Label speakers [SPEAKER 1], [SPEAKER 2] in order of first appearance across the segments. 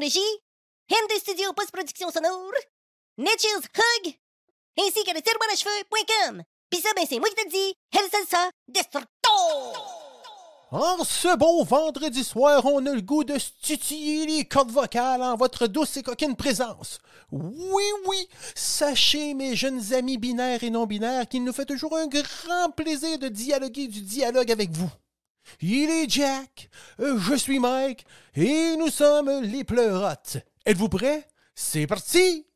[SPEAKER 1] Régie, MD Studio Post-Production Sonore, Nature's Hug, ainsi que le tiroir à cheveux.com. Pis ça, ben, c'est moi qui te le dis, Hell Salsa Destructo!
[SPEAKER 2] En ce bon vendredi soir, on a le goût de stutiller les cordes vocales en votre douce et coquine présence. Oui, oui, sachez, mes jeunes amis binaires et non-binaires, qu'il nous fait toujours un grand plaisir de dialoguer du dialogue avec vous. Il est Jack, euh, je suis Mike, et nous sommes les pleurotes. Êtes-vous prêts? C'est parti!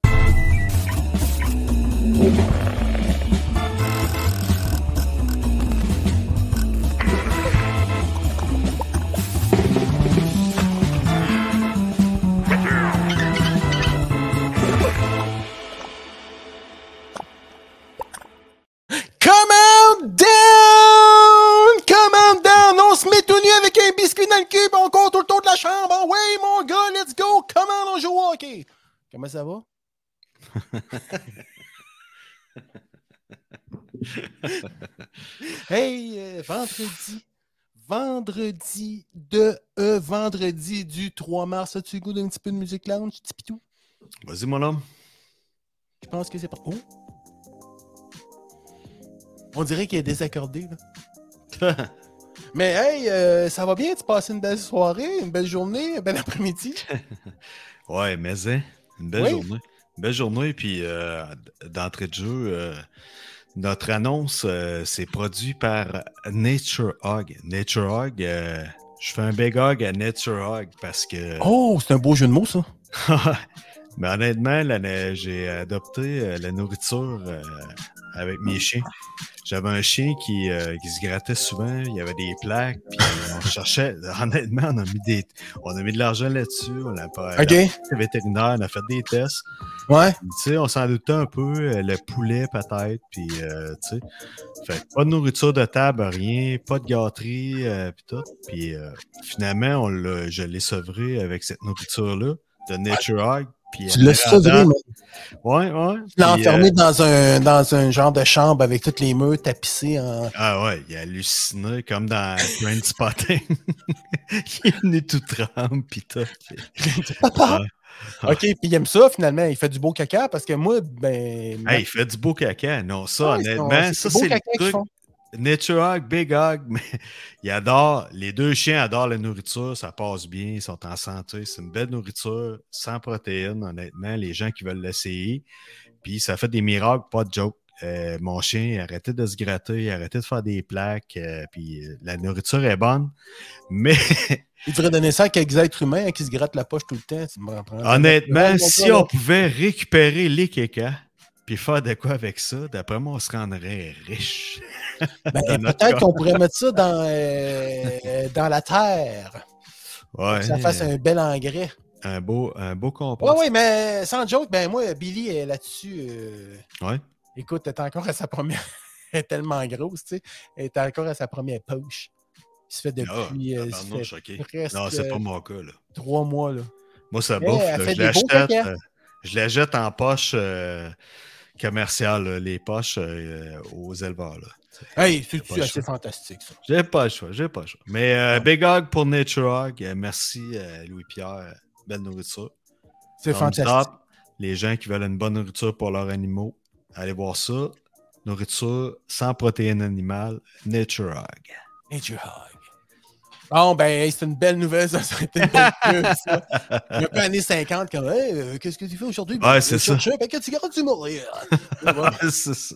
[SPEAKER 2] Comment down! Comment down! On se met tout nu avec un biscuit dans le cul, puis on compte tout le tour de la chambre. Oh, ouais, mon gars, let's go! Comment on joue au hockey? Comment ça va? hey, euh, vendredi. Vendredi de euh, vendredi du 3 mars. As-tu le goût d'un petit peu de musique lounge, petit pitou?
[SPEAKER 3] Vas-y, mon homme.
[SPEAKER 2] Je pense que c'est pas. Oh! On dirait qu'il est désaccordé, là. Mais hey, euh, ça va bien? Tu passes une belle soirée, une belle journée, un bel après-midi?
[SPEAKER 3] ouais, mais hein, une belle
[SPEAKER 2] Oui.
[SPEAKER 3] journée. Une belle journée, puis euh, d'entrée de jeu, euh, notre annonce, euh, c'est produit par Nature Hog. Nature Hog, euh, je fais un big hog à Nature Hog parce que.
[SPEAKER 2] Oh, c'est un beau jeu de mots, ça.
[SPEAKER 3] mais honnêtement, la- la- j'ai adopté euh, la nourriture euh, avec mes chiens. J'avais un chien qui, euh, qui se grattait souvent, il y avait des plaques, puis on cherchait. Honnêtement, on a mis, des, on a mis de l'argent là-dessus, on l'a pas.
[SPEAKER 2] OK.
[SPEAKER 3] Le vétérinaire, on a fait des tests.
[SPEAKER 2] Ouais.
[SPEAKER 3] Tu sais, on s'en doutait un peu, euh, le poulet peut-être, puis euh, tu sais. Fait que pas de nourriture de table, rien, pas de gâterie, euh, puis tout. Puis euh, finalement, on l'a- je l'ai sevré avec cette nourriture-là, de Nature Hog. puis
[SPEAKER 2] Tu
[SPEAKER 3] elle
[SPEAKER 2] l'as
[SPEAKER 3] est
[SPEAKER 2] sauvé,
[SPEAKER 3] rendante.
[SPEAKER 2] mais
[SPEAKER 3] Ouais, ouais.
[SPEAKER 2] tu l'as
[SPEAKER 3] puis,
[SPEAKER 2] enfermé
[SPEAKER 3] euh,
[SPEAKER 2] dans, un, dans un genre de chambre avec toutes les murs tapissés en.
[SPEAKER 3] ah ouais, il a halluciné comme dans Trainspotting. il est venu tout trempe, puis tout.
[SPEAKER 2] Papa!
[SPEAKER 3] Ouais.
[SPEAKER 2] OK, puis il aime ça, finalement. Il fait du beau caca parce que moi, ben.
[SPEAKER 3] Hey, il fait du beau caca. Non, ça,
[SPEAKER 2] ouais,
[SPEAKER 3] honnêtement,
[SPEAKER 2] c'est-
[SPEAKER 3] ça,
[SPEAKER 2] beau
[SPEAKER 3] c'est le
[SPEAKER 2] caca qu'ils
[SPEAKER 3] truc
[SPEAKER 2] font.
[SPEAKER 3] Nature Hog, Big Hog, mais ils adorent, les deux chiens adorent la nourriture, ça passe bien, ils sont en santé, c'est une belle nourriture, sans protéines, honnêtement, les gens qui veulent l'essayer. Puis ça fait des miracles, pas de joke. Euh, mon chien arrêtez de se gratter, arrêtez de faire des plaques, euh, puis euh, la nourriture est bonne, mais
[SPEAKER 2] Il devrait donner ça à quelques êtres humains hein, qui se grattent la poche tout le temps. Tu me reprends.
[SPEAKER 3] honnêtement,
[SPEAKER 2] Ouais,
[SPEAKER 3] si on pouvait récupérer les kékas, puis faire de quoi avec ça, d'après moi, on se rendrait riche.
[SPEAKER 2] Ben,
[SPEAKER 3] dans notre
[SPEAKER 2] Peut-être
[SPEAKER 3] cas.
[SPEAKER 2] qu'on pourrait mettre ça dans, euh, dans la terre.
[SPEAKER 3] Ouais,
[SPEAKER 2] Que ça fasse un bel engrais.
[SPEAKER 3] un beau, un beau
[SPEAKER 2] Ouais,
[SPEAKER 3] compost.
[SPEAKER 2] ouais, mais sans joke, ben moi, Billy est là-dessus. euh,
[SPEAKER 3] Ouais.
[SPEAKER 2] Écoute, elle est encore à sa première. elle est tellement grosse, tu sais. Elle est encore à sa première poche. Il se fait
[SPEAKER 3] Ah,
[SPEAKER 2] depuis euh,
[SPEAKER 3] tabarnouche,
[SPEAKER 2] ça
[SPEAKER 3] ok.
[SPEAKER 2] fait presque
[SPEAKER 3] Non, c'est pas mon cas. Là.
[SPEAKER 2] trois mois. Là.
[SPEAKER 3] Moi, ça
[SPEAKER 2] Eh,
[SPEAKER 3] bouffe.
[SPEAKER 2] elle
[SPEAKER 3] là,
[SPEAKER 2] fait
[SPEAKER 3] je,
[SPEAKER 2] des
[SPEAKER 3] la
[SPEAKER 2] beaux
[SPEAKER 3] jette,
[SPEAKER 2] caca.
[SPEAKER 3] euh, je la jette en poche euh, commerciale, là, les poches euh, aux éleveurs. Là.
[SPEAKER 2] Hey, c'est
[SPEAKER 3] pas le
[SPEAKER 2] assez
[SPEAKER 3] choix.
[SPEAKER 2] fantastique, ça.
[SPEAKER 3] J'ai pas le choix, j'ai pas le choix. Mais
[SPEAKER 2] Ah.
[SPEAKER 3] euh, Big Hog pour Nature Hog, euh, merci euh, Louis-Pierre, belle nourriture.
[SPEAKER 2] C'est
[SPEAKER 3] Thumbs
[SPEAKER 2] fantastique.
[SPEAKER 3] up. Les gens qui veulent une bonne nourriture pour leurs animaux, allez voir ça. Nourriture sans protéines animales, Nature Hog.
[SPEAKER 2] Nature Hog. Bon, ben, hey, c'est une belle nouvelle, ça. Ça a été une belle pub, ça. Un peu années 50, comme, hey, euh, qu'est-ce que tu fais aujourd'hui?
[SPEAKER 3] Ouais, c'est ça.
[SPEAKER 2] Je que tu gardes du mourir. ah
[SPEAKER 3] C'est ça.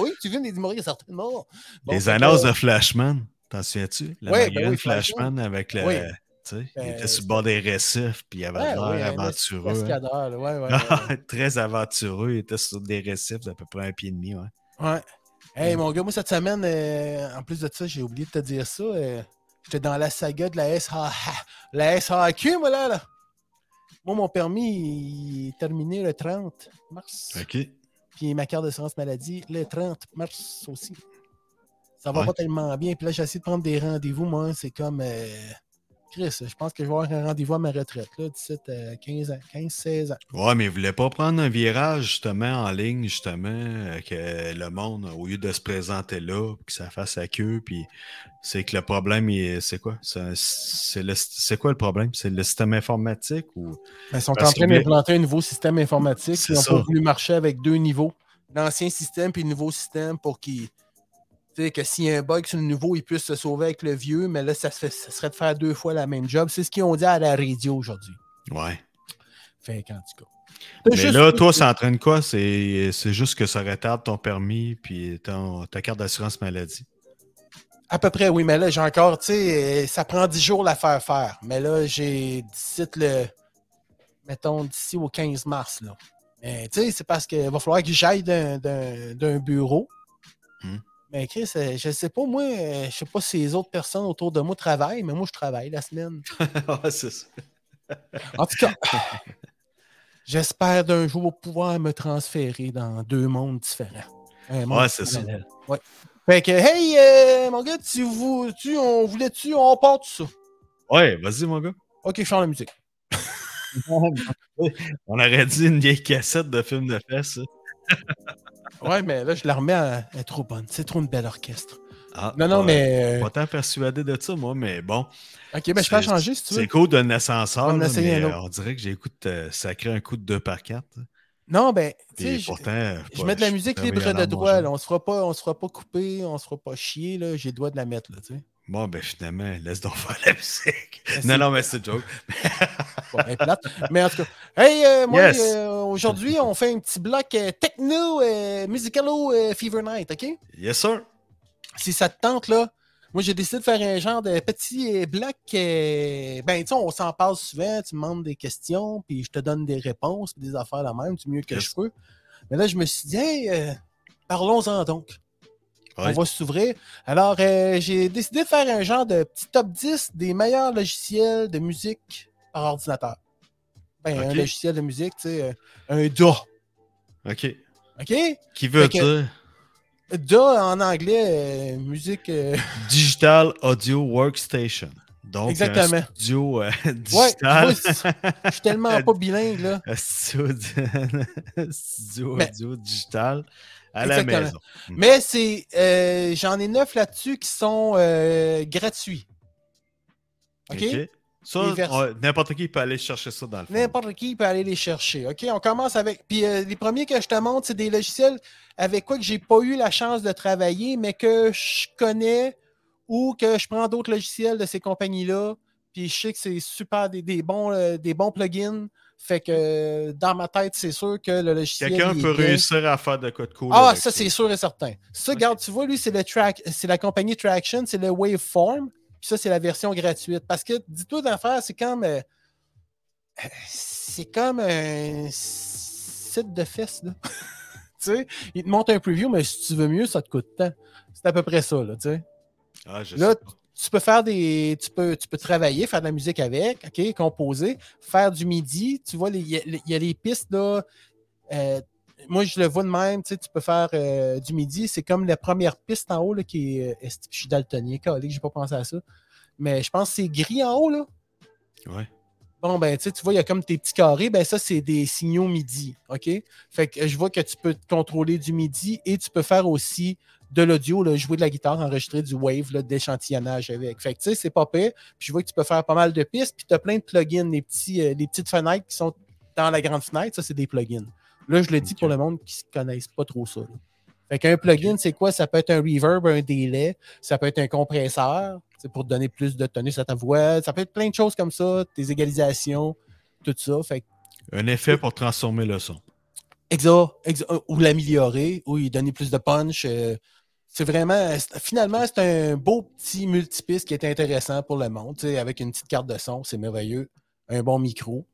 [SPEAKER 2] oui, tu viens des mourir, certainement. Bon,
[SPEAKER 3] les
[SPEAKER 2] fait que,
[SPEAKER 3] annonces de Flashman, t'en souviens-tu? La
[SPEAKER 2] Oui, ben
[SPEAKER 3] margarine
[SPEAKER 2] oui,
[SPEAKER 3] Flashman avec le.
[SPEAKER 2] Oui.
[SPEAKER 3] Tu sais, il
[SPEAKER 2] Ben,
[SPEAKER 3] était sur le bord des récifs, puis il avait
[SPEAKER 2] Ouais,
[SPEAKER 3] l'air
[SPEAKER 2] oui, un
[SPEAKER 3] aventureux. hein. Ah,
[SPEAKER 2] Cascadeur, là, ouais, ouais, ouais.
[SPEAKER 3] Très aventureux, il était sur des récifs d'à peu près un pied et demi. Ouais.
[SPEAKER 2] Ouais. Hey,
[SPEAKER 3] Mm.
[SPEAKER 2] mon gars, moi, cette semaine, euh, en plus de ça, j'ai oublié de te dire ça. euh, J'étais dans la saga de la, SH... la SAQ, moi, là, là. Moi, mon permis il est terminé le 30 mars.
[SPEAKER 3] OK.
[SPEAKER 2] Puis ma carte d'assurance maladie, le 30 mars aussi. Ça va
[SPEAKER 3] Ouais.
[SPEAKER 2] pas tellement bien. Puis là, j'ai essayé de prendre des rendez-vous, moi. C'est comme. euh, Chris, je pense que je vais avoir un rendez-vous à ma retraite, là, 17 à 15 ans, 15, 16 ans.
[SPEAKER 3] Ouais, mais il voulait pas prendre un virage justement en ligne, justement, euh, que le monde, au lieu de se présenter là, puis que ça fasse à queue, puis c'est que le problème, il- c'est quoi? Ça- C'est le- c'est quoi le problème? C'est le système informatique ou.
[SPEAKER 2] Ben, ils sont
[SPEAKER 3] Parce
[SPEAKER 2] en train
[SPEAKER 3] que-
[SPEAKER 2] d'implanter un nouveau système informatique.
[SPEAKER 3] C'est
[SPEAKER 2] Ils ont
[SPEAKER 3] ça.
[SPEAKER 2] pas voulu marcher avec deux niveaux. L'ancien système puis le nouveau système pour qu'ils. Tu sais, que s'il y a un bug sur le nouveau, ils puissent se sauver avec le vieux, mais là, ça, se fait- ça serait de faire deux fois la même job. C'est ce qu'ils ont dit à la radio aujourd'hui.
[SPEAKER 3] Ouais.
[SPEAKER 2] Fait qu'en tout cas.
[SPEAKER 3] Mais
[SPEAKER 2] Juste-
[SPEAKER 3] là, toi, ça entraîne quoi? C'est c'est juste que ça retarde ton permis, puis ton- ta carte d'assurance maladie.
[SPEAKER 2] À peu près, oui, mais là, j'ai encore, tu sais, euh, ça prend 10 jours la faire faire. Mais là, j'ai d'ici le. Mettons, d'ici au 15 mars, là. Mais tu sais, c'est parce qu'il va falloir que j'aille d'un- d'un d'un bureau.
[SPEAKER 3] Hmm.
[SPEAKER 2] Mais Chris, euh, je sais pas, moi, euh, je sais pas si les autres personnes autour de moi travaillent, mais moi, je travaille la semaine.
[SPEAKER 3] ouais, c'est ça.
[SPEAKER 2] En tout cas, j'espère d'un jour pouvoir me transférer dans deux mondes différents. Un monde
[SPEAKER 3] Ouais, c'est ça.
[SPEAKER 2] parallèle. Ouais. Fait que, hey, euh, mon gars, tu, vou- tu, on voulait-tu, on part tout ça.
[SPEAKER 3] Ouais, vas-y, mon gars.
[SPEAKER 2] Ok, je chante la musique.
[SPEAKER 3] On aurait dit une vieille cassette de film de fesses. ça.
[SPEAKER 2] Ouais, mais là, je la remets, à- elle est trop bonne. C'est trop une belle orchestre.
[SPEAKER 3] Ah,
[SPEAKER 2] Non, non,
[SPEAKER 3] ouais.
[SPEAKER 2] mais. euh,
[SPEAKER 3] Pas tant persuadé de ça, moi, mais bon.
[SPEAKER 2] ok, ben, je peux la
[SPEAKER 3] c'est-
[SPEAKER 2] changer si tu veux.
[SPEAKER 3] C'est cool d'un
[SPEAKER 2] On
[SPEAKER 3] ascenseur,
[SPEAKER 2] va en
[SPEAKER 3] là,
[SPEAKER 2] essayer
[SPEAKER 3] mais
[SPEAKER 2] un autre.
[SPEAKER 3] euh, on dirait que j'écoute euh, sacré un coup de 2 par 4.
[SPEAKER 2] Non, ben, tu sais,
[SPEAKER 3] Et
[SPEAKER 2] je-
[SPEAKER 3] pourtant, euh,
[SPEAKER 2] je
[SPEAKER 3] pas-
[SPEAKER 2] mets de la
[SPEAKER 3] suis
[SPEAKER 2] musique
[SPEAKER 3] très
[SPEAKER 2] libre de
[SPEAKER 3] regardant mon
[SPEAKER 2] droit.
[SPEAKER 3] genre.
[SPEAKER 2] Là. On se fera pas, on se fera pas couper, on se fera pas chier. là. J'ai le droit de la mettre, là, tu sais.
[SPEAKER 3] Bon, ben finalement, laisse donc faire la musique.
[SPEAKER 2] Merci.
[SPEAKER 3] Non, non, mais c'est joke.
[SPEAKER 2] Bon, elle est plate. Mais en tout cas, hey, euh, moi,
[SPEAKER 3] Yes.
[SPEAKER 2] euh, aujourd'hui, on fait un petit bloc euh, techno, euh, musicalo, euh, Fever Night, OK?
[SPEAKER 3] Yes, sir.
[SPEAKER 2] Si ça te tente, là, moi, j'ai décidé de faire un genre de petit euh, bloc. euh, ben, tu sais, on s'en parle souvent, tu me demandes des questions, puis je te donne des réponses, puis des affaires la même, du mieux que
[SPEAKER 3] Yes.
[SPEAKER 2] je peux. Mais là, je me suis dit, hey, euh, parlons-en donc.
[SPEAKER 3] Ouais.
[SPEAKER 2] On va s'ouvrir. Alors, euh, j'ai décidé de faire un genre de petit top 10 des meilleurs logiciels de musique par ordinateur. Ben,
[SPEAKER 3] Ok.
[SPEAKER 2] un logiciel de musique, tu sais, euh, un DA.
[SPEAKER 3] OK.
[SPEAKER 2] OK?
[SPEAKER 3] Qui veut
[SPEAKER 2] Fait que-
[SPEAKER 3] dire
[SPEAKER 2] DA en anglais, euh, musique. euh,
[SPEAKER 3] Digital Audio Workstation. Donc,
[SPEAKER 2] Exactement.
[SPEAKER 3] un studio euh,
[SPEAKER 2] ouais, tu vois,
[SPEAKER 3] digital.
[SPEAKER 2] c'est- je suis tellement pas bilingue, là.
[SPEAKER 3] Un studio, un studio
[SPEAKER 2] Mais-
[SPEAKER 3] audio digital à la
[SPEAKER 2] Exactement.
[SPEAKER 3] maison.
[SPEAKER 2] Mais c'est. euh, J'en ai neuf là-dessus qui sont euh, gratuits. OK?
[SPEAKER 3] OK? Ça,
[SPEAKER 2] Les vers-
[SPEAKER 3] on- n'importe qui peut aller chercher ça dans le fond.
[SPEAKER 2] N'importe qui peut aller les chercher. OK, on commence avec. Puis euh, les premiers que je te montre, c'est des logiciels avec quoi que j'ai pas eu la chance de travailler, mais que je connais ou que je prends d'autres logiciels de ces compagnies-là. Puis je sais que c'est super des, des bons, euh, des bons plugins. Fait que euh, dans ma tête, c'est sûr que le logiciel.
[SPEAKER 3] Quelqu'un
[SPEAKER 2] il est
[SPEAKER 3] peut
[SPEAKER 2] bien.
[SPEAKER 3] réussir à faire de quoi de cool.
[SPEAKER 2] Ah,
[SPEAKER 3] avec
[SPEAKER 2] ça, c'est sûr et certain. Ça, regarde, tu vois, lui, c'est le track, c'est la compagnie Traction, c'est le Waveform. Puis ça, c'est la version gratuite. Parce que, dis-toi d'affaire, c'est comme. euh, euh, c'est comme un site de fesses, là. tu sais, il te montre un preview, mais si tu veux mieux, ça te coûte tant. C'est à peu près ça, là, tu sais
[SPEAKER 3] Ah, je
[SPEAKER 2] Là,
[SPEAKER 3] sais pas.
[SPEAKER 2] tu peux faire des. Tu peux, tu peux travailler, faire de la musique avec, OK, composer, faire du midi. Tu vois, les- il y, a- il y a les pistes là. euh, moi, je le vois de même, tu sais, tu peux faire euh, du midi. C'est comme la première piste en haut là, qui est. euh, est- je suis daltonien, collé, j'ai pas pensé à ça. Mais je pense que c'est gris en haut, là.
[SPEAKER 3] Ouais.
[SPEAKER 2] Bon, ben, tu sais, tu vois, il y a comme tes petits carrés, ben ça, c'est des signaux MIDI, OK? Fait que euh, je vois que tu peux te contrôler du MIDI et tu peux faire aussi de l'audio, là, jouer de la guitare, enregistrer du wave, là, d'échantillonnage avec. Fait que, tu sais, c'est pas pire. Puis je vois que tu peux faire pas mal de pistes, puis tu as plein de plugins, les, petits, euh, les petites fenêtres qui sont dans la grande fenêtre, ça, c'est des plugins. Là, je le dis
[SPEAKER 3] Ok.
[SPEAKER 2] pour le monde qui ne connaissent pas trop ça. là. Fait qu'un plugin, c'est quoi? Ça peut être un reverb, un délai, ça peut être un compresseur c'est pour donner plus de tonus à ta voix. Ça peut être plein de choses comme ça, tes égalisations, tout ça. Fait que
[SPEAKER 3] Un effet pour transformer le son.
[SPEAKER 2] exa, exa- euh, ou l'améliorer, ou y donner plus de punch. euh, c'est vraiment, c'est- finalement, c'est un beau petit multipiste qui est intéressant pour le monde. tu sais, Avec une petite carte de son, c'est merveilleux. Un bon micro.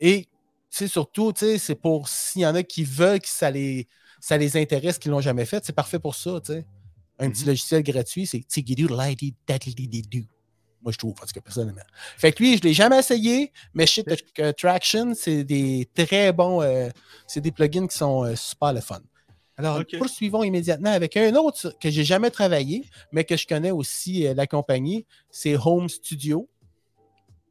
[SPEAKER 2] Et c'est surtout, tu sais, c'est pour s'il y en a qui veulent que ça les, ça les intéresse, qui l'ont jamais fait, c'est parfait pour ça. tu sais. Un petit
[SPEAKER 3] Mhm.
[SPEAKER 2] logiciel gratuit, c'est Tigidou Lady Daddy Moi, je trouve, parce que personnellement. Fait que lui, je ne l'ai jamais essayé, mais je sais que que Traction, c'est des très bons. euh, c'est des plugins qui sont euh, super le fun. Alors,
[SPEAKER 3] Ok.
[SPEAKER 2] poursuivons immédiatement avec un autre que j'ai jamais travaillé, mais que je connais aussi euh, la compagnie. C'est Home Studio.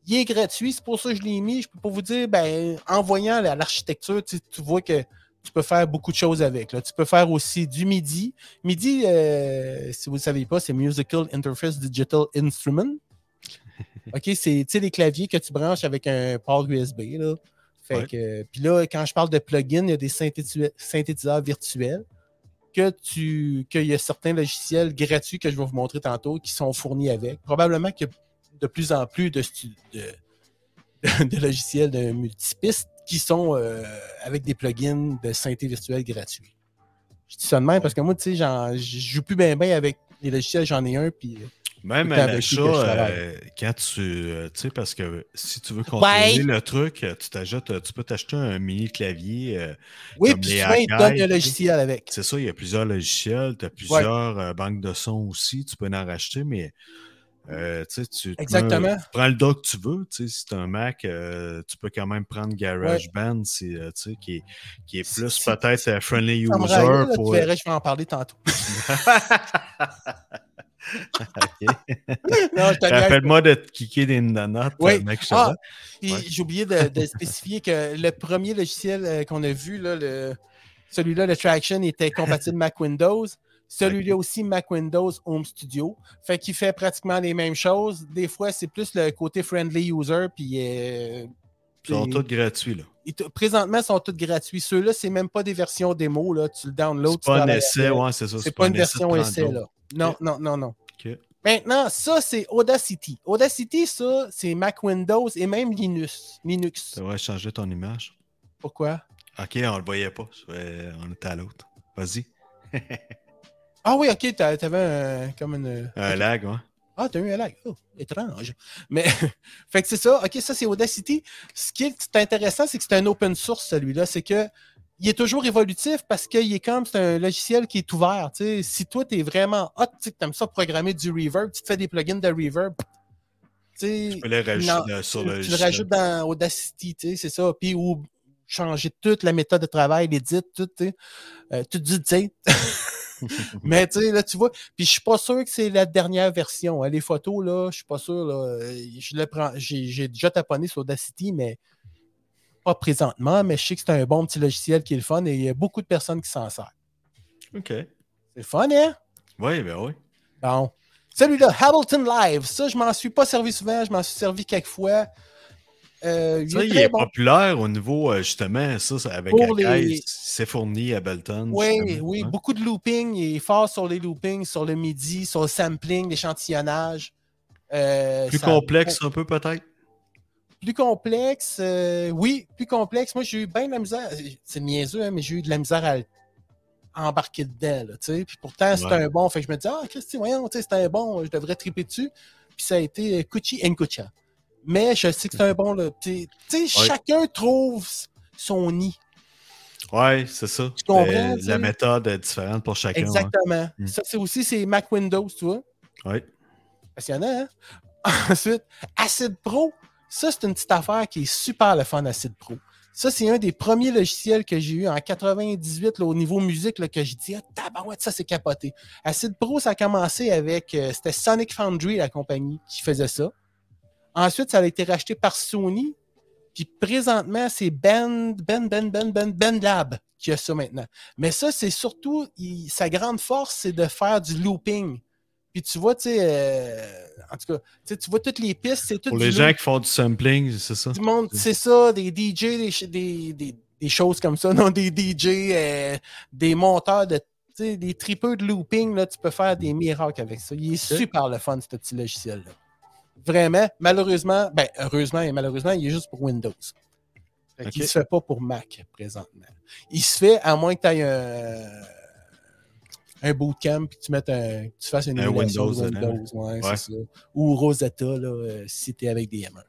[SPEAKER 2] Il est gratuit, c'est pour ça que je l'ai mis. Je peux pas vous dire, ben, en voyant la- l'architecture, tu, sais, tu vois que tu peux faire beaucoup de choses avec. là. Tu peux faire aussi du MIDI. MIDI, euh, si vous ne le savez pas, c'est Musical Interface Digital Instrument. OK, c'est tu sais, les claviers que tu branches avec un port USB. Là. Fait
[SPEAKER 3] Ouais.
[SPEAKER 2] que, euh, puis là, quand je parle de plugin, il y a des synthétu- synthétiseurs virtuels que tu qu'il y a certains logiciels gratuits que je vais vous montrer tantôt qui sont fournis avec. Probablement qu'il y a de plus en plus de, stu- de, de logiciels de multipistes qui sont euh, avec des plugins de synthé virtuelle gratuits. Je dis ça de même parce que moi, tu sais, j'en- je joue plus bien bien avec les logiciels, j'en ai un, puis euh,
[SPEAKER 3] Même
[SPEAKER 2] Tout
[SPEAKER 3] à
[SPEAKER 2] avec qui
[SPEAKER 3] l'achat,
[SPEAKER 2] que je travaille. Ben
[SPEAKER 3] euh, quand tu. euh, tu sais, parce que si tu veux contrôler le truc, euh, tu t'achètes, euh, tu peux t'acheter un mini clavier. euh,
[SPEAKER 2] Oui,
[SPEAKER 3] Comme
[SPEAKER 2] puis
[SPEAKER 3] les
[SPEAKER 2] souvent, ils te donnent le
[SPEAKER 3] Hawkeye, tu sais.
[SPEAKER 2] logiciel avec.
[SPEAKER 3] c'est ça, il y a plusieurs logiciels, tu as plusieurs euh, banques de sons aussi, tu peux en racheter, mais. euh, tu sais, tu te mets-
[SPEAKER 2] Exactement.
[SPEAKER 3] tu prends le doc que tu veux. tu sais, Si tu un Mac, euh, tu peux quand même prendre GarageBand, c'est, euh, tu sais, qui, est, qui est
[SPEAKER 2] Si-
[SPEAKER 3] plus
[SPEAKER 2] si-
[SPEAKER 3] peut-être euh, friendly
[SPEAKER 2] Ça me
[SPEAKER 3] user.
[SPEAKER 2] rend là, là,
[SPEAKER 3] pour... euh,
[SPEAKER 2] Tu verrais, je vais en parler tantôt. non, je te niaise.
[SPEAKER 3] Rappelle-moi de te kicker des nanotes.
[SPEAKER 2] Oui.
[SPEAKER 3] euh, mec, je te
[SPEAKER 2] Ah,
[SPEAKER 3] vois.
[SPEAKER 2] Puis
[SPEAKER 3] Ouais.
[SPEAKER 2] j'ai oublié de, de spécifier que le premier logiciel euh, qu'on a vu, là, le- celui-là, le Traction, était compatible Mac Windows. Celui-là aussi, Mac Windows Home Studio. Fait qu'il fait pratiquement les mêmes choses. Des fois, c'est plus le côté friendly user. Puis, euh,
[SPEAKER 3] Ils sont
[SPEAKER 2] puis-
[SPEAKER 3] tous gratuits, là.
[SPEAKER 2] ils te- présentement, ils sont tous gratuits. Ceux-là, c'est même pas des versions démo. Là. Tu le downloads.
[SPEAKER 3] C'est
[SPEAKER 2] tu
[SPEAKER 3] pas un
[SPEAKER 2] travailles
[SPEAKER 3] essai,
[SPEAKER 2] avec.
[SPEAKER 3] ouais, c'est ça.
[SPEAKER 2] C'est pas une
[SPEAKER 3] un essai de
[SPEAKER 2] version
[SPEAKER 3] 30
[SPEAKER 2] essai,
[SPEAKER 3] jours.
[SPEAKER 2] là. Non,
[SPEAKER 3] Ok.
[SPEAKER 2] non, non, non.
[SPEAKER 3] Ok.
[SPEAKER 2] Maintenant, ça, c'est Audacity. Audacity, ça, c'est Mac Windows et même Linux. Linux.
[SPEAKER 3] Ça va changer ton image.
[SPEAKER 2] Pourquoi?
[SPEAKER 3] Ok, on le voyait pas. Euh, on était à l'autre. Vas-y.
[SPEAKER 2] Ah oui, ok, t'a- t'avais un, comme une.
[SPEAKER 3] Un Euh, lag, ouais.
[SPEAKER 2] Ah, t'as eu un lag. Oh, étrange. Mais, fait que c'est ça. Ok, ça, c'est Audacity. Ce qui est intéressant, c'est que c'est un open source, celui-là. C'est que. Il est toujours évolutif parce qu'il est comme c'est un logiciel qui est ouvert. tu sais. Si toi, t'es vraiment hot, tu sais, que t'aimes ça programmer du reverb, tu te fais des plugins de reverb. tu sais.
[SPEAKER 3] Tu peux le rajouter
[SPEAKER 2] Non,
[SPEAKER 3] dans- sur
[SPEAKER 2] tu,
[SPEAKER 3] le.
[SPEAKER 2] tu le rajoutes dans Audacity, tu sais, c'est ça. Puis ou changer toute la méthode de travail, l'édit, tout, tu sais. Euh, tout dit, tu sais. Mais tu sais, là, tu vois. Puis je suis pas sûr que c'est la dernière version. hein. Les photos, là, je suis pas sûr. Là, Euh, je le prends. J'ai j'ai déjà taponné sur Audacity, mais pas présentement. Mais je sais que c'est un bon petit logiciel qui est le fun et il y a beaucoup de personnes qui s'en servent.
[SPEAKER 3] Ok.
[SPEAKER 2] C'est le fun, hein?
[SPEAKER 3] Oui, ben oui.
[SPEAKER 2] Bon. Celui-là, Hamilton Live. Ça, je m'en suis pas servi souvent. Je m'en suis servi quelques fois. Euh,
[SPEAKER 3] Ça, il
[SPEAKER 2] très
[SPEAKER 3] est
[SPEAKER 2] bon.
[SPEAKER 3] populaire au niveau, euh, justement, ça, ça, avec
[SPEAKER 2] Pour
[SPEAKER 3] la
[SPEAKER 2] les-
[SPEAKER 3] c'est fourni à Belton.
[SPEAKER 2] Oui,
[SPEAKER 3] justement,
[SPEAKER 2] oui,
[SPEAKER 3] hein.
[SPEAKER 2] beaucoup de looping. Il est fort sur les loopings, sur le midi, sur le sampling, l'échantillonnage. Euh,
[SPEAKER 3] Plus
[SPEAKER 2] ça-
[SPEAKER 3] complexe un peu, peut-être.
[SPEAKER 2] Plus complexe, euh, oui, plus complexe. Moi, j'ai eu bien de la misère. C'est niaiseux, hein, mais j'ai eu de la misère à le- à embarquer dedans. là, tu sais. Puis pourtant, c'était
[SPEAKER 3] Ouais.
[SPEAKER 2] un bon. Fait que je me disais, ah, Christy, voyons, tu sais, c'était un bon, je devrais triper dessus. Puis ça a été euh, Cucci and Cucha. Mais je sais que c'est un bon. là, Tu sais, tu sais,
[SPEAKER 3] Ouais.
[SPEAKER 2] chacun trouve son nid.
[SPEAKER 3] Oui, c'est ça.
[SPEAKER 2] Tu comprends,
[SPEAKER 3] Euh,
[SPEAKER 2] tu sais.
[SPEAKER 3] La méthode est différente pour chacun. ouais.
[SPEAKER 2] Exactement.
[SPEAKER 3] Mm.
[SPEAKER 2] Ça, c'est aussi, c'est Mac Windows, tu vois.
[SPEAKER 3] Ouais.
[SPEAKER 2] Passionnant, hein? Ensuite, Acid Pro. Ça, c'est une petite affaire qui est super le fun, Acid Pro. Ça, c'est un des premiers logiciels que j'ai eu en 98 là, au niveau musique là, que j'ai dit Ah, tabarouette, ça, c'est capoté. Acid Pro, ça a commencé avec. euh, C'était Sonic Foundry, la compagnie, qui faisait ça. Ensuite, ça a été racheté par Sony. Puis présentement, c'est Ben, Band, Band, Band, Band, Band, Band Ben Lab qui a ça maintenant. Mais ça, c'est surtout, il- sa grande force, c'est de faire du looping. Puis tu vois, tu sais, euh, en tout cas, tu sais, tu vois toutes les pistes, c'est tout
[SPEAKER 3] Pour
[SPEAKER 2] du
[SPEAKER 3] les gens
[SPEAKER 2] loop-
[SPEAKER 3] qui font du sampling, c'est ça.
[SPEAKER 2] du monde, c'est ça, des DJ, des, ch- des, des, des choses comme ça, non, des DJ, euh, des monteurs de, tu sais, des tripeux de looping, là, tu peux faire des miracles avec ça. Il est
[SPEAKER 3] Ok.
[SPEAKER 2] super le fun, ce petit logiciel-là. Vraiment, malheureusement, ben, heureusement et malheureusement, il est juste pour Windows.
[SPEAKER 3] Ok.
[SPEAKER 2] Il ne se fait pas pour Mac présentement. Il se fait à moins que tu aies un, un bootcamp puis que tu, mettes un, que tu fasses une
[SPEAKER 3] Un
[SPEAKER 2] émulation de
[SPEAKER 3] Windows dedans.
[SPEAKER 2] Windows. ouais, c'est
[SPEAKER 3] Ouais.
[SPEAKER 2] ça. Ou Rosetta là, euh, si tu es avec des M1.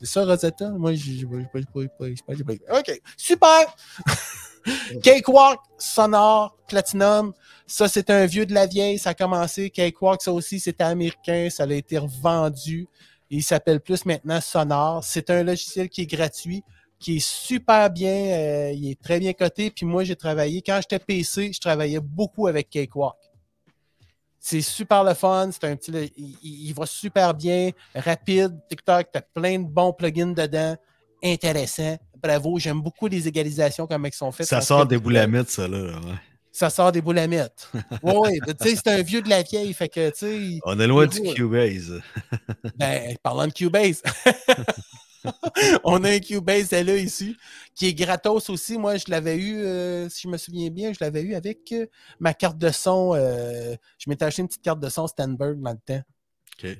[SPEAKER 2] C'est ça, Rosetta? Moi, je j'ai pas- j'ai pas- j'ai pas- j'ai pas- j'ai pas- j'ai pas- OK, super! Cakewalk, Sonore, Platinum. Ça, c'est un vieux de la vieille. Ça a commencé. Cakewalk, ça aussi, c'était américain. Ça a été revendu. Il s'appelle plus maintenant Sonore. C'est un logiciel qui est gratuit, qui est super bien. euh, il est très bien coté. Puis moi, j'ai travaillé. Quand j'étais PC, je travaillais beaucoup avec Cakewalk. C'est super le fun. C'est un petit. le- Il, il- il va super bien, rapide. TikTok, t'as plein de bons plugins dedans. Intéressant. Bravo. J'aime beaucoup les égalisations comme elles sont faites.
[SPEAKER 3] Ça
[SPEAKER 2] Parce
[SPEAKER 3] sort
[SPEAKER 2] que-
[SPEAKER 3] des boulamites, ça, là. ouais.
[SPEAKER 2] Ça sort des boulamites. Oui, ouais, mais tu sais, c'est un vieux de la vieille. Fait que, tu sais, il-
[SPEAKER 3] On est loin du
[SPEAKER 2] Ouais.
[SPEAKER 3] Cubase.
[SPEAKER 2] ben, parlant de Cubase. On a un Cubase là ici, qui est gratos aussi. Moi, je l'avais eu, euh, si je me souviens bien, je l'avais eu avec euh, ma carte de son. euh, je m'étais acheté une petite carte de son Stanberg dans le temps.
[SPEAKER 3] OK.
[SPEAKER 2] Puis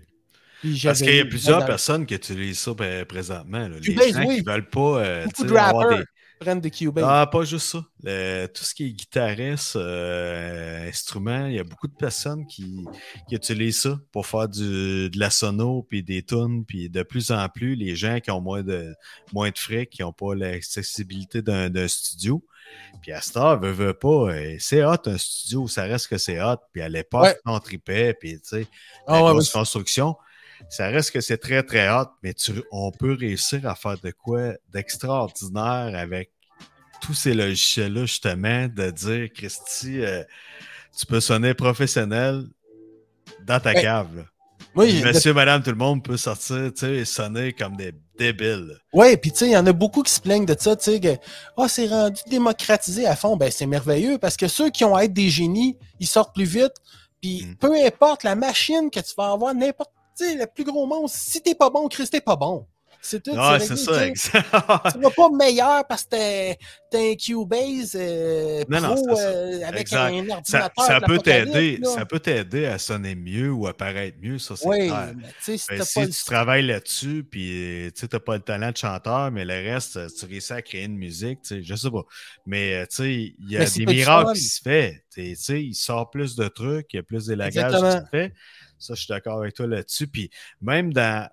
[SPEAKER 3] Parce
[SPEAKER 2] j'avais
[SPEAKER 3] qu'il y a
[SPEAKER 2] eu-
[SPEAKER 3] plusieurs
[SPEAKER 2] dans-
[SPEAKER 3] personnes qui utilisent ça ben, présentement. là. Les
[SPEAKER 2] Cubase,
[SPEAKER 3] gens
[SPEAKER 2] oui.
[SPEAKER 3] qui veulent pas euh,
[SPEAKER 2] Beaucoup
[SPEAKER 3] tu
[SPEAKER 2] de
[SPEAKER 3] sais, avoir
[SPEAKER 2] rappers.
[SPEAKER 3] des,
[SPEAKER 2] prennent de Cubase.
[SPEAKER 3] Ah, pas juste ça. Le- tout ce qui est guitariste, euh, instrument, il y a beaucoup de personnes qui, qui utilisent ça pour faire du, de la sono, puis des tunes, puis de plus en plus, les gens qui ont moins de, moins de frais, qui n'ont pas l'accessibilité d'un d'un studio. Puis à Star, veut, veut pas, euh, c'est hot un studio, ça reste que c'est hot. Puis à l'époque,
[SPEAKER 2] Ouais.
[SPEAKER 3] on tripait, puis tu sais,
[SPEAKER 2] Ah,
[SPEAKER 3] la
[SPEAKER 2] ouais,
[SPEAKER 3] grosse
[SPEAKER 2] ouais.
[SPEAKER 3] construction. Ça reste que c'est très, très hot, mais tu- on peut réussir à faire de quoi d'extraordinaire avec tous ces logiciels-là, justement, de dire, Christy, euh, tu peux sonner professionnel dans ta
[SPEAKER 2] Ouais.
[SPEAKER 3] cave. là.
[SPEAKER 2] Moi, j'ai-
[SPEAKER 3] Monsieur, madame, tout le monde peut sortir, tu sais, et sonner comme des débiles.
[SPEAKER 2] Ouais, puis tu sais, il y en a beaucoup qui se plaignent de ça, tu sais, que Ah, c'est rendu démocratisé à fond. Ben, c'est merveilleux parce que ceux qui ont à être des génies, ils sortent plus vite. Puis
[SPEAKER 3] Mm.
[SPEAKER 2] peu importe la machine que tu vas avoir, n'importe, tu sais, le plus gros monstre, si t'es pas bon, Chris, t'es pas bon. C'est tout.
[SPEAKER 3] Ouais,
[SPEAKER 2] réglé,
[SPEAKER 3] Ah, c'est
[SPEAKER 2] tu
[SPEAKER 3] ça,
[SPEAKER 2] sais.
[SPEAKER 3] exact.
[SPEAKER 2] Tu vas pas meilleur parce que t'es- t'es un Cubase euh,
[SPEAKER 3] Non, non,
[SPEAKER 2] pro
[SPEAKER 3] c'est ça.
[SPEAKER 2] euh, avec
[SPEAKER 3] Exact.
[SPEAKER 2] un ordinateur.
[SPEAKER 3] ça, ça
[SPEAKER 2] avec
[SPEAKER 3] peut
[SPEAKER 2] l'apocalypse,
[SPEAKER 3] t'aider,
[SPEAKER 2] là.
[SPEAKER 3] ça peut t'aider à sonner mieux ou à paraître mieux, ça, c'est
[SPEAKER 2] Oui,
[SPEAKER 3] clair.
[SPEAKER 2] mais tu sais, si
[SPEAKER 3] Ben,
[SPEAKER 2] t'as
[SPEAKER 3] si
[SPEAKER 2] pas
[SPEAKER 3] tu travailles là-dessus, puis euh, tu n'as pas le talent de chanteur, mais le reste, euh, tu réussis à créer une musique, tu sais, je sais pas. Mais euh, tu sais, il y a
[SPEAKER 2] Mais si
[SPEAKER 3] des
[SPEAKER 2] t'as du fun.
[SPEAKER 3] miracles qui se font. Tu sais, il sort plus de trucs, il y a plus d'élagage qui
[SPEAKER 2] Exactement.
[SPEAKER 3] se fait. Ça, je suis d'accord avec toi là-dessus. Puis même dans euh,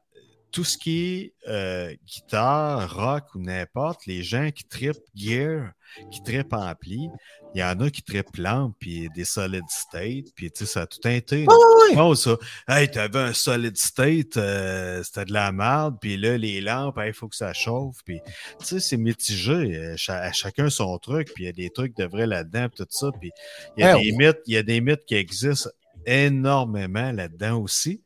[SPEAKER 3] tout ce qui est euh, guitare, rock ou n'importe, les gens qui tripent gear, qui tripent ampli, il y en a qui tripent lampe, puis des solid state, puis tu sais, ça a tout un thé, là.
[SPEAKER 2] Oui, oui.
[SPEAKER 3] Oh, ça. Hey, t'avais un solid state, euh, c'était de la merde, puis là, les lampes, il faut que ça chauffe, puis tu sais, c'est mitigé, euh, cha- à chacun son truc, puis il y a des trucs de vrai là-dedans, puis tout ça, puis il y a
[SPEAKER 2] Ouais,
[SPEAKER 3] des mythes, il y a des mythes qui existent énormément là-dedans aussi,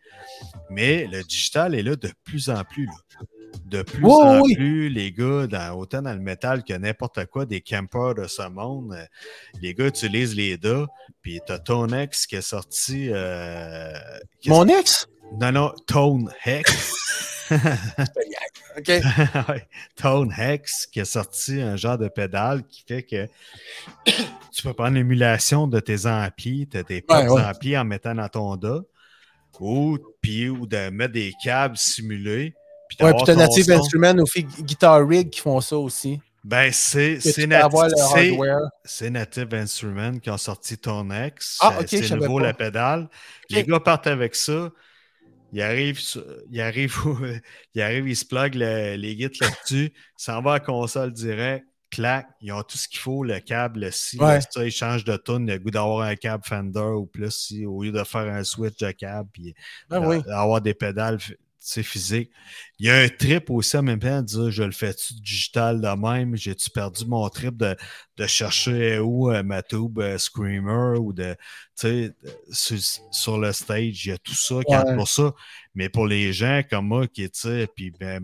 [SPEAKER 3] mais le digital est là de plus en plus, là. De plus
[SPEAKER 2] Oui,
[SPEAKER 3] en
[SPEAKER 2] oui.
[SPEAKER 3] plus, les gars, dans- autant dans le métal que n'importe quoi, des campers de ce monde, euh, les gars utilisent les DA, puis t'as ton ex qui est sorti euh, qui est
[SPEAKER 2] Mon ex?
[SPEAKER 3] non, non, Tone Hex.
[SPEAKER 2] OK.
[SPEAKER 3] Ouais, Tone Hex qui a sorti un genre de pédale qui fait que tu peux prendre l'émulation de tes amplis, de tes propres
[SPEAKER 2] ouais.
[SPEAKER 3] amplis en mettant dans ton DA ou, puis, ou de mettre des câbles simulés. Puis
[SPEAKER 2] Ouais, puis
[SPEAKER 3] d'avoir
[SPEAKER 2] t'as
[SPEAKER 3] ton
[SPEAKER 2] Native
[SPEAKER 3] son.
[SPEAKER 2] Instruments ou fi- Guitar Rig qui font ça aussi.
[SPEAKER 3] Ben, c'est
[SPEAKER 2] Que
[SPEAKER 3] c'est
[SPEAKER 2] tu peux
[SPEAKER 3] nati-
[SPEAKER 2] avoir le
[SPEAKER 3] c'est-
[SPEAKER 2] hardware.
[SPEAKER 3] c'est Native Instruments qui ont sorti ton ex.
[SPEAKER 2] Ah,
[SPEAKER 3] Euh,
[SPEAKER 2] ok, je
[SPEAKER 3] c'est
[SPEAKER 2] savais
[SPEAKER 3] nouveau
[SPEAKER 2] pas.
[SPEAKER 3] la pédale. Les
[SPEAKER 2] Ok.
[SPEAKER 3] gars partent avec ça. Ils arrivent, sur- ils arrivent, où- ils, arrivent ils se pluguent le- les guides là-dessus. S'en va à la console direct. Clac, ils ont tout ce qu'il faut, le câble, le ci, le
[SPEAKER 2] Ouais.
[SPEAKER 3] ça, ils changent de tune, le goût d'avoir un câble Fender ou plus si, au lieu de faire un switch de câble, puis
[SPEAKER 2] Ben
[SPEAKER 3] d'a-
[SPEAKER 2] oui.
[SPEAKER 3] d'avoir des pédales tu sais, physiques. Il y a un trip aussi en même temps de dire je le fais-tu digital de même, j'ai-tu perdu mon trip de, de chercher où euh, ma tube euh, Screamer ou de tu sais, euh, sur, sur le stage, il y a tout ça qui
[SPEAKER 2] Ouais.
[SPEAKER 3] entre pour ça. Mais pour les gens comme moi qui, tu sais, puis ben,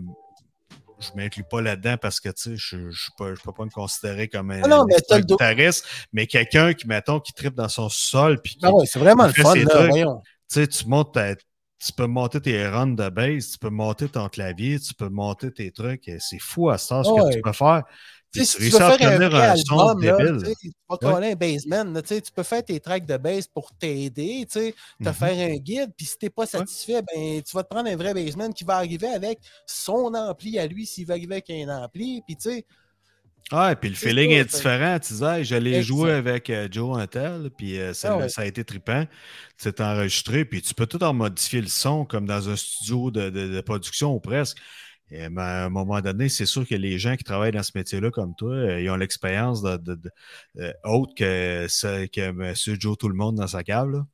[SPEAKER 3] je m'inclus pas là-dedans parce que, tu sais, je ne peux, je peux pas me considérer comme un,
[SPEAKER 2] Ah non, mais
[SPEAKER 3] un
[SPEAKER 2] t'as le dos.
[SPEAKER 3] guitariste, mais quelqu'un qui, mettons, qui tripe dans son sol, puis qui-
[SPEAKER 2] Ben ouais, c'est vraiment le
[SPEAKER 3] Fais
[SPEAKER 2] fun,
[SPEAKER 3] ses
[SPEAKER 2] là,
[SPEAKER 3] trucs.
[SPEAKER 2] voyons.
[SPEAKER 3] tu sais, tu montes ta- Tu peux monter tes runs de base, tu peux monter ton clavier, tu peux monter tes trucs. et C'est fou à ce sens que
[SPEAKER 2] Ouais.
[SPEAKER 3] tu peux faire. Puis
[SPEAKER 2] Tu sais,
[SPEAKER 3] tu
[SPEAKER 2] si tu
[SPEAKER 3] réussis
[SPEAKER 2] veux
[SPEAKER 3] à
[SPEAKER 2] faire un
[SPEAKER 3] obtenir
[SPEAKER 2] vrai
[SPEAKER 3] un son
[SPEAKER 2] album, là, tu
[SPEAKER 3] débile.
[SPEAKER 2] sais, tu vas coller un baseman, là, tu sais, tu peux faire tes tracks de base pour t'aider, tu sais, te
[SPEAKER 3] Mhm.
[SPEAKER 2] faire un guide, puis si t'es pas satisfait, ben, tu vas te prendre un vrai baseman qui va arriver avec son ampli à lui, s'il va arriver avec un ampli, puis tu sais,
[SPEAKER 3] Ah, et puis le
[SPEAKER 2] C'est
[SPEAKER 3] feeling
[SPEAKER 2] ça,
[SPEAKER 3] est
[SPEAKER 2] fait-
[SPEAKER 3] différent. Tu disais, Hey, j'allais
[SPEAKER 2] Exact.
[SPEAKER 3] jouer avec euh, Joe Antel, puis euh, ça,
[SPEAKER 2] Ah ouais.
[SPEAKER 3] ça a été trippant. C'est enregistré, puis tu peux tout en modifier le son comme dans un studio de, de- de production ou presque. Et, ben, à un moment donné, c'est sûr que les gens qui travaillent dans ce métier-là comme toi, euh, ils ont l'expérience de, de- de- euh, autre que, ce- que M. Joe Tout-le-Monde dans sa cave. là.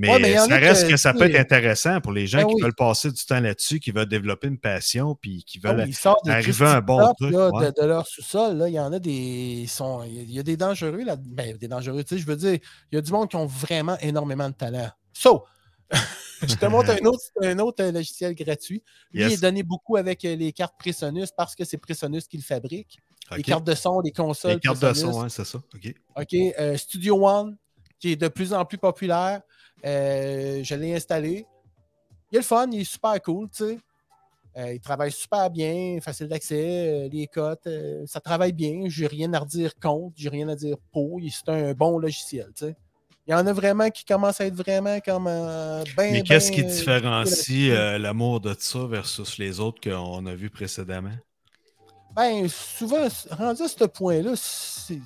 [SPEAKER 3] Mais,
[SPEAKER 2] Ouais, mais il y en
[SPEAKER 3] ça
[SPEAKER 2] a que,
[SPEAKER 3] reste que ça
[SPEAKER 2] tu
[SPEAKER 3] peut
[SPEAKER 2] sais-
[SPEAKER 3] être intéressant pour les gens
[SPEAKER 2] Ben
[SPEAKER 3] qui
[SPEAKER 2] oui.
[SPEAKER 3] veulent passer du temps là-dessus, qui veulent développer une passion, puis qui
[SPEAKER 2] Ah
[SPEAKER 3] veulent.
[SPEAKER 2] oui, ils sortent des
[SPEAKER 3] arriver
[SPEAKER 2] Christy
[SPEAKER 3] à un bon
[SPEAKER 2] Top,
[SPEAKER 3] truc,
[SPEAKER 2] là,
[SPEAKER 3] ouais.
[SPEAKER 2] de, de leur sous-sol. là. Il y en a des. ils sont- Il y a des dangereux là. Ben, des dangereux, tu sais, je veux dire, il y a du monde qui ont vraiment énormément de talent. So! je te montre un autre, un autre euh, logiciel gratuit. Lui,
[SPEAKER 3] Yes.
[SPEAKER 2] il est donné beaucoup avec euh, les cartes Presonus parce que c'est Presonus qui le fabrique.
[SPEAKER 3] OK.
[SPEAKER 2] Les cartes de son, les consoles.
[SPEAKER 3] Les cartes de
[SPEAKER 2] Presonus.
[SPEAKER 3] son, hein, c'est ça. OK.
[SPEAKER 2] OK. euh, Studio One, qui est de plus en plus populaire. Euh, je l'ai installé. Il est le fun, il est super cool, tu sais. Euh, il travaille super bien, facile d'accès, euh, les cotes, euh, ça travaille bien. J'ai rien à redire contre, j'ai rien à dire pour. Il- C'est un bon logiciel, tu sais. Il y en a vraiment qui commencent à être vraiment comme euh, ben,
[SPEAKER 3] Mais qu'est-ce
[SPEAKER 2] ben,
[SPEAKER 3] qui
[SPEAKER 2] euh,
[SPEAKER 3] différencie euh, l'amour de ça versus les autres qu'on a vus précédemment?
[SPEAKER 2] Ben, souvent, c- rendu à ce point-là, c'est.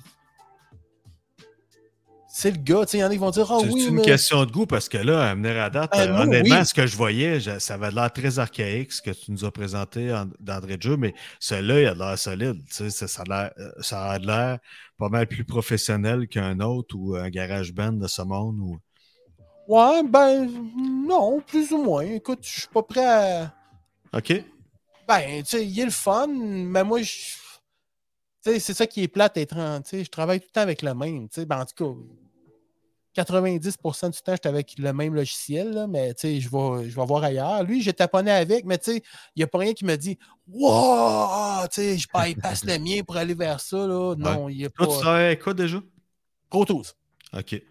[SPEAKER 2] C'est le gars, tu sais. Il y en a qui vont dire Ah
[SPEAKER 3] c'est
[SPEAKER 2] oui,
[SPEAKER 3] une
[SPEAKER 2] mais.
[SPEAKER 3] question de goût parce que là, à venir à date,
[SPEAKER 2] Ah,
[SPEAKER 3] euh,
[SPEAKER 2] moi,
[SPEAKER 3] honnêtement,
[SPEAKER 2] oui.
[SPEAKER 3] ce que je voyais, je- ça avait l'air très archaïque ce que tu nous as présenté en- d'André de jeu, mais celui-là, il a de l'air solide. tu sais, Ça, ça a l'air- euh, ça a de l'air pas mal plus professionnel qu'un autre ou un garage band de ce monde. Ou...
[SPEAKER 2] Ouais, ben non, plus ou moins. Écoute, je suis pas prêt à.
[SPEAKER 3] OK.
[SPEAKER 2] Ben, tu sais, il est le fun, mais moi, je. Tu sais, c'est ça qui est plate être en. Tu sais, je travaille tout le temps avec le même. Tu sais, ben, en tout cas, 90% du temps, j'étais avec le même logiciel, là, mais tu sais, je vais, je vais voir ailleurs. Lui, j'ai taponné avec, mais tu sais, il n'y a pas rien qui me dit Wow, tu sais, je bypass le mien pour aller vers ça, là. Non, il n'y a
[SPEAKER 3] Toi, tu
[SPEAKER 2] pas.
[SPEAKER 3] travailles avec quoi déjà?
[SPEAKER 2] Pro Tools. Euh,
[SPEAKER 3] OK.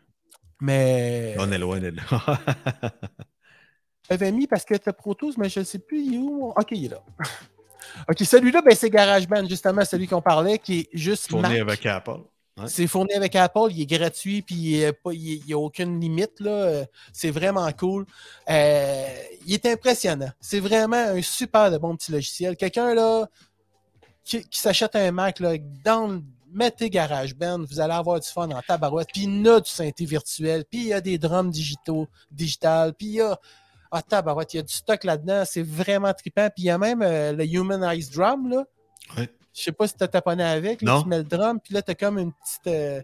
[SPEAKER 2] Mais.
[SPEAKER 3] On est loin de là.
[SPEAKER 2] avait mis parce que t'as Pro Tools, mais je ne sais plus il est où. mon- Ok, il est là. ok, celui-là, ben, c'est GarageBand, justement, celui qu'on parlait, qui est juste
[SPEAKER 3] Tourné
[SPEAKER 2] Mac.
[SPEAKER 3] avec Apple. ouais.
[SPEAKER 2] C'est fourni avec Apple, il est gratuit, puis il n'y a, pas- il est- il y a aucune limite. là. Euh, C'est vraiment cool. Euh, il est impressionnant. C'est vraiment un super de bon petit logiciel. Quelqu'un là qui, qui s'achète un Mac, là, dans le- mettez GarageBand, vous allez avoir du fun en tabarouette. Puis il y a du synthé virtuel, puis il y a des drums digitaux, digitales, puis il y a... Ah, tabarouette, il y a du stock là-dedans. C'est vraiment trippant. Puis il y a même euh, le Human Ice Drum, là.
[SPEAKER 3] Ouais.
[SPEAKER 2] Je sais pas si t'as taponné avec, là,
[SPEAKER 3] Non.
[SPEAKER 2] tu mets le drum, puis là, t'as comme une petite. euh,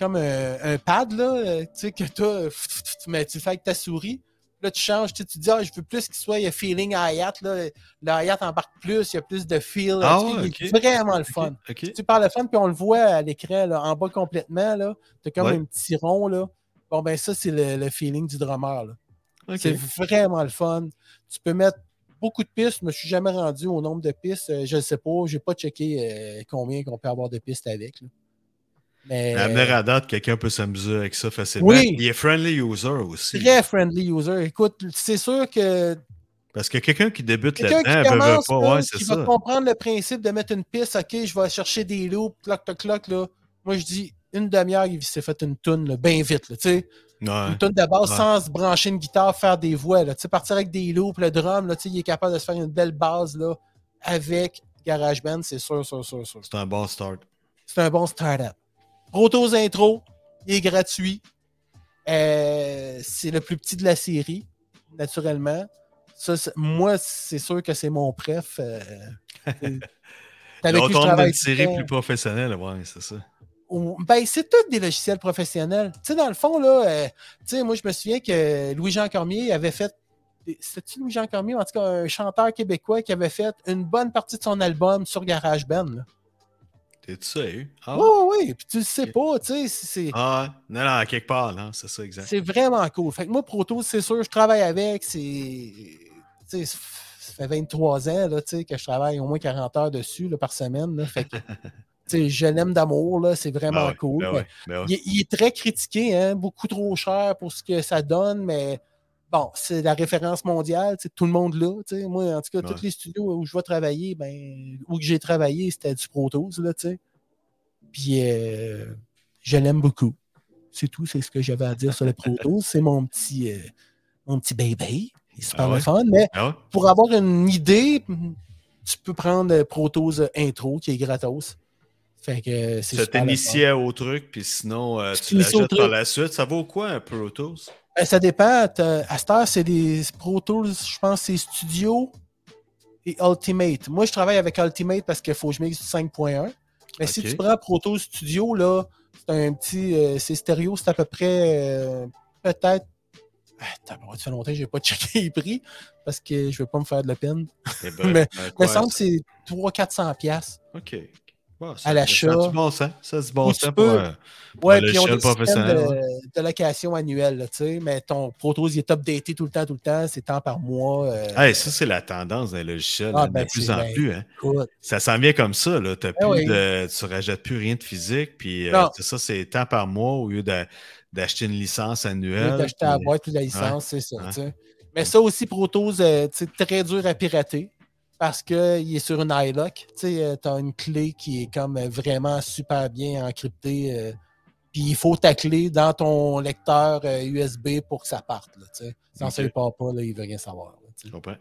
[SPEAKER 2] comme un, un pad, là, euh, tu sais, que t'as. euh, pff, pff, pff, Mais tu le fais avec ta souris. Là, tu changes, tu sais, tu dis, ah, je veux plus qu'il soit il y a feeling hi-hat, là. Le hi-hat embarque plus, il y a plus de feel.
[SPEAKER 3] Ah
[SPEAKER 2] tu sais,
[SPEAKER 3] ouais,
[SPEAKER 2] il est
[SPEAKER 3] ok.
[SPEAKER 2] vraiment le
[SPEAKER 3] OK,
[SPEAKER 2] fun.
[SPEAKER 3] OK.
[SPEAKER 2] Tu parles le fun, puis on le voit à l'écran, là, en bas complètement, là. T'as comme
[SPEAKER 3] Ouais.
[SPEAKER 2] un petit rond, là. Bon, ben, ça, c'est le, le feeling du drummer, là.
[SPEAKER 3] OK.
[SPEAKER 2] C'est vraiment le fun. Tu peux mettre beaucoup de pistes. Je me suis jamais rendu au nombre de pistes. Euh, je ne sais pas. Je n'ai pas checké euh, combien qu'on peut avoir de pistes avec. là. Mais
[SPEAKER 3] À venir à date, quelqu'un peut s'amuser avec ça facilement.
[SPEAKER 2] Euh, Oui.
[SPEAKER 3] Il est friendly user aussi.
[SPEAKER 2] très friendly user. Écoute, c'est sûr que
[SPEAKER 3] Parce que quelqu'un qui débute
[SPEAKER 2] quelqu'un qui
[SPEAKER 3] là-dedans, veut, veut
[SPEAKER 2] commence,
[SPEAKER 3] pas.
[SPEAKER 2] là,
[SPEAKER 3] Ouais, c'est
[SPEAKER 2] qui
[SPEAKER 3] ça.
[SPEAKER 2] va comprendre le principe de mettre une piste, OK, je vais chercher des loops, cloc, cloc, cloc, là. Moi, je dis une demi-heure, il s'est fait une toune, là, bien vite, là, tu sais.
[SPEAKER 3] Ouais.
[SPEAKER 2] une tonne de basse
[SPEAKER 3] Ouais.
[SPEAKER 2] sans se brancher une guitare, faire des voix. Là. Tu sais, Partir avec des loops, le drum, là, tu sais, il est capable de se faire une belle base là, avec GarageBand, c'est sûr, sûr, sûr, sûr.
[SPEAKER 3] C'est un bon start.
[SPEAKER 2] C'est un bon startup. Protos Intro, il est gratuit. Euh, c'est le plus petit de la série, naturellement. Ça, c'est- moi, c'est sûr que c'est mon préf. euh, c'est- avec
[SPEAKER 3] Là, on
[SPEAKER 2] qui je
[SPEAKER 3] tombe dans
[SPEAKER 2] travaille
[SPEAKER 3] une
[SPEAKER 2] tout le
[SPEAKER 3] série
[SPEAKER 2] temps.
[SPEAKER 3] plus professionnelle, ouais, c'est ça.
[SPEAKER 2] Ou- Ben, c'est tous des logiciels professionnels. Tu sais, dans le fond, là, euh, tu sais, moi, je me souviens que Louis-Jean Cormier avait fait. C'était-tu Louis-Jean Cormier, en tout cas, un chanteur québécois qui avait fait une bonne partie de son album sur GarageBand. là.
[SPEAKER 3] T'es-tu sérieux? Ah,
[SPEAKER 2] Oui,
[SPEAKER 3] ouais.
[SPEAKER 2] oui, oui. Puis tu le sais pas, tu sais, c'est- c'est.
[SPEAKER 3] Ah, ouais. non, non, à quelque part, là, c'est ça, exact.
[SPEAKER 2] C'est vraiment cool. Fait que moi, Proto, c'est sûr, je travaille avec. C'est. tu sais, Ça fait 23 ans là, tu sais, que je travaille au moins 40 heures dessus là, par semaine. là. Fait que, tu sais, je l'aime d'amour. là, C'est
[SPEAKER 3] Ben
[SPEAKER 2] vraiment
[SPEAKER 3] ouais,
[SPEAKER 2] cool.
[SPEAKER 3] ben
[SPEAKER 2] mais-
[SPEAKER 3] ouais, ben ouais.
[SPEAKER 2] Il, il est très critiqué, hein, beaucoup trop cher pour ce que ça donne, mais bon, c'est la référence mondiale, tu sais, tout le monde là. tu sais. Moi, en tout cas,
[SPEAKER 3] Ouais.
[SPEAKER 2] tous les studios où je vais travailler, ben, où que j'ai travaillé, c'était du Pro Tools, là, tu sais. Puis euh, je l'aime beaucoup. C'est tout, c'est ce que j'avais à dire sur le Pro Tools. C'est mon petit euh, mon petit bébé. Il est super
[SPEAKER 3] Ah ouais?
[SPEAKER 2] le fun, mais
[SPEAKER 3] Ah ouais?
[SPEAKER 2] pour avoir une idée, tu peux prendre Pro Tools Intro qui est gratos. Fait que euh, c'est
[SPEAKER 3] Tu
[SPEAKER 2] super le fun.
[SPEAKER 3] t'initiais au truc, puis sinon, euh,
[SPEAKER 2] Tu
[SPEAKER 3] tu
[SPEAKER 2] t'inities au
[SPEAKER 3] l'achètes par
[SPEAKER 2] truc.
[SPEAKER 3] la suite. Ça vaut quoi un Pro Tools?
[SPEAKER 2] Ben, ça dépend. T'as- À cette heure, c'est des Pro Tools, je pense, c'est Studio et Ultimate. Moi, je travaille avec Ultimate parce qu'il faut que je mixe du 5.1. Mais si
[SPEAKER 3] Ok.
[SPEAKER 2] tu prends Pro Tools Studio, là, c'est un petit. euh, c'est stéréo, c'est à peu près euh, peut-être Attends, ça fait longtemps que j'ai pas checké les prix parce que je veux pas me faire de la peine.
[SPEAKER 3] Eh ben,
[SPEAKER 2] Mais-
[SPEAKER 3] ben,
[SPEAKER 2] Il me
[SPEAKER 3] quoi,
[SPEAKER 2] semble que c'est 300-400$. piastres.
[SPEAKER 3] OK. Bon, ça-
[SPEAKER 2] À l'achat.
[SPEAKER 3] Ça a du bon sens. Ça a du bon
[SPEAKER 2] Ou
[SPEAKER 3] sens
[SPEAKER 2] tu
[SPEAKER 3] pour.
[SPEAKER 2] peux-
[SPEAKER 3] euh,
[SPEAKER 2] Ouais,
[SPEAKER 3] Dans
[SPEAKER 2] puis on a
[SPEAKER 3] l'échelle
[SPEAKER 2] des systèmes
[SPEAKER 3] professionnelle,
[SPEAKER 2] de, de location annuelle, là, tu sais, mais ton ProTools, il est updaté tout le temps, tout le temps, c'est temps par mois. euh,
[SPEAKER 3] hey, ça, c'est la tendance dans les logiciels
[SPEAKER 2] Ah,
[SPEAKER 3] hein,
[SPEAKER 2] ben,
[SPEAKER 3] de plus
[SPEAKER 2] c'est
[SPEAKER 3] en
[SPEAKER 2] bien.
[SPEAKER 3] plus. hein.
[SPEAKER 2] écoute,
[SPEAKER 3] Ça s'en vient comme ça. Là. T'as plus
[SPEAKER 2] oui.
[SPEAKER 3] de- tu ne rajoutes plus rien de physique. Puis euh,
[SPEAKER 2] Non.
[SPEAKER 3] c'est ça, c'est tant par mois au lieu d'a- d'acheter une licence
[SPEAKER 2] au lieu
[SPEAKER 3] annuelle.
[SPEAKER 2] d'acheter à
[SPEAKER 3] puis-
[SPEAKER 2] boîte, puis la licence, c'est ça,
[SPEAKER 3] ouais.
[SPEAKER 2] tu sais. Mais ça aussi, ProTools, euh, tu sais, très dur à pirater parce qu'il est sur une iLock. Tu sais, euh, t'as une clé qui est comme euh, vraiment super bien encryptée. euh, puis il faut ta clé dans ton lecteur euh, USB pour que ça parte, là, tu sais. Sans ça,
[SPEAKER 3] Ok.
[SPEAKER 2] il part pas, là, il veut rien savoir. là, tu sais.
[SPEAKER 3] Je comprends.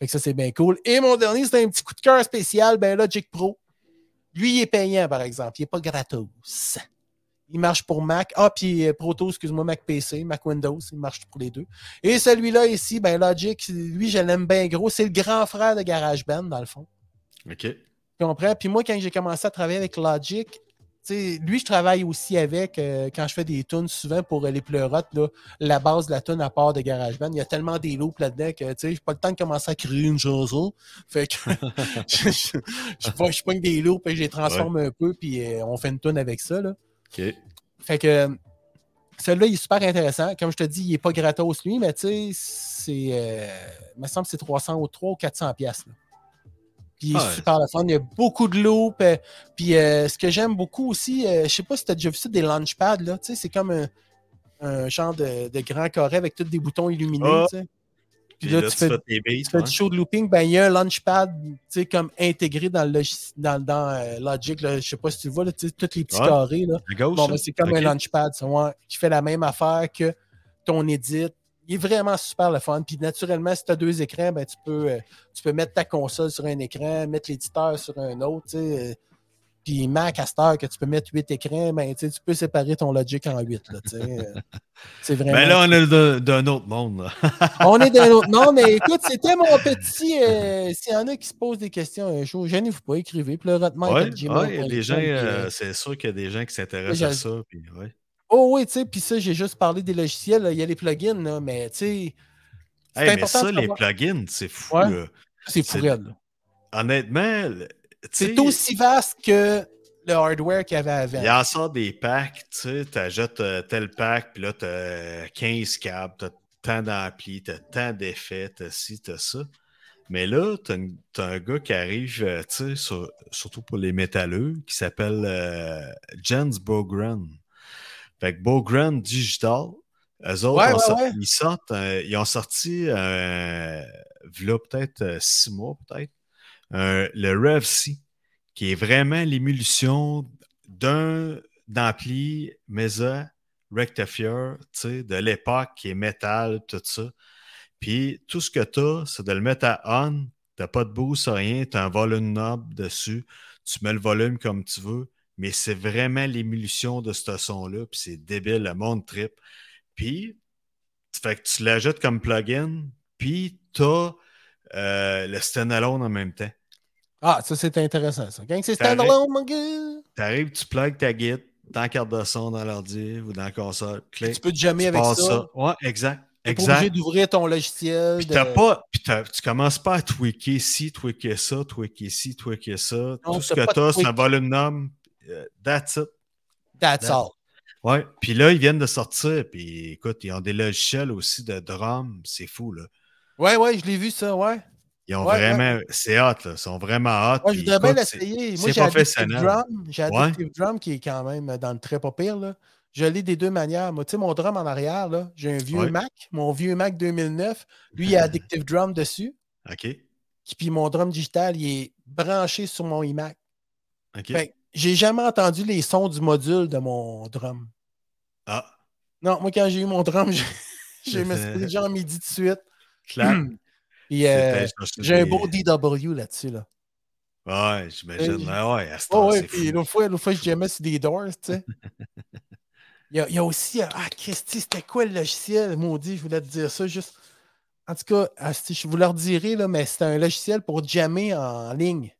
[SPEAKER 2] Fait que ça, c'est bien cool. Et mon dernier, c'était un petit coup de cœur spécial, ben Logic Pro. Lui, il est payant, par exemple. Il n'est pas gratos. Il marche pour Mac. Ah, puis euh, Proto, excuse-moi, Mac PC, Mac Windows, il marche pour les deux. Et celui-là ici, ben Logic, lui, je l'aime bien gros. C'est le grand frère de GarageBand, dans le fond.
[SPEAKER 3] OK.
[SPEAKER 2] Tu comprends? Puis moi, quand j'ai commencé à travailler avec Logic, tu sais, lui, je travaille aussi avec, euh, quand je fais des tunes souvent pour euh, les pleurotes, là, la base de la tune à part de GarageBand, il y a tellement des loops là-dedans que tu sais, j'ai pas le temps de commencer à créer une chose. Fait que je, je, je, pogne- je pogne des loops et je les transforme un peu, puis euh, on fait une tune avec ça. Là.
[SPEAKER 3] OK.
[SPEAKER 2] Fait que euh, celui-là, il est super intéressant. Comme je te dis, il n'est pas gratos, lui, mais tu sais, c'est. euh, il me semble que c'est 300 ou 300 ou 400 piastres. là. Puis il est
[SPEAKER 3] Ah ouais.
[SPEAKER 2] super le fun. Il y a beaucoup de loops. euh, Puis euh, ce que j'aime beaucoup aussi, euh, je sais pas si tu as déjà vu ça, des launchpads, là. Tu sais, c'est comme un, un genre de, de grand carré avec tous des boutons illuminés,
[SPEAKER 3] Ah.
[SPEAKER 2] tu sais.
[SPEAKER 3] Puis
[SPEAKER 2] Puis
[SPEAKER 3] là,
[SPEAKER 2] là,
[SPEAKER 3] tu fais
[SPEAKER 2] tu
[SPEAKER 3] tes bases.
[SPEAKER 2] fais
[SPEAKER 3] ouais.
[SPEAKER 2] du show de looping, ben, il y a un launchpad tu sais, comme intégré dans, le logis- dans, dans, euh, Logic. là. Je sais pas si tu le vois, là, tu sais, tous les petits
[SPEAKER 3] Ouais.
[SPEAKER 2] carrés. Là.
[SPEAKER 3] À gauche.
[SPEAKER 2] Bon,
[SPEAKER 3] ça?
[SPEAKER 2] ben, c'est comme
[SPEAKER 3] Ok.
[SPEAKER 2] un launchpad, ça, ouais, qui fait la même affaire que ton edit. Il est vraiment super le fun. Puis naturellement, si tu as deux écrans, ben, tu, peux, euh, tu peux mettre ta console sur un écran, mettre l'éditeur sur un autre. tu sais, euh, Puis Mac, à cette heure que tu peux mettre huit écrans, ben, tu sais, tu peux séparer ton Logic en huit. là, tu sais, euh, C'est vraiment.
[SPEAKER 3] Ben là, on est d'un- d'un autre monde. là.
[SPEAKER 2] On est d'un autre. Non, mais écoute, c'était mon petit. euh, S'il y en a qui se posent des questions un jour, gênez-vous pas, écrivez. Pleurotement,
[SPEAKER 3] Ouais,
[SPEAKER 2] gmail.com,
[SPEAKER 3] ouais, les gens,
[SPEAKER 2] puis,
[SPEAKER 3] euh,
[SPEAKER 2] euh,
[SPEAKER 3] c'est sûr qu'il y a des gens qui s'intéressent à
[SPEAKER 2] je-
[SPEAKER 3] ça. Puis, ouais.
[SPEAKER 2] Oh oui, tu sais, puis ça, j'ai juste parlé des logiciels. là, Il y a les plugins, là, mais tu sais, c'est
[SPEAKER 3] Hey, mais
[SPEAKER 2] important
[SPEAKER 3] ça,
[SPEAKER 2] de
[SPEAKER 3] les
[SPEAKER 2] savoir-
[SPEAKER 3] plugins, c'est fou.
[SPEAKER 2] Ouais.
[SPEAKER 3] là.
[SPEAKER 2] c'est fou
[SPEAKER 3] c'est-
[SPEAKER 2] raide, là.
[SPEAKER 3] Honnêtement, le- tu sais,
[SPEAKER 2] C'est aussi vaste que le hardware qu'il y avait avant.
[SPEAKER 3] il en sort des packs. Tu sais, t'ajoutes euh, tel pack, puis là, t'as 15 câbles, t'as tant d'amplis, t'as tant d'effets, t'as ci, t'as ça. Mais là, t'as une- t'as un gars qui arrive, euh, tu sais, sur- surtout pour les métalleux, qui s'appelle euh, Jens Bogren. Fait que Bogren Digital, eux autres,
[SPEAKER 2] Ouais,
[SPEAKER 3] ont
[SPEAKER 2] ouais,
[SPEAKER 3] sorti-
[SPEAKER 2] ouais.
[SPEAKER 3] ils sortent, euh, ils ont sorti, euh, v'là peut-être euh, six mois, peut-être, euh, le RevC, qui est vraiment l'émulsion d'un d'ampli Mesa Rectifier, tu sais, de l'époque, qui est métal, tout ça. Puis tout ce que tu as, c'est de le mettre à on. T'as pas de boost, rien. T'as un volume knob dessus. Tu mets le volume comme tu veux. Mais c'est vraiment l'émulsion de ce son-là. Puis c'est débile, le monde trip. Puis, tu- fait que tu l'ajoutes comme plugin. Puis t'as euh, le standalone en même temps.
[SPEAKER 2] Ah, ça, c'est intéressant, ça. Gang, c'est
[SPEAKER 3] T'arrêtes.
[SPEAKER 2] standalone, mon gars.
[SPEAKER 3] T'arrives, tu plugues ta guide dans la carte de son, dans l'ordi ou dans la console. Clic.
[SPEAKER 2] Tu peux te jammer avec ça.
[SPEAKER 3] passes Ouais, exact.
[SPEAKER 2] T'es pas obligé
[SPEAKER 3] Exact.
[SPEAKER 2] d'ouvrir ton logiciel.
[SPEAKER 3] Puis
[SPEAKER 2] de-
[SPEAKER 3] t'as pas, puis t'as- tu commences pas à tweaker ci, tweaker ça, tweaker ci, tweaker ça.
[SPEAKER 2] Non,
[SPEAKER 3] Tout ce
[SPEAKER 2] t'as
[SPEAKER 3] que
[SPEAKER 2] pas de
[SPEAKER 3] t'as, c'est un
[SPEAKER 2] tweak.
[SPEAKER 3] volume nom. euh, That's it.
[SPEAKER 2] That's all.
[SPEAKER 3] Ouais. Puis là, ils viennent de sortir. Puis écoute, ils ont des logiciels aussi de drum. C'est fou, là.
[SPEAKER 2] Ouais, ouais, je l'ai vu, ça, ouais.
[SPEAKER 3] Ils ont
[SPEAKER 2] Ouais,
[SPEAKER 3] vraiment. C'est hot, là. Ils sont vraiment hot.
[SPEAKER 2] Moi, je
[SPEAKER 3] puis
[SPEAKER 2] voudrais bien
[SPEAKER 3] écoute, c'est-
[SPEAKER 2] l'essayer. Moi,
[SPEAKER 3] c'est
[SPEAKER 2] j'ai Addictive
[SPEAKER 3] professionnel.
[SPEAKER 2] Drum. J'ai
[SPEAKER 3] Ouais.
[SPEAKER 2] Addictive Drum qui est quand même dans le très pas pire. Là. Je l'ai des deux manières. Moi, tu sais, mon drum en arrière, là, j'ai un vieux
[SPEAKER 3] Ouais.
[SPEAKER 2] Mac, mon vieux Mac 2009. Lui, il y a Addictive Drum dessus.
[SPEAKER 3] OK.
[SPEAKER 2] qui- Puis mon drum digital, il est branché sur mon iMac.
[SPEAKER 3] OK.
[SPEAKER 2] Fait que j'ai jamais entendu les sons du module de mon drum.
[SPEAKER 3] ah,
[SPEAKER 2] Non, moi, quand j'ai eu mon drum, j'ai- je me suis déjà en midi de suite.
[SPEAKER 3] clap.
[SPEAKER 2] Puis, euh,
[SPEAKER 3] C'était-
[SPEAKER 2] j'ai un beau DW là-dessus. Là.
[SPEAKER 3] Ouais, j'imagine. Ouais, ouais, à ce
[SPEAKER 2] Oh,
[SPEAKER 3] temps,
[SPEAKER 2] ouais,
[SPEAKER 3] c'est
[SPEAKER 2] puis
[SPEAKER 3] fou.
[SPEAKER 2] l'autre fois, l'autre fois, je jammais sur des doors, tu sais. Il y, a, il y a aussi. euh, Ah, Christy, c'était quoi le logiciel? Maudit, je voulais te dire ça juste. En tout cas, ah, si, je vous le redirai, là, mais c'était un logiciel pour jammer en ligne.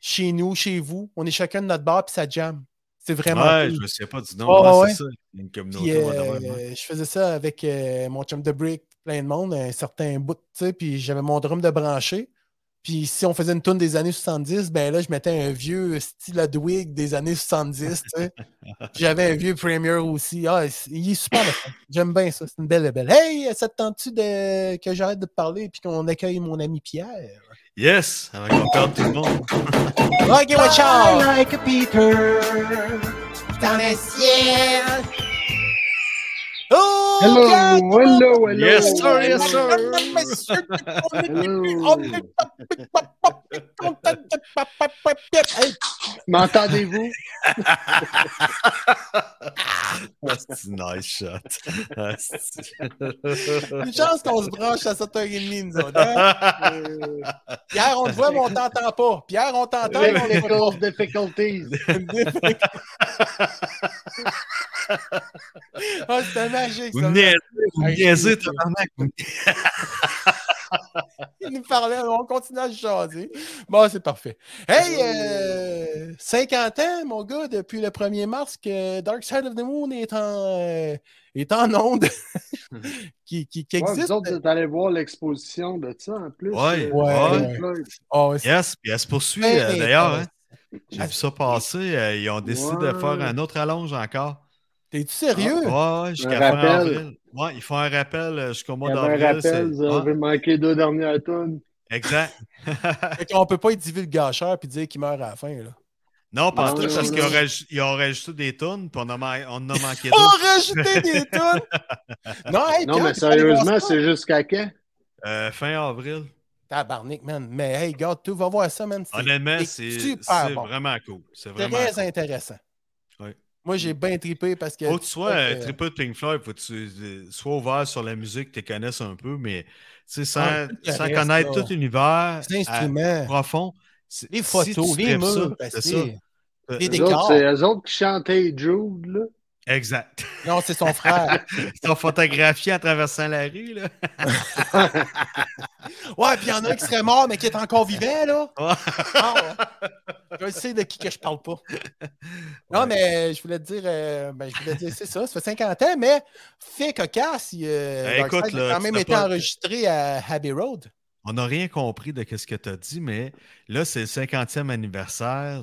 [SPEAKER 2] Chez nous, chez vous. On est chacun de notre bar, puis ça jamme. C'est vraiment.
[SPEAKER 3] Ouais,
[SPEAKER 2] cool.
[SPEAKER 3] je me souviens pas du nom.
[SPEAKER 2] Ouais,
[SPEAKER 3] ouais,
[SPEAKER 2] ouais.
[SPEAKER 3] C'est ça. Une communauté.
[SPEAKER 2] Puis,
[SPEAKER 3] ouais,
[SPEAKER 2] euh,
[SPEAKER 3] de même, hein. ouais.
[SPEAKER 2] je faisais ça avec euh, mon chum de brick, plein de monde, un certain bout, tu sais, puis j'avais mon drum de branché. Puis si on faisait une tune des années 70, ben là, je mettais un vieux style Ludwig des années 70, tu sais. Puis J'avais un vieux Premier aussi. Ah, c- il est super le fun. J'aime bien ça. C'est une belle, belle. Hey, ça te tente-tu de... que j'arrête de te parler puis qu'on accueille mon ami Pierre?
[SPEAKER 3] Yes, avant qu'on perde tout le monde.
[SPEAKER 2] Ok, watch out!
[SPEAKER 4] like a Peter dans le ciel.
[SPEAKER 2] Oh,
[SPEAKER 4] Hello,
[SPEAKER 2] Pierre,
[SPEAKER 4] hello, hello.
[SPEAKER 3] Yes, sir, yes, sir.
[SPEAKER 2] Mesdames, messieurs, on est
[SPEAKER 4] Hello.
[SPEAKER 2] Hey,
[SPEAKER 4] M'entendez-vous?
[SPEAKER 3] Ah, c'est une nice shot. Ah, c'est-
[SPEAKER 2] Une chance qu'on se branche à 7h30, nous autres. hein?
[SPEAKER 4] Euh,
[SPEAKER 2] Pierre, on te voit, mais on t'entend pas. Pierre, on t'entend, mais on est pas.
[SPEAKER 4] Technical difficulties.
[SPEAKER 2] Ah, c'était magique,
[SPEAKER 3] Vous
[SPEAKER 2] ça.
[SPEAKER 3] niaisez, vous
[SPEAKER 2] Ah,
[SPEAKER 3] niaisez,
[SPEAKER 2] je-
[SPEAKER 3] tabarnak.
[SPEAKER 2] Il nous parlait, on continue à se jaser. Bon, c'est parfait. Hey, euh, 50 ans, mon gars, depuis le 1er mars que Dark Side of the Moon est en, euh, est en onde, qui, qui, qui
[SPEAKER 4] Ouais,
[SPEAKER 2] existe.
[SPEAKER 4] vous autres, vous êtes allés voir l'exposition de ça en plus.
[SPEAKER 3] Ouais,
[SPEAKER 4] euh,
[SPEAKER 2] ouais.
[SPEAKER 4] Pink Floyd.
[SPEAKER 2] Ah, ouais, c'est-
[SPEAKER 3] Yes, puis elle se poursuit
[SPEAKER 2] Ouais,
[SPEAKER 3] euh,
[SPEAKER 2] mais-
[SPEAKER 3] d'ailleurs.
[SPEAKER 2] ouais.
[SPEAKER 3] hein. J'ai vu ça passer. euh, ils ont décidé de
[SPEAKER 4] Ouais.
[SPEAKER 3] faire un autre allonge encore.
[SPEAKER 2] T'es-tu sérieux?
[SPEAKER 3] Ouais, ouais, jusqu'à
[SPEAKER 4] Un
[SPEAKER 3] fin
[SPEAKER 4] rappel.
[SPEAKER 3] avril. Ouais, ils font un rappel euh, jusqu'au
[SPEAKER 4] Il
[SPEAKER 3] mois
[SPEAKER 4] y avait un
[SPEAKER 3] d'avril. c'est- Ah.
[SPEAKER 4] rappel, vous avez
[SPEAKER 3] Ouais,
[SPEAKER 4] manqué deux dernières tonnes.
[SPEAKER 3] exact.
[SPEAKER 2] Fait qu'on peut pas être divulgacheur gâcheur puis dire qu'il meurt à la fin. Là.
[SPEAKER 3] Non, pas en tout,
[SPEAKER 4] Non,
[SPEAKER 3] parce
[SPEAKER 4] non,
[SPEAKER 3] qu'ils ont,
[SPEAKER 4] non.
[SPEAKER 3] raj- ils ont rajouté des tonnes, puis on, en a- on en a manqué
[SPEAKER 2] On
[SPEAKER 3] deux.
[SPEAKER 2] rajoutait des tonnes! Non, hey,
[SPEAKER 4] Non,
[SPEAKER 2] Pierre,
[SPEAKER 4] mais
[SPEAKER 2] t'es pas allé voir
[SPEAKER 4] sérieusement,
[SPEAKER 2] ça?
[SPEAKER 4] c'est jusqu'à quand?
[SPEAKER 3] Euh, fin avril.
[SPEAKER 2] Tabarnak, man. Mais hey, regarde, tu vas voir ça, man. C'est
[SPEAKER 3] Honnêtement,
[SPEAKER 2] c'est
[SPEAKER 3] c'est
[SPEAKER 2] super
[SPEAKER 3] c'est
[SPEAKER 2] bon.
[SPEAKER 3] vraiment cool. C'est vraiment
[SPEAKER 2] très
[SPEAKER 3] cool.
[SPEAKER 2] intéressant.
[SPEAKER 3] Ouais.
[SPEAKER 2] Moi, j'ai bien tripé parce que.
[SPEAKER 3] Faut que tu sois
[SPEAKER 2] Euh,
[SPEAKER 3] un triple de Pink Floyd, faut que tu euh, sois ouvert sur la musique, tu connaisses un peu, mais tu sais, sans,
[SPEAKER 2] Ah, tout le
[SPEAKER 3] sans
[SPEAKER 2] reste,
[SPEAKER 3] connaître
[SPEAKER 2] là.
[SPEAKER 3] tout l'univers
[SPEAKER 2] les
[SPEAKER 3] à-
[SPEAKER 2] instruments,
[SPEAKER 3] profond. c'est-
[SPEAKER 2] les
[SPEAKER 3] si
[SPEAKER 2] photos,
[SPEAKER 3] tu
[SPEAKER 2] les
[SPEAKER 3] tripes ça,
[SPEAKER 2] murs,
[SPEAKER 3] c'est
[SPEAKER 2] parce
[SPEAKER 3] ça.
[SPEAKER 2] que-
[SPEAKER 3] Euh,
[SPEAKER 2] les
[SPEAKER 4] Eux
[SPEAKER 2] décors.
[SPEAKER 4] autres, c'est eux autres qui chantaient Jude, là.
[SPEAKER 3] Exact.
[SPEAKER 2] Non, c'est son frère.
[SPEAKER 3] Ils sont photographiés en traversant la rue, là.
[SPEAKER 2] Ouais, puis il y en a un qui serait mort, mais qui est encore vivant, là. Ah, ouais. Je sais de qui que je parle pas. Non,
[SPEAKER 3] Ouais.
[SPEAKER 2] mais je voulais te dire, euh, ben, je voulais te dire, c'est ça, ça fait 50 ans, mais fait cocasse, il, euh,
[SPEAKER 3] Ben,
[SPEAKER 2] Dark
[SPEAKER 3] écoute,
[SPEAKER 2] Side
[SPEAKER 3] là,
[SPEAKER 2] a quand
[SPEAKER 3] tu
[SPEAKER 2] même
[SPEAKER 3] n'as
[SPEAKER 2] été
[SPEAKER 3] pas-
[SPEAKER 2] enregistré à Abbey Road.
[SPEAKER 3] On n'a rien compris de ce que tu as dit, mais là, c'est le 50e anniversaire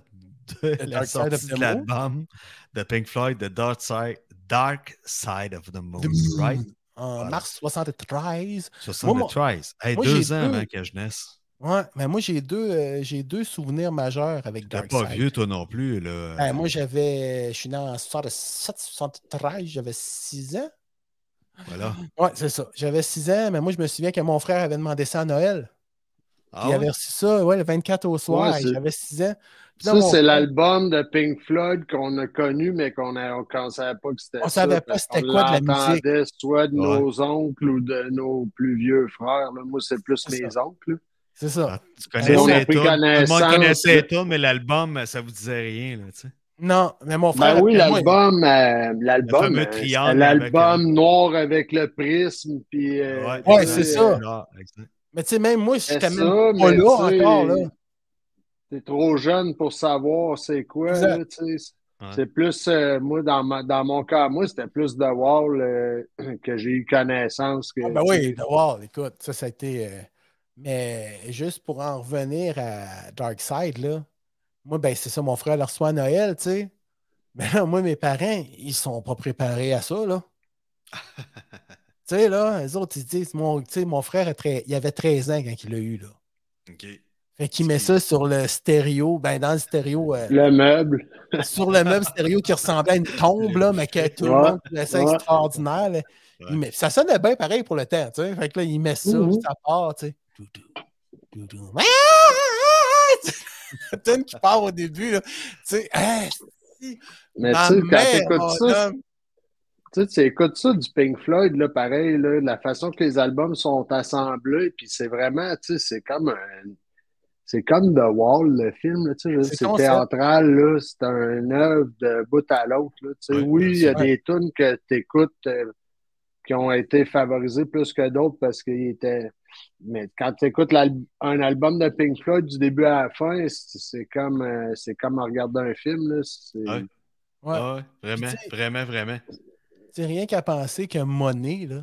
[SPEAKER 3] de la
[SPEAKER 2] Dark Side of
[SPEAKER 3] sortie
[SPEAKER 2] the
[SPEAKER 3] de l'album de Pink Floyd, The Dark Side, Dark Side of the Moon,
[SPEAKER 2] The Moon.
[SPEAKER 3] right?
[SPEAKER 2] En
[SPEAKER 3] Voilà.
[SPEAKER 2] mars 73.
[SPEAKER 3] 73. Hey,
[SPEAKER 2] moi,
[SPEAKER 3] deux
[SPEAKER 2] j'ai
[SPEAKER 3] ans
[SPEAKER 2] deux.
[SPEAKER 3] avant que je naisse.
[SPEAKER 2] Ouais, mais moi, j'ai deux, euh, j'ai deux souvenirs majeurs avec
[SPEAKER 3] T'es
[SPEAKER 2] Dark
[SPEAKER 3] pas
[SPEAKER 2] Side.
[SPEAKER 3] vieux, toi non plus, là.
[SPEAKER 2] Ben, moi, j'avais. Je suis né en 67, 73, j'avais 6 ans.
[SPEAKER 3] Voilà.
[SPEAKER 2] Ouais, c'est ça. J'avais 6 ans, mais moi, je me souviens que mon frère avait demandé ça à Noël.
[SPEAKER 3] Ah
[SPEAKER 2] il
[SPEAKER 3] ouais?
[SPEAKER 2] avait reçu ça, ouais, le 24 au soir.
[SPEAKER 4] Ouais,
[SPEAKER 2] et
[SPEAKER 4] c'est-
[SPEAKER 2] j'avais 6 ans. Puis là,
[SPEAKER 4] Ça,
[SPEAKER 2] mon
[SPEAKER 4] c'est
[SPEAKER 2] frère-
[SPEAKER 4] l'album de Pink Floyd qu'on a connu, mais qu'on a- on ne savait pas que c'était
[SPEAKER 2] On
[SPEAKER 4] ça,
[SPEAKER 2] savait pas
[SPEAKER 4] parce
[SPEAKER 2] c'était
[SPEAKER 4] qu'on
[SPEAKER 2] quoi de la
[SPEAKER 4] l'entendait soit de
[SPEAKER 3] Ouais.
[SPEAKER 4] nos oncles ou de nos plus vieux frères. là. Moi, c'est plus
[SPEAKER 2] C'est
[SPEAKER 4] mes oncles.
[SPEAKER 2] C'est ça.
[SPEAKER 3] Ah, tu connaissais
[SPEAKER 4] on a
[SPEAKER 3] les
[SPEAKER 4] pris
[SPEAKER 3] tunes. Tout le monde
[SPEAKER 4] connaissance,
[SPEAKER 3] connaissait
[SPEAKER 4] là.
[SPEAKER 3] les tunes, mais l'album, ça vous disait rien, là, tu sais.
[SPEAKER 2] Non, mais mon frère.
[SPEAKER 4] Ben oui,
[SPEAKER 2] après moi,
[SPEAKER 4] l'album, euh,
[SPEAKER 3] Le
[SPEAKER 4] l'album,
[SPEAKER 3] fameux
[SPEAKER 4] euh, c'était
[SPEAKER 3] triangle
[SPEAKER 4] l'album
[SPEAKER 3] avec, euh,
[SPEAKER 4] noir avec le prisme, puis euh,
[SPEAKER 2] Ouais,
[SPEAKER 4] tu
[SPEAKER 2] c'est
[SPEAKER 4] sais,
[SPEAKER 2] ça.
[SPEAKER 4] euh,
[SPEAKER 3] Ah, exact.
[SPEAKER 2] Mais tu sais, même moi, je suis
[SPEAKER 4] c'est
[SPEAKER 2] quand même
[SPEAKER 4] ça,
[SPEAKER 2] pas
[SPEAKER 4] mais
[SPEAKER 2] là
[SPEAKER 4] tu sais,
[SPEAKER 2] encore. Là.
[SPEAKER 4] T'es trop jeune pour savoir c'est quoi,
[SPEAKER 2] Exact.
[SPEAKER 4] là, tu sais.
[SPEAKER 3] Ouais.
[SPEAKER 4] C'est plus, euh, moi, dans, ma- dans mon cas, moi, c'était plus de Wall euh, que j'ai eu connaissance. Que,
[SPEAKER 2] Ah, ben oui, The Wall, écoute, ça, ça a été. euh, Mais juste pour en revenir à Dark Side, là, moi, ben, c'est ça, mon frère le reçoit à Noël, tu sais. Mais là, moi, mes parents, ils sont pas préparés à ça, là. tu sais, là, eux autres, ils se disent, mon, tu sais, mon frère, a tre- il avait 13 ans quand il l'a eu, là.
[SPEAKER 3] OK.
[SPEAKER 2] Fait qu'il met ça sur le stéréo, ben, dans le stéréo, euh,
[SPEAKER 4] Le meuble.
[SPEAKER 2] sur le même stéréo qui ressemblait à une tombe, là, mais que tout le
[SPEAKER 4] Ouais,
[SPEAKER 2] monde laissait
[SPEAKER 4] ouais.
[SPEAKER 2] extraordinaire. là. Il met- ça sonnait bien pareil pour le temps, tu sais. Fait que là, il met ça,
[SPEAKER 4] Mhm.
[SPEAKER 2] puis ça part, tu sais. Doudou, doudou. Ah, ah, ah, La tonne qui part au début, là. Tu sais, hein, hey,
[SPEAKER 4] Mais
[SPEAKER 2] ma
[SPEAKER 4] tu sais, quand
[SPEAKER 2] mère,
[SPEAKER 4] t'écoutes
[SPEAKER 2] mon
[SPEAKER 4] ça,
[SPEAKER 2] homme.
[SPEAKER 4] tu sais, tu écoutes ça du Pink Floyd, là, pareil, là, la façon que les albums sont assemblés, puis c'est vraiment, tu sais, c'est comme un- C'est comme The Wall, le film, là, tu sais, je veux dire,
[SPEAKER 2] C'est
[SPEAKER 4] c'est
[SPEAKER 2] concept.
[SPEAKER 4] théâtral, là, c'est un œuvre de bout à l'autre, là, tu sais.
[SPEAKER 3] Oui,
[SPEAKER 4] Oui, il y a
[SPEAKER 2] bien
[SPEAKER 4] des tunes que t'écoutes euh, qui ont été favorisées plus que d'autres parce qu'ils étaient... Mais quand t'écoutes l'al- un album de Pink Floyd du début à la fin, c'est c'est comme, euh, c'est comme en regardant un film, là, c'est...
[SPEAKER 3] Ouais.
[SPEAKER 2] Ouais.
[SPEAKER 3] Ah ouais, vraiment,
[SPEAKER 2] Puis tu sais-
[SPEAKER 3] vraiment, vraiment.
[SPEAKER 2] C'est rien qu'à penser que monnaie, là.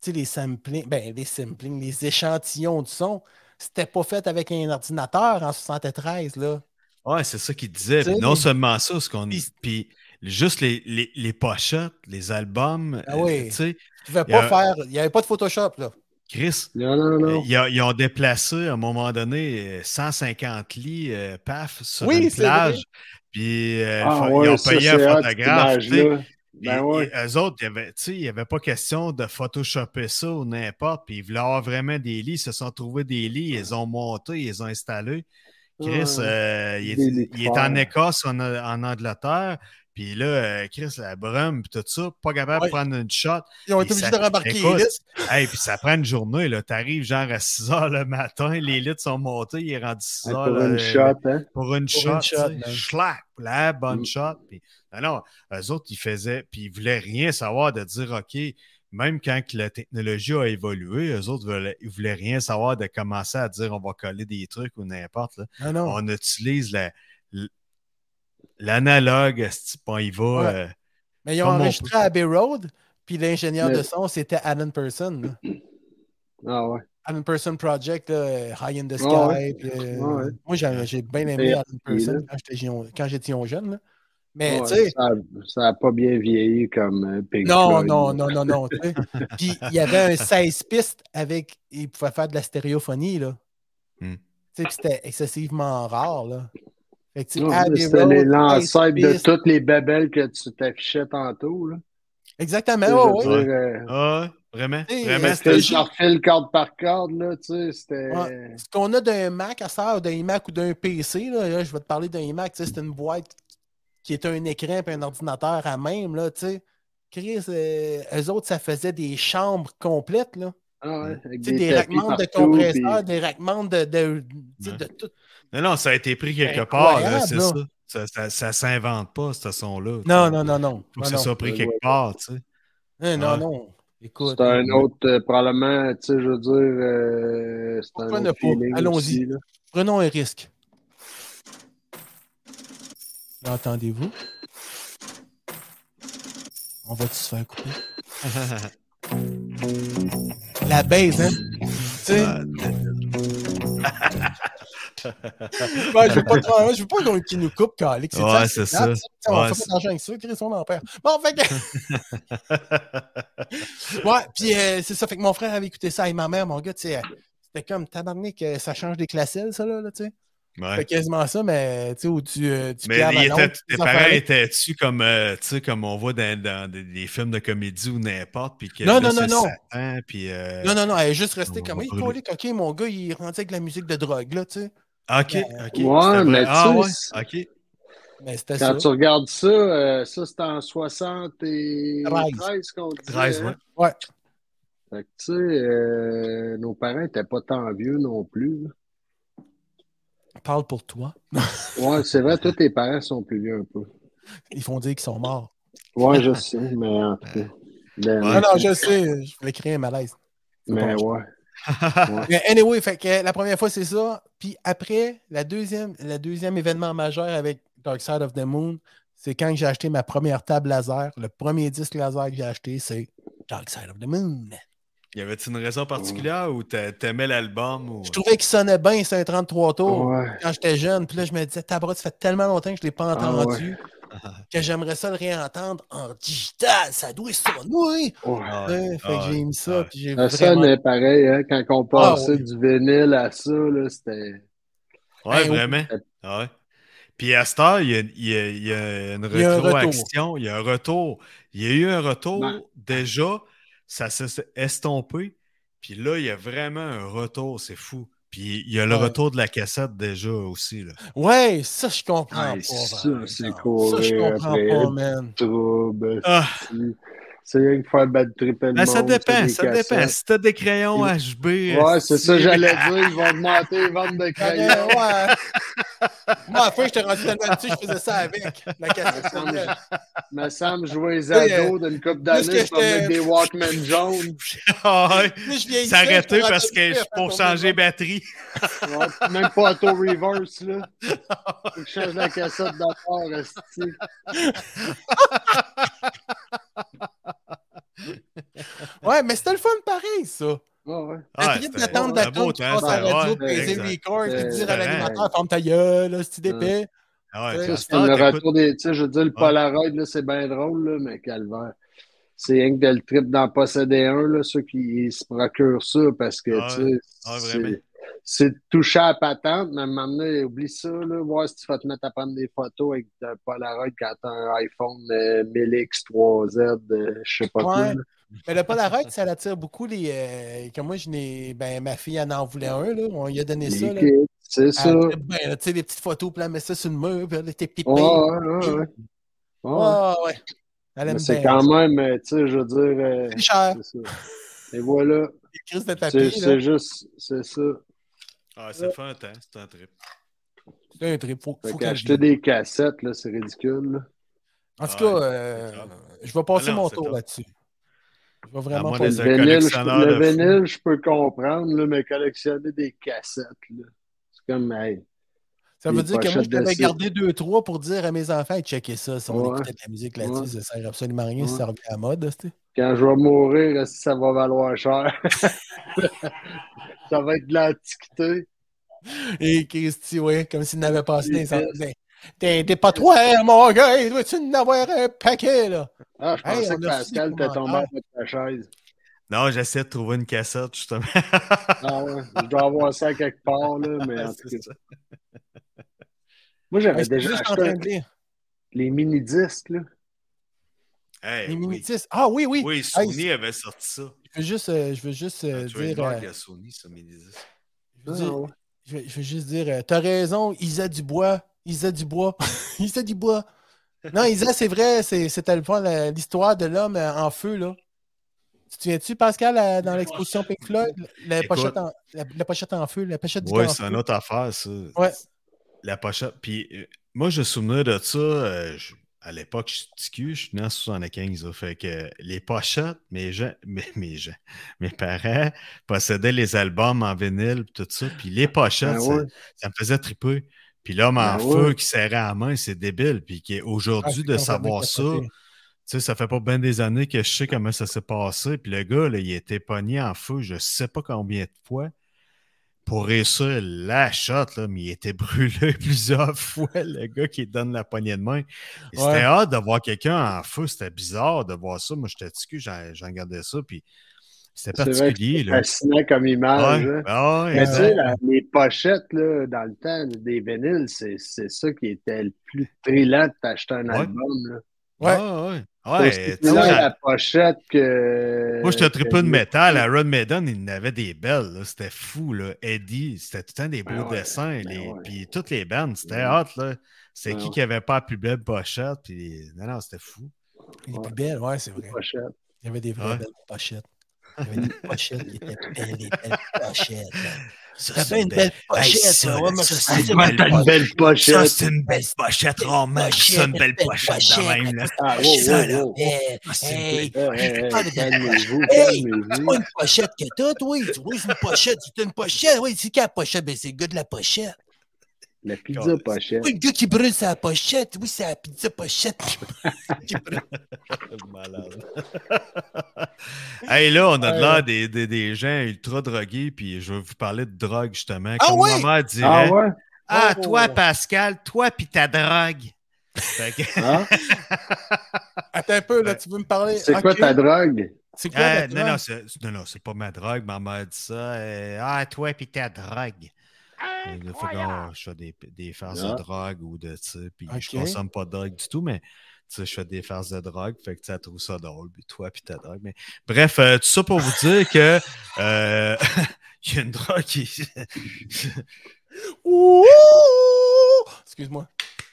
[SPEAKER 2] Tu sais, les samplings, ben, les samplings, les échantillons de son, c'était pas fait avec un ordinateur en 73, là.
[SPEAKER 3] Ouais, c'est ça qu'il disait.
[SPEAKER 2] Tu sais,
[SPEAKER 3] Puis non
[SPEAKER 2] les-
[SPEAKER 3] seulement ça, ce qu'on.
[SPEAKER 2] Puis-
[SPEAKER 3] Puis juste les, les, les pochettes, les albums,
[SPEAKER 2] Ah
[SPEAKER 3] euh,
[SPEAKER 2] oui.
[SPEAKER 3] tu sais,
[SPEAKER 2] Tu pouvais
[SPEAKER 3] Il y a-
[SPEAKER 2] pas faire. Il n'y avait pas de Photoshop, là.
[SPEAKER 3] Chris,
[SPEAKER 4] Non, non,
[SPEAKER 3] euh,
[SPEAKER 4] non.
[SPEAKER 3] ils, a- ils ont déplacé à un moment donné euh, 150 lits, euh, paf, sur
[SPEAKER 2] Oui,
[SPEAKER 3] une
[SPEAKER 2] c'est vrai.
[SPEAKER 3] plage. Puis euh, le
[SPEAKER 4] Ah
[SPEAKER 3] pho-
[SPEAKER 4] ouais,
[SPEAKER 3] ils ont
[SPEAKER 4] ça,
[SPEAKER 3] payé
[SPEAKER 4] c'est
[SPEAKER 3] un
[SPEAKER 4] hot,
[SPEAKER 3] photographe.
[SPEAKER 4] cette
[SPEAKER 3] tu sais.
[SPEAKER 4] image-là.
[SPEAKER 3] Et-
[SPEAKER 4] Ben ouais.
[SPEAKER 3] et eux autres, il y avait- tu sais, il n'y avait pas question de photoshopper ça ou n'importe. Puis ils voulaient avoir vraiment des lits. Ils se sont trouvés des lits. Ils les ont montés, ils les ont installés. Chris,
[SPEAKER 4] Ouais.
[SPEAKER 3] euh, il, est,
[SPEAKER 4] Des lits de
[SPEAKER 3] il est en
[SPEAKER 4] fer.
[SPEAKER 3] Écosse, en, en Angleterre. Puis là, euh, Chris, la brume, puis tout ça, pas capable
[SPEAKER 2] Ouais.
[SPEAKER 3] de prendre une shot.
[SPEAKER 2] Ils ont
[SPEAKER 3] Puis
[SPEAKER 2] été obligés
[SPEAKER 3] ça-
[SPEAKER 2] de rembarquer les
[SPEAKER 3] écoute,
[SPEAKER 2] listes.
[SPEAKER 3] Hey, puis ça prend une journée. là. T'arrives genre à 6 h le matin, les lits sont montés, il est rendu euh, 6
[SPEAKER 4] Hey,
[SPEAKER 3] h
[SPEAKER 2] Ah,
[SPEAKER 4] pour une shot, hein?
[SPEAKER 3] pour une
[SPEAKER 2] Pour
[SPEAKER 3] shot,
[SPEAKER 2] une shot,
[SPEAKER 3] tu sais,
[SPEAKER 2] man.
[SPEAKER 3] schlac, la bonne
[SPEAKER 4] Mm.
[SPEAKER 3] shot. Puis, non, non, eux autres, ils faisaient, puis ils voulaient rien savoir de dire, OK, même quand que la technologie a évolué, eux autres, voulaient- ils voulaient rien savoir de commencer à dire, on va coller des trucs ou n'importe. là.
[SPEAKER 2] Non, non.
[SPEAKER 3] On utilise la- l- l'analogue, esti, puis on y va.
[SPEAKER 2] Ouais.
[SPEAKER 3] euh,
[SPEAKER 2] Mais ils ont
[SPEAKER 3] Comme on
[SPEAKER 2] enregistré
[SPEAKER 3] peut.
[SPEAKER 2] à Bay Road, puis l'ingénieur
[SPEAKER 4] Mais-
[SPEAKER 2] de son, c'était Alan Person. là.
[SPEAKER 4] Ah ouais.
[SPEAKER 2] Alan Person Project, là, euh, High in the Sky.
[SPEAKER 4] Ouais, Ah ouais.
[SPEAKER 2] puis, euh,
[SPEAKER 4] Ouais, ouais.
[SPEAKER 2] Moi, j'ai j'ai bien aimé
[SPEAKER 4] Et-
[SPEAKER 2] Alan Person
[SPEAKER 4] là.
[SPEAKER 2] quand j'étais gion- quand j'étais jeune. là. Mais
[SPEAKER 4] Ouais,
[SPEAKER 2] tu sais,
[SPEAKER 4] ça a- ça n'a pas bien vieilli comme euh, Pink
[SPEAKER 2] non,
[SPEAKER 4] Floyd.
[SPEAKER 2] non, non, non, non. tu sais. Puis il y avait un 16 pistes avec. Il pouvait faire de la stéréophonie, là.
[SPEAKER 3] Hmm.
[SPEAKER 2] Tu sais, puis c'était excessivement rare, là. Fait que, tu sais,
[SPEAKER 4] Non,
[SPEAKER 2] Abbey
[SPEAKER 4] C'était les-
[SPEAKER 2] Road, 16
[SPEAKER 4] l'ancêtre de
[SPEAKER 2] pistes.
[SPEAKER 4] toutes les babelles que tu t'affichais tantôt. Là. Tu sais,
[SPEAKER 2] Exactement,
[SPEAKER 4] je
[SPEAKER 2] oui.
[SPEAKER 4] veux
[SPEAKER 3] ouais.
[SPEAKER 4] dire, euh,
[SPEAKER 3] ah, vraiment,
[SPEAKER 2] Et,
[SPEAKER 3] vraiment,
[SPEAKER 2] euh,
[SPEAKER 4] que
[SPEAKER 3] c'était
[SPEAKER 2] c'est-
[SPEAKER 4] je refais corde par corde, là, tu sais, c'était...
[SPEAKER 2] Ouais. Ce qu'on a d'un Mac à ça, d'un iMac ou d'un PC, là, là, je vais te parler d'un iMac, tu sais, c'est une boîte qui est un écran et un ordinateur à même, là, tu sais. Chris, euh, eux autres, ça faisait des chambres complètes, là.
[SPEAKER 4] Ah ouais, avec
[SPEAKER 2] Tu sais,
[SPEAKER 4] des
[SPEAKER 2] des
[SPEAKER 4] tapis
[SPEAKER 2] rackements de
[SPEAKER 4] partout,
[SPEAKER 2] compresseurs, des rackements de, de, tu sais,
[SPEAKER 3] Ouais.
[SPEAKER 2] de tout.
[SPEAKER 3] Non, non, ça a été pris quelque part, là,
[SPEAKER 2] Incroyable,
[SPEAKER 3] c'est
[SPEAKER 2] là.
[SPEAKER 3] ça. Ça, ça, ça s'invente pas, ce son-là. tu
[SPEAKER 2] Non,
[SPEAKER 3] sais.
[SPEAKER 2] non, non, non.
[SPEAKER 3] Faut
[SPEAKER 2] Non,
[SPEAKER 3] que ça
[SPEAKER 2] non.
[SPEAKER 3] soit pris
[SPEAKER 4] Ouais,
[SPEAKER 3] quelque
[SPEAKER 4] ouais.
[SPEAKER 3] part, tu sais.
[SPEAKER 2] Hein, non,
[SPEAKER 3] Ouais.
[SPEAKER 2] non.
[SPEAKER 4] puis
[SPEAKER 2] Écoute.
[SPEAKER 4] C'est un autre, euh, probablement, tu sais, je veux dire, euh, c'est
[SPEAKER 2] Pourquoi
[SPEAKER 4] un
[SPEAKER 2] ne
[SPEAKER 4] autre
[SPEAKER 2] pas?
[SPEAKER 4] feeling
[SPEAKER 2] Allons-y.
[SPEAKER 4] aussi, là.
[SPEAKER 2] Prenons un risque. L'entendez-vous? On va-tu se faire couper? La baise, hein? Tu sais,
[SPEAKER 3] Ah,
[SPEAKER 2] ben, je veux pas trop- je veux pas qu'on- qu'ils nous coupe, Calix.
[SPEAKER 3] Ouais, c'est ça.
[SPEAKER 2] plate, tu sais, On
[SPEAKER 3] Ouais,
[SPEAKER 2] fait pas
[SPEAKER 3] c'est-
[SPEAKER 2] d'argent avec ça, Chris, on en perd. Bon, fait que. Ouais, puis euh, c'est ça. Fait que mon frère avait écouté ça et ma mère, mon gars, tu sais, euh, c'était comme tabarnak, euh, ça change des classelles, ça, là, là, tu sais.
[SPEAKER 3] Ouais.
[SPEAKER 2] Fait quasiment ça, mais tu sais, où tu. euh, tu
[SPEAKER 3] Mais
[SPEAKER 2] claves
[SPEAKER 3] il
[SPEAKER 2] à
[SPEAKER 3] était-
[SPEAKER 2] l'ongle,
[SPEAKER 3] tes
[SPEAKER 2] ces affaires-là.
[SPEAKER 3] parents étaient-tu comme, euh, tu sais, comme on voit dans, dans des, des films de comédie ou n'importe, puis que
[SPEAKER 2] Non,
[SPEAKER 3] là,
[SPEAKER 2] non, non,
[SPEAKER 3] c'est
[SPEAKER 2] non.
[SPEAKER 3] Satan, puis... euh,
[SPEAKER 2] Non, non, non, elle est juste restée
[SPEAKER 3] on
[SPEAKER 2] comme.
[SPEAKER 3] va
[SPEAKER 2] Hey,
[SPEAKER 3] brûler.
[SPEAKER 2] colique, ok, mon gars, il est rendu avec la musique de drogue, là, tu sais.
[SPEAKER 3] OK,
[SPEAKER 2] Ben,
[SPEAKER 3] OK.
[SPEAKER 4] ouais,
[SPEAKER 3] c'était
[SPEAKER 4] mais
[SPEAKER 3] Ah
[SPEAKER 4] tu
[SPEAKER 3] ouais,
[SPEAKER 4] sais,
[SPEAKER 3] OK.
[SPEAKER 2] euh, Mais c'était ça.
[SPEAKER 4] Quand tu regardes ça, euh, ça, c'est en 73 qu'on dit.
[SPEAKER 3] 13, ouais.
[SPEAKER 2] Ouais.
[SPEAKER 4] Fait que, tu sais, euh, nos parents n'étaient pas tant vieux non plus. là.
[SPEAKER 2] Parle pour toi.
[SPEAKER 4] Ouais, c'est vrai, tous tes parents sont plus vieux un peu.
[SPEAKER 2] Ils font dire qu'ils sont morts.
[SPEAKER 4] Ouais, je sais, mais en tout cas. Ben,
[SPEAKER 2] Non, non, je sais, je voulais créer un malaise.
[SPEAKER 4] Mais ouais.
[SPEAKER 2] Mais anyway, fait que euh, la première fois, c'est ça. Puis après, la deuxième, le deuxième événement majeur avec Dark Side of the Moon, c'est quand j'ai acheté ma première table laser. Le premier disque laser que j'ai acheté, c'est Dark Side of the Moon.
[SPEAKER 3] Y avait-tu une raison particulière ou t'a- t'aimais l'album? Ou...
[SPEAKER 2] Je trouvais qu'il sonnait bien, c'est un 33 tours.
[SPEAKER 4] Ouais.
[SPEAKER 2] quand j'étais jeune. Puis là, je me disais, Tabra, ça fait tellement longtemps que je ne l'ai pas
[SPEAKER 4] Ah,
[SPEAKER 2] entendu que j'aimerais ça le réentendre en digital. Ça doit sonner.
[SPEAKER 4] ouais.
[SPEAKER 3] Ah
[SPEAKER 2] hein. Ouais,
[SPEAKER 3] ouais,
[SPEAKER 2] fait
[SPEAKER 3] ah
[SPEAKER 2] que
[SPEAKER 3] ouais,
[SPEAKER 2] j'ai mis ça.
[SPEAKER 3] ah
[SPEAKER 2] puis j'ai
[SPEAKER 4] Ça,
[SPEAKER 2] vraiment-
[SPEAKER 4] c'est pareil, hein, quand on
[SPEAKER 2] Ah,
[SPEAKER 4] passait
[SPEAKER 2] oui.
[SPEAKER 4] du vinyle à ça, là, c'était.
[SPEAKER 3] Ouais,
[SPEAKER 2] Ben,
[SPEAKER 3] vraiment. Ah ouais. Puis à cette heure, il y a, il y a- il y a une
[SPEAKER 2] Il y a un retour.
[SPEAKER 3] rétroaction, il y a un retour. Il y a eu un retour
[SPEAKER 4] Ben.
[SPEAKER 3] déjà, ça s'est estompé. Puis là, il y a vraiment un retour, c'est fou. Puis il y a le
[SPEAKER 2] Ouais.
[SPEAKER 3] retour de la cassette déjà aussi. Là.
[SPEAKER 2] Ouais, ça, je comprends
[SPEAKER 4] Ouais,
[SPEAKER 2] pas.
[SPEAKER 4] ça,
[SPEAKER 2] par
[SPEAKER 4] c'est
[SPEAKER 2] exemple.
[SPEAKER 4] cool,
[SPEAKER 2] Ça, je
[SPEAKER 4] et
[SPEAKER 2] comprends
[SPEAKER 4] après-
[SPEAKER 2] pas, man.
[SPEAKER 4] Trouble.
[SPEAKER 3] Ah,
[SPEAKER 4] si. C'est rien que faire bad trip
[SPEAKER 3] Ben, ça dépend, ça dépend. Si t'as des crayons
[SPEAKER 4] Et-
[SPEAKER 3] HB.
[SPEAKER 4] Ouais, c'est
[SPEAKER 3] esti,
[SPEAKER 4] ça, j'allais dire. Ils vont augmenter les ventes de
[SPEAKER 2] Ah,
[SPEAKER 4] crayons.
[SPEAKER 2] euh, ouais. Moi, à la fin, j'étais rendu tellement dessus, je faisais ça avec la cassette.
[SPEAKER 4] Ensemble. Me semble jouer les
[SPEAKER 2] Oui,
[SPEAKER 4] ados d'une coupe
[SPEAKER 2] plus
[SPEAKER 4] d'années,
[SPEAKER 2] que
[SPEAKER 4] je vais mettre
[SPEAKER 2] j'étais-
[SPEAKER 4] des Walkman jaunes.
[SPEAKER 3] Ah ouais.
[SPEAKER 2] Plus je vieillissais,
[SPEAKER 3] S'arrêter
[SPEAKER 2] je me
[SPEAKER 3] parce
[SPEAKER 2] rendais
[SPEAKER 3] que
[SPEAKER 2] plus à
[SPEAKER 3] pour
[SPEAKER 2] faire
[SPEAKER 3] changer
[SPEAKER 2] tourner
[SPEAKER 3] batterie.
[SPEAKER 4] Ouais, Même pas auto-reverse, là. Faut que je change la cassette d'affaires, esti.
[SPEAKER 2] le- Ouais, mais c'était le fun pareil, ça.
[SPEAKER 4] Ah ouais.
[SPEAKER 2] T'as
[SPEAKER 3] Ouais,
[SPEAKER 2] fini
[SPEAKER 3] c'était-
[SPEAKER 2] d'attendre,
[SPEAKER 3] c'était beau
[SPEAKER 2] d'attendre, tu
[SPEAKER 3] temps,
[SPEAKER 2] passes à
[SPEAKER 3] ouais,
[SPEAKER 2] la radio,
[SPEAKER 3] ouais,
[SPEAKER 2] peser
[SPEAKER 3] exact.
[SPEAKER 2] record,
[SPEAKER 4] C'est
[SPEAKER 2] puis dire
[SPEAKER 4] Mm.
[SPEAKER 2] à
[SPEAKER 4] différent.
[SPEAKER 2] l'animateur, ferme ta gueule, c'est d'épais.
[SPEAKER 3] Ah
[SPEAKER 2] Ça,
[SPEAKER 3] ouais,
[SPEAKER 4] Ça,
[SPEAKER 3] puis
[SPEAKER 4] c'est
[SPEAKER 3] à
[SPEAKER 4] comme
[SPEAKER 3] cette
[SPEAKER 4] le
[SPEAKER 3] heure, t'écoutes-
[SPEAKER 4] retour des. Tu sais, je veux dire, le
[SPEAKER 3] Ouais.
[SPEAKER 4] Polaroid, là, c'est bien drôle, là, mais calvaire. C'est rien que de le trip d'en posséder un, là, ceux qui se procurent ça, parce que,
[SPEAKER 3] Ouais.
[SPEAKER 4] tu sais,
[SPEAKER 3] Ouais,
[SPEAKER 4] c'est-
[SPEAKER 3] vraiment.
[SPEAKER 4] c'est touché à la patente, mais à un moment donné, oublie ça, là, voir si tu vas te mettre à prendre des photos avec un Polaroid quand t'as un iPhone euh, 1000X, 3Z, euh, je sais pas quoi.
[SPEAKER 2] Ouais.
[SPEAKER 4] là.
[SPEAKER 2] Mais le Polaroid, ça l'attire beaucoup les. euh, que moi, je n'ai. Ben, ma fille, elle en voulait un, là. On lui a donné ça,
[SPEAKER 4] Les
[SPEAKER 2] là.
[SPEAKER 4] kids, c'est ça.
[SPEAKER 2] Elle
[SPEAKER 4] Ouais,
[SPEAKER 2] disait, ben, là, tu sais, les petites photos, puis elle met ça sur le mur, puis elle était pipée.
[SPEAKER 4] ouais, ouais, ouais. Ouais, ouais.
[SPEAKER 2] Ah, ouais. Elle aime
[SPEAKER 4] Mais c'est
[SPEAKER 2] bien.
[SPEAKER 4] quand même, euh, tu sais, je veux dire, euh,
[SPEAKER 2] C'est cher,
[SPEAKER 4] c'est ça. Et voilà,
[SPEAKER 2] les crises de
[SPEAKER 4] c'est
[SPEAKER 2] papier, là.
[SPEAKER 4] c'est juste, c'est ça.
[SPEAKER 3] Ah, ça fait un temps, c'est un trip.
[SPEAKER 2] C'est un trip. Faut,
[SPEAKER 4] Fait
[SPEAKER 2] faut que je
[SPEAKER 4] qu'acheter
[SPEAKER 2] le dise.
[SPEAKER 4] des cassettes, là, c'est ridicule. là.
[SPEAKER 2] En tout
[SPEAKER 3] Ouais,
[SPEAKER 2] cas, euh,
[SPEAKER 3] c'est grave.
[SPEAKER 2] je vais passer
[SPEAKER 3] Ah non,
[SPEAKER 2] mon
[SPEAKER 3] c'est
[SPEAKER 2] tour
[SPEAKER 3] top.
[SPEAKER 2] là-dessus. Je vais vraiment
[SPEAKER 3] moi,
[SPEAKER 2] pas.
[SPEAKER 3] les-
[SPEAKER 4] Le
[SPEAKER 3] un
[SPEAKER 4] vinyle, je,
[SPEAKER 3] collectionneur
[SPEAKER 4] le
[SPEAKER 3] de fou.
[SPEAKER 4] vinyle, je peux comprendre, là, mais collectionner des cassettes, là, c'est comme, hey,
[SPEAKER 2] Ça veut
[SPEAKER 4] les
[SPEAKER 2] dire que moi,
[SPEAKER 4] pochettes
[SPEAKER 2] je devais
[SPEAKER 4] d'acier.
[SPEAKER 2] garder deux, trois pour dire à mes enfants, checker ça. Si on
[SPEAKER 4] Ouais.
[SPEAKER 2] écoutait de la musique là-dessus,
[SPEAKER 4] Ouais.
[SPEAKER 2] ça sert absolument à rien si
[SPEAKER 4] Ouais.
[SPEAKER 2] ça revient à la mode. là, c'était.
[SPEAKER 4] quand je vais mourir, est-ce que ça va valoir cher? ça va être de l'antiquité.
[SPEAKER 2] Et Christy, ouais, comme s'il n'avait pas assez
[SPEAKER 4] Les
[SPEAKER 2] d'incendie. T'es t'es pas toi, hein, mon gars, il doit-tu en avoir un paquet, là?
[SPEAKER 4] Ah, je
[SPEAKER 2] Hey,
[SPEAKER 4] pensais
[SPEAKER 2] on
[SPEAKER 4] que
[SPEAKER 2] a reçu des
[SPEAKER 4] Pascal était tombé
[SPEAKER 2] commentaires.
[SPEAKER 4] avec ta chaise.
[SPEAKER 3] Non, j'essaie de trouver une cassette, justement.
[SPEAKER 4] Ah ouais, je dois avoir ça quelque part, là, mais
[SPEAKER 2] Ah,
[SPEAKER 4] en tout
[SPEAKER 3] C'est
[SPEAKER 4] cas.
[SPEAKER 3] ça.
[SPEAKER 2] Je
[SPEAKER 4] Moi, j'avais
[SPEAKER 2] suis
[SPEAKER 4] déjà
[SPEAKER 2] juste en
[SPEAKER 4] acheté
[SPEAKER 2] train de lire.
[SPEAKER 4] les mini-disques, là.
[SPEAKER 3] Hey,
[SPEAKER 2] Les
[SPEAKER 3] Eh oui.
[SPEAKER 2] minitis. Ah oui, oui.
[SPEAKER 3] Oui, Ah, Sony avait sorti ça.
[SPEAKER 2] Je veux juste, euh, je veux juste euh,
[SPEAKER 3] Un
[SPEAKER 2] dire.
[SPEAKER 3] trademark
[SPEAKER 2] euh,
[SPEAKER 3] à Sony, ça, mes disques.
[SPEAKER 2] je veux
[SPEAKER 4] Ah,
[SPEAKER 2] dire-
[SPEAKER 4] ouais.
[SPEAKER 2] je veux, je veux juste dire, euh, t'as raison, Isa Dubois, Isa Dubois, Isa Dubois. Non, Isa, c'est vrai, c'est c'est à le point la- l'histoire de l'homme euh, en feu, là. Tu te souviens-tu, Pascal, à- dans l'exposition Pink Floyd, la
[SPEAKER 3] Écoute.
[SPEAKER 2] pochette, en, la, la pochette en feu, la pochette du
[SPEAKER 3] Oui,
[SPEAKER 2] gars en
[SPEAKER 3] c'est
[SPEAKER 2] feu.
[SPEAKER 3] une autre affaire, ça.
[SPEAKER 2] Ouais.
[SPEAKER 3] La pochette. Puis euh, moi, je me souviens de ça. euh, je- à l'époque, je suis petit cul, je suis né en 75. là, fait que les pochettes, mes gens, mes, mes gens, mes parents possédaient les albums en vinyle, puis tout ça. Puis
[SPEAKER 2] Ah
[SPEAKER 3] les pochettes,
[SPEAKER 4] Ben
[SPEAKER 3] ça,
[SPEAKER 4] ouais.
[SPEAKER 3] ça me faisait triper. Puis l'homme en
[SPEAKER 4] Ben
[SPEAKER 3] feu
[SPEAKER 4] ouais.
[SPEAKER 3] qui serrait à la main, c'est débile. Puis qui-
[SPEAKER 2] Ah,
[SPEAKER 3] aujourd'hui,
[SPEAKER 2] c'est
[SPEAKER 3] de savoir ça,
[SPEAKER 2] complètement capoté.
[SPEAKER 3] tu sais, ça fait pas bien des années que je sais comment ça s'est passé. Puis le gars, là, il était pogné en feu, je sais pas combien de fois. Pour réussir la shot, là, mais il était brûlé plusieurs fois, le gars qui donne la poignée de main. Et C'était
[SPEAKER 2] Ouais.
[SPEAKER 3] hâte de voir quelqu'un en feu, c'était bizarre de voir ça. Moi, j'étais petit, j'en j'en regardais ça, puis c'était
[SPEAKER 4] C'est vrai que
[SPEAKER 3] particulier.
[SPEAKER 4] c'est
[SPEAKER 3] là.
[SPEAKER 4] fascinant comme image.
[SPEAKER 3] Ouais,
[SPEAKER 4] hein.
[SPEAKER 3] ouais,
[SPEAKER 4] Mais tu
[SPEAKER 3] exact.
[SPEAKER 4] sais, la- euh, les pochettes, là, dans le temps, des vinyles, c'est c'est ça qui était le plus trillant de t'acheter un
[SPEAKER 3] Ouais.
[SPEAKER 4] album. Là.
[SPEAKER 2] Ouais.
[SPEAKER 3] Ouais, Ah ouais.
[SPEAKER 4] C'est
[SPEAKER 3] Ouais,
[SPEAKER 4] aussi
[SPEAKER 3] tu sais,
[SPEAKER 4] trillant
[SPEAKER 3] la-
[SPEAKER 4] la pochette que.
[SPEAKER 3] Moi, j'étais un triple
[SPEAKER 4] que-
[SPEAKER 3] de métal. À Iron Maiden, il en avait des belles. là. C'était fou. Là. Eddie, c'était tout le temps des beaux
[SPEAKER 4] Ben ouais,
[SPEAKER 3] dessins.
[SPEAKER 4] ben
[SPEAKER 3] les-
[SPEAKER 4] ouais.
[SPEAKER 3] Puis toutes les bandes, c'était
[SPEAKER 4] Ben
[SPEAKER 3] hot. Là. C'était
[SPEAKER 4] Ben
[SPEAKER 3] qui
[SPEAKER 4] ouais.
[SPEAKER 3] qui avait pas la plus belle pochette. Puis... Non, non, c'était fou.
[SPEAKER 2] Les plus belles, ouais, c'est vrai.
[SPEAKER 4] les pochettes.
[SPEAKER 2] Il y avait des vraies
[SPEAKER 3] Ouais.
[SPEAKER 2] belles pochettes. Il y avait des pochettes qui étaient belles, des belles pochettes. là.
[SPEAKER 3] Ça,
[SPEAKER 2] T'as bien une belle
[SPEAKER 3] Hey,
[SPEAKER 2] pochette,
[SPEAKER 3] ça,
[SPEAKER 2] là,
[SPEAKER 3] là,
[SPEAKER 2] ouais, mais
[SPEAKER 3] ça,
[SPEAKER 2] ça,
[SPEAKER 4] Hey,
[SPEAKER 2] c'est
[SPEAKER 4] toi, t'as une belle
[SPEAKER 3] Ça,
[SPEAKER 4] pochette.
[SPEAKER 3] c'est une belle pochette.
[SPEAKER 2] Belle
[SPEAKER 3] Romain, ça, une
[SPEAKER 2] pochette,
[SPEAKER 3] belle
[SPEAKER 2] belle
[SPEAKER 3] pochette de
[SPEAKER 2] pochette.
[SPEAKER 3] même. Là.
[SPEAKER 4] Ah, wow,
[SPEAKER 2] Ça, là,
[SPEAKER 4] wow, wow.
[SPEAKER 2] eh,
[SPEAKER 3] Ah, c'est une
[SPEAKER 2] hey,
[SPEAKER 4] Hey, hey, hey,
[SPEAKER 2] pas de-
[SPEAKER 4] calmez-vous,
[SPEAKER 2] Hey, C'est
[SPEAKER 4] calmez-vous.
[SPEAKER 2] pas une pochette que t'as, toi. Tu vois, c'est une pochette. C'est une pochette. Oui, c'est qui la pochette? Ben, c'est le gars de la pochette.
[SPEAKER 4] La pizza pochette.
[SPEAKER 2] Oui, le gars qui brûle sa pochette. Oui, c'est la pizza pochette. qui brûle.
[SPEAKER 3] Malade. hey, là, on a de
[SPEAKER 2] Ouais.
[SPEAKER 4] Euh.
[SPEAKER 3] l'air des, des, des gens ultra drogués, puis je vais vous parler de drogue, justement.
[SPEAKER 2] Ah
[SPEAKER 3] Comme
[SPEAKER 2] ouais?
[SPEAKER 3] ma mère dirait,
[SPEAKER 4] Ah ouais?
[SPEAKER 3] Ah,
[SPEAKER 2] Oh.
[SPEAKER 3] toi, Pascal, toi, puis ta drogue. Fait que,
[SPEAKER 4] Hein?
[SPEAKER 2] Attends un peu, là, tu veux me parler.
[SPEAKER 4] C'est
[SPEAKER 2] Ok.
[SPEAKER 4] quoi ta drogue?
[SPEAKER 2] C'est quoi
[SPEAKER 3] euh,
[SPEAKER 2] la
[SPEAKER 3] non,
[SPEAKER 2] drogue?
[SPEAKER 3] non, c'est, non, non, c'est pas ma drogue. Ma mère dit ça. euh, ah, toi, puis ta drogue. Fait que là, faut qu'on- je fais des, des farces
[SPEAKER 4] Ah.
[SPEAKER 3] de drogue ou de ça. Puis je
[SPEAKER 2] Ok.
[SPEAKER 3] consomme pas de drogue du tout, mais tu sais, je fais des farces de drogue. Fait que tu sais, elle trouve ça drôle. Puis toi, puis ta drogue. Mais bref, euh, tout ça pour vous dire que euh, il y a une drogue qui.
[SPEAKER 2] Ouh! Excuse-moi.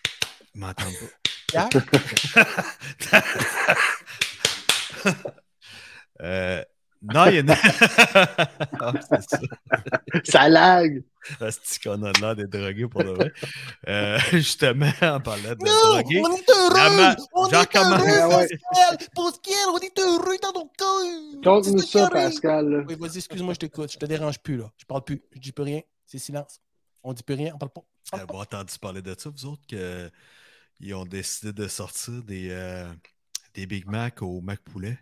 [SPEAKER 3] M'entends pas.
[SPEAKER 2] Pierre?
[SPEAKER 3] Euh, Non, il y en a. Ah, c'est ça.
[SPEAKER 4] Ça lag.
[SPEAKER 3] Asti qu'on a l'air d'être drogué pour le vrai. Euh, justement, en parlant de
[SPEAKER 2] Non,
[SPEAKER 3] drogué.
[SPEAKER 2] on est heureux!
[SPEAKER 3] La ma-
[SPEAKER 2] On
[SPEAKER 3] Jean
[SPEAKER 2] est
[SPEAKER 3] Carman-
[SPEAKER 2] heureux,
[SPEAKER 4] Ouais.
[SPEAKER 2] Pascal! Pascal, on est heureux dans nos cœurs!
[SPEAKER 4] Conte-nous
[SPEAKER 2] C'est
[SPEAKER 4] ça,
[SPEAKER 2] carré.
[SPEAKER 4] Pascal. là.
[SPEAKER 2] Oui, vas-y, excuse-moi, je t'écoute. Je te dérange plus, là. Je parle plus. Je dis plus rien. C'est silence. On dit plus rien, on parle pas.
[SPEAKER 3] Vous avez euh, entendu parler de ça, vous autres, qu'ils ont décidé de sortir des, euh, des Big Mac au Mac Poulet?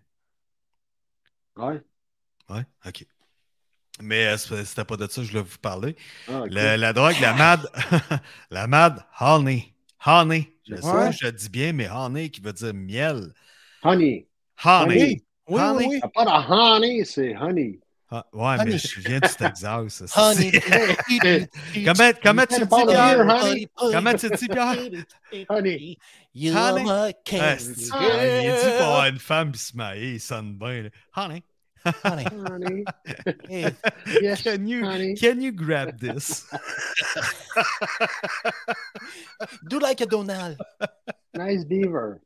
[SPEAKER 4] Ouais.
[SPEAKER 3] Ouais, OK. Mais euh, c'est- c'était pas de ça que je voulais vous parler.
[SPEAKER 4] Ah, ok.
[SPEAKER 3] Le- la drogue, la mad, la mad honey. Honey. Je sais
[SPEAKER 2] Ouais.
[SPEAKER 3] que je le dis bien, mais honey qui veut dire miel.
[SPEAKER 4] Honey.
[SPEAKER 3] Honey.
[SPEAKER 4] Honey.
[SPEAKER 2] Oui,
[SPEAKER 3] Ah,
[SPEAKER 2] oui,
[SPEAKER 3] mais-
[SPEAKER 2] oui.
[SPEAKER 4] Ah, Pas de honey, c'est honey.
[SPEAKER 3] Ah, ouais,
[SPEAKER 2] Honey.
[SPEAKER 3] mais je viens du Texas. ça, c'est-
[SPEAKER 2] Honey.
[SPEAKER 3] Comment, comment tu
[SPEAKER 4] Elle
[SPEAKER 3] le dis,
[SPEAKER 4] parle de
[SPEAKER 3] Pierre?
[SPEAKER 4] miel. honey.
[SPEAKER 3] Comment tu le dis, Pierre?
[SPEAKER 4] Honey.
[SPEAKER 2] You're
[SPEAKER 3] Honey.
[SPEAKER 2] my
[SPEAKER 3] Ah,
[SPEAKER 2] candy
[SPEAKER 3] c'est-
[SPEAKER 2] girl.
[SPEAKER 3] ah, il est dit pour avoir une femme puis se marier, il sonne bien. là. Honey,
[SPEAKER 2] Honey.
[SPEAKER 4] Honey.
[SPEAKER 2] Eh,
[SPEAKER 4] Yes,
[SPEAKER 3] can you,
[SPEAKER 4] honey.
[SPEAKER 3] can you grab this?
[SPEAKER 2] Do like a Donald.
[SPEAKER 4] Nice beaver.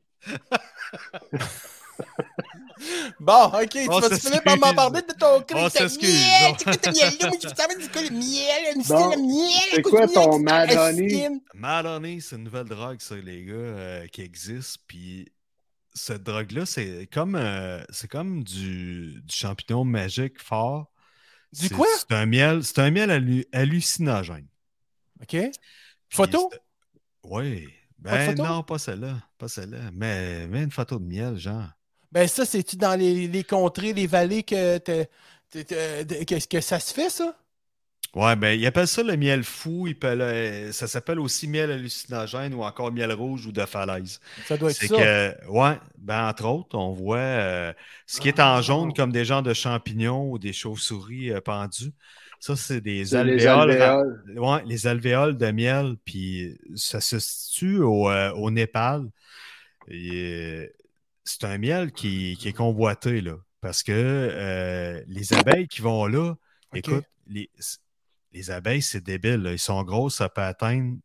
[SPEAKER 2] Bon, OK, tu
[SPEAKER 3] On
[SPEAKER 2] vas
[SPEAKER 3] s'excuse.
[SPEAKER 2] finir par m'en parler de ton cri.
[SPEAKER 3] On
[SPEAKER 2] de ta
[SPEAKER 3] s'excuse,
[SPEAKER 2] miel,
[SPEAKER 3] on-
[SPEAKER 2] tu écoutes ta miel, là, moi, je vous savais, c'est quoi le miel, le
[SPEAKER 4] Bon,
[SPEAKER 2] style, le miel,
[SPEAKER 4] c'est
[SPEAKER 2] écoute
[SPEAKER 4] quoi
[SPEAKER 2] le
[SPEAKER 4] ton
[SPEAKER 2] miel,
[SPEAKER 4] Mad
[SPEAKER 2] la
[SPEAKER 4] Honey?
[SPEAKER 2] style.
[SPEAKER 3] Mad Honey, c'est une nouvelle drogue, ça, les gars, euh, qui existe. Puis cette drogue-là, c'est comme, euh, c'est comme du, du champignon magique fort.
[SPEAKER 2] Du
[SPEAKER 3] C'est-
[SPEAKER 2] quoi?
[SPEAKER 3] C'est un miel, c'est un miel hallu- hallucinogène.
[SPEAKER 2] OK. Photo?
[SPEAKER 3] Oui. Ben
[SPEAKER 2] Pas de photo?
[SPEAKER 3] non, pas celle-là. Pas celle-là. Mais, mais une photo de miel, genre.
[SPEAKER 2] Ben ça, c'est-tu dans les, les contrées, les vallées que, t'es- t'es- t'es- de- que, que ça se fait, ça?
[SPEAKER 3] Ouais, ben, ils appellent ça le miel fou. ils appellent, euh, ça s'appelle aussi miel hallucinogène ou encore miel rouge ou de falaise.
[SPEAKER 2] Ça doit être
[SPEAKER 3] C'est
[SPEAKER 2] ça.
[SPEAKER 3] que, ouais, ben, entre autres, on voit euh, ce qui est
[SPEAKER 2] Ah.
[SPEAKER 3] en jaune comme des genres de champignons ou des chauves-souris euh, pendues. Ça, c'est des
[SPEAKER 4] C'est les
[SPEAKER 3] alvéoles.
[SPEAKER 4] alvéoles.
[SPEAKER 3] Ouais, les alvéoles de miel, puis ça se situe au, euh, au Népal. Et, euh, c'est un miel qui, qui est convoité, là, parce que euh, les abeilles qui vont là,
[SPEAKER 2] Ok.
[SPEAKER 3] écoute, les, les abeilles, c'est débile. là. Ils sont grosses, ça peut atteindre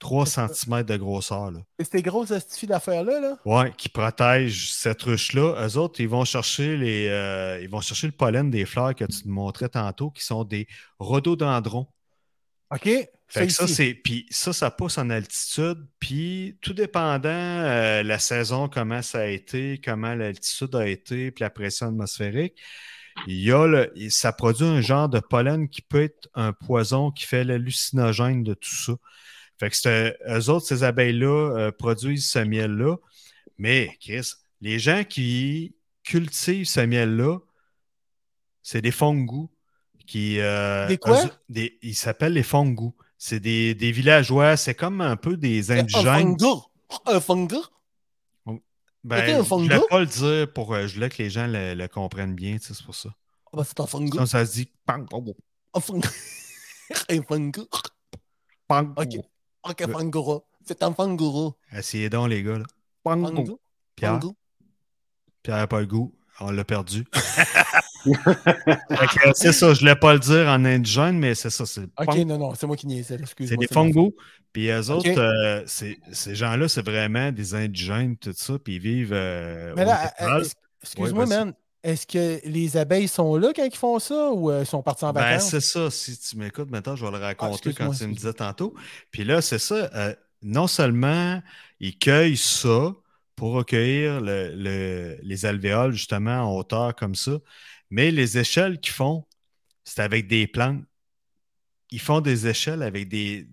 [SPEAKER 3] 3 cm de grosseur. Là.
[SPEAKER 2] C'est ces grosses astuces d'affaires-là, là.
[SPEAKER 3] Ouais, qui protègent cette ruche-là. Eux autres, ils vont chercher les. euh, ils vont chercher le pollen des fleurs que tu te montrais tantôt, qui sont des rhododendrons.
[SPEAKER 2] OK?
[SPEAKER 3] Fait que ça,
[SPEAKER 2] ici.
[SPEAKER 3] c'est. Puis ça, ça pousse en altitude. Puis tout dépendant euh, la saison, comment ça a été, comment l'altitude a été, puis la pression atmosphérique, il y a le- ça produit un genre de pollen qui peut être un poison qui fait l'hallucinogène de tout ça. Fait que c'est, euh, eux autres, ces abeilles-là, euh, produisent ce miel-là. Mais, Chris, les gens qui cultivent ce miel-là, c'est des fongous. Qui, euh,
[SPEAKER 2] Des quoi?
[SPEAKER 3] eux- des- ils s'appellent les fongous. C'est des, des villageois, c'est comme un peu des
[SPEAKER 2] Un
[SPEAKER 3] indigènes.
[SPEAKER 2] fungus. Un fungus? c'était un
[SPEAKER 3] Ben, je
[SPEAKER 2] fongo?
[SPEAKER 3] voulais pas le dire pour. euh, je voulais que les gens le, le comprennent bien, tu sais, c'est pour ça.
[SPEAKER 2] Ah, ben, c'est un fungus.
[SPEAKER 3] Sinon, ça se dit pang, oh,
[SPEAKER 2] Un fungus. Un fungus.
[SPEAKER 3] pang,
[SPEAKER 2] Ok.
[SPEAKER 3] oh.
[SPEAKER 2] Ok, fungus. C'est un fungus.
[SPEAKER 3] Essayez donc, les gars. Là. Pang, oh.
[SPEAKER 2] Fungus.
[SPEAKER 3] Pierre,
[SPEAKER 2] Fungus.
[SPEAKER 3] Pierre n'a pas le goût. On l'a perdu. Fait que, euh, c'est ça, je voulais pas le dire en indigène, mais c'est ça. C'est
[SPEAKER 2] Ok,
[SPEAKER 3] pang,
[SPEAKER 2] non, non, c'est moi qui niaisais, excuse-moi.
[SPEAKER 3] C'est des
[SPEAKER 2] ma faute.
[SPEAKER 3] fongos. Puis eux
[SPEAKER 2] Ok.
[SPEAKER 3] autres, euh, c'est- ces gens-là, c'est vraiment des indigènes, tout ça, puis ils vivent euh,
[SPEAKER 2] Mais
[SPEAKER 3] au
[SPEAKER 2] là,
[SPEAKER 3] Népal.
[SPEAKER 2] euh, est-ce- excuse-moi,
[SPEAKER 3] Ouais, ben, vas-y.
[SPEAKER 2] man. Est-ce que les abeilles sont là quand ils font ça ou euh, sont partis en
[SPEAKER 3] Ben,
[SPEAKER 2] vacances? Ah,
[SPEAKER 3] c'est ça. Si tu m'écoutes maintenant, je vais le raconter
[SPEAKER 2] excuse-moi,
[SPEAKER 3] quand tu me
[SPEAKER 2] excuse-moi.
[SPEAKER 3] disais tantôt. Puis là, c'est ça. euh, non seulement ils cueillent ça pour recueillir le- le- les alvéoles, justement, en hauteur comme ça, mais les échelles qu'ils font, c'est avec des plantes. Ils font des échelles avec des.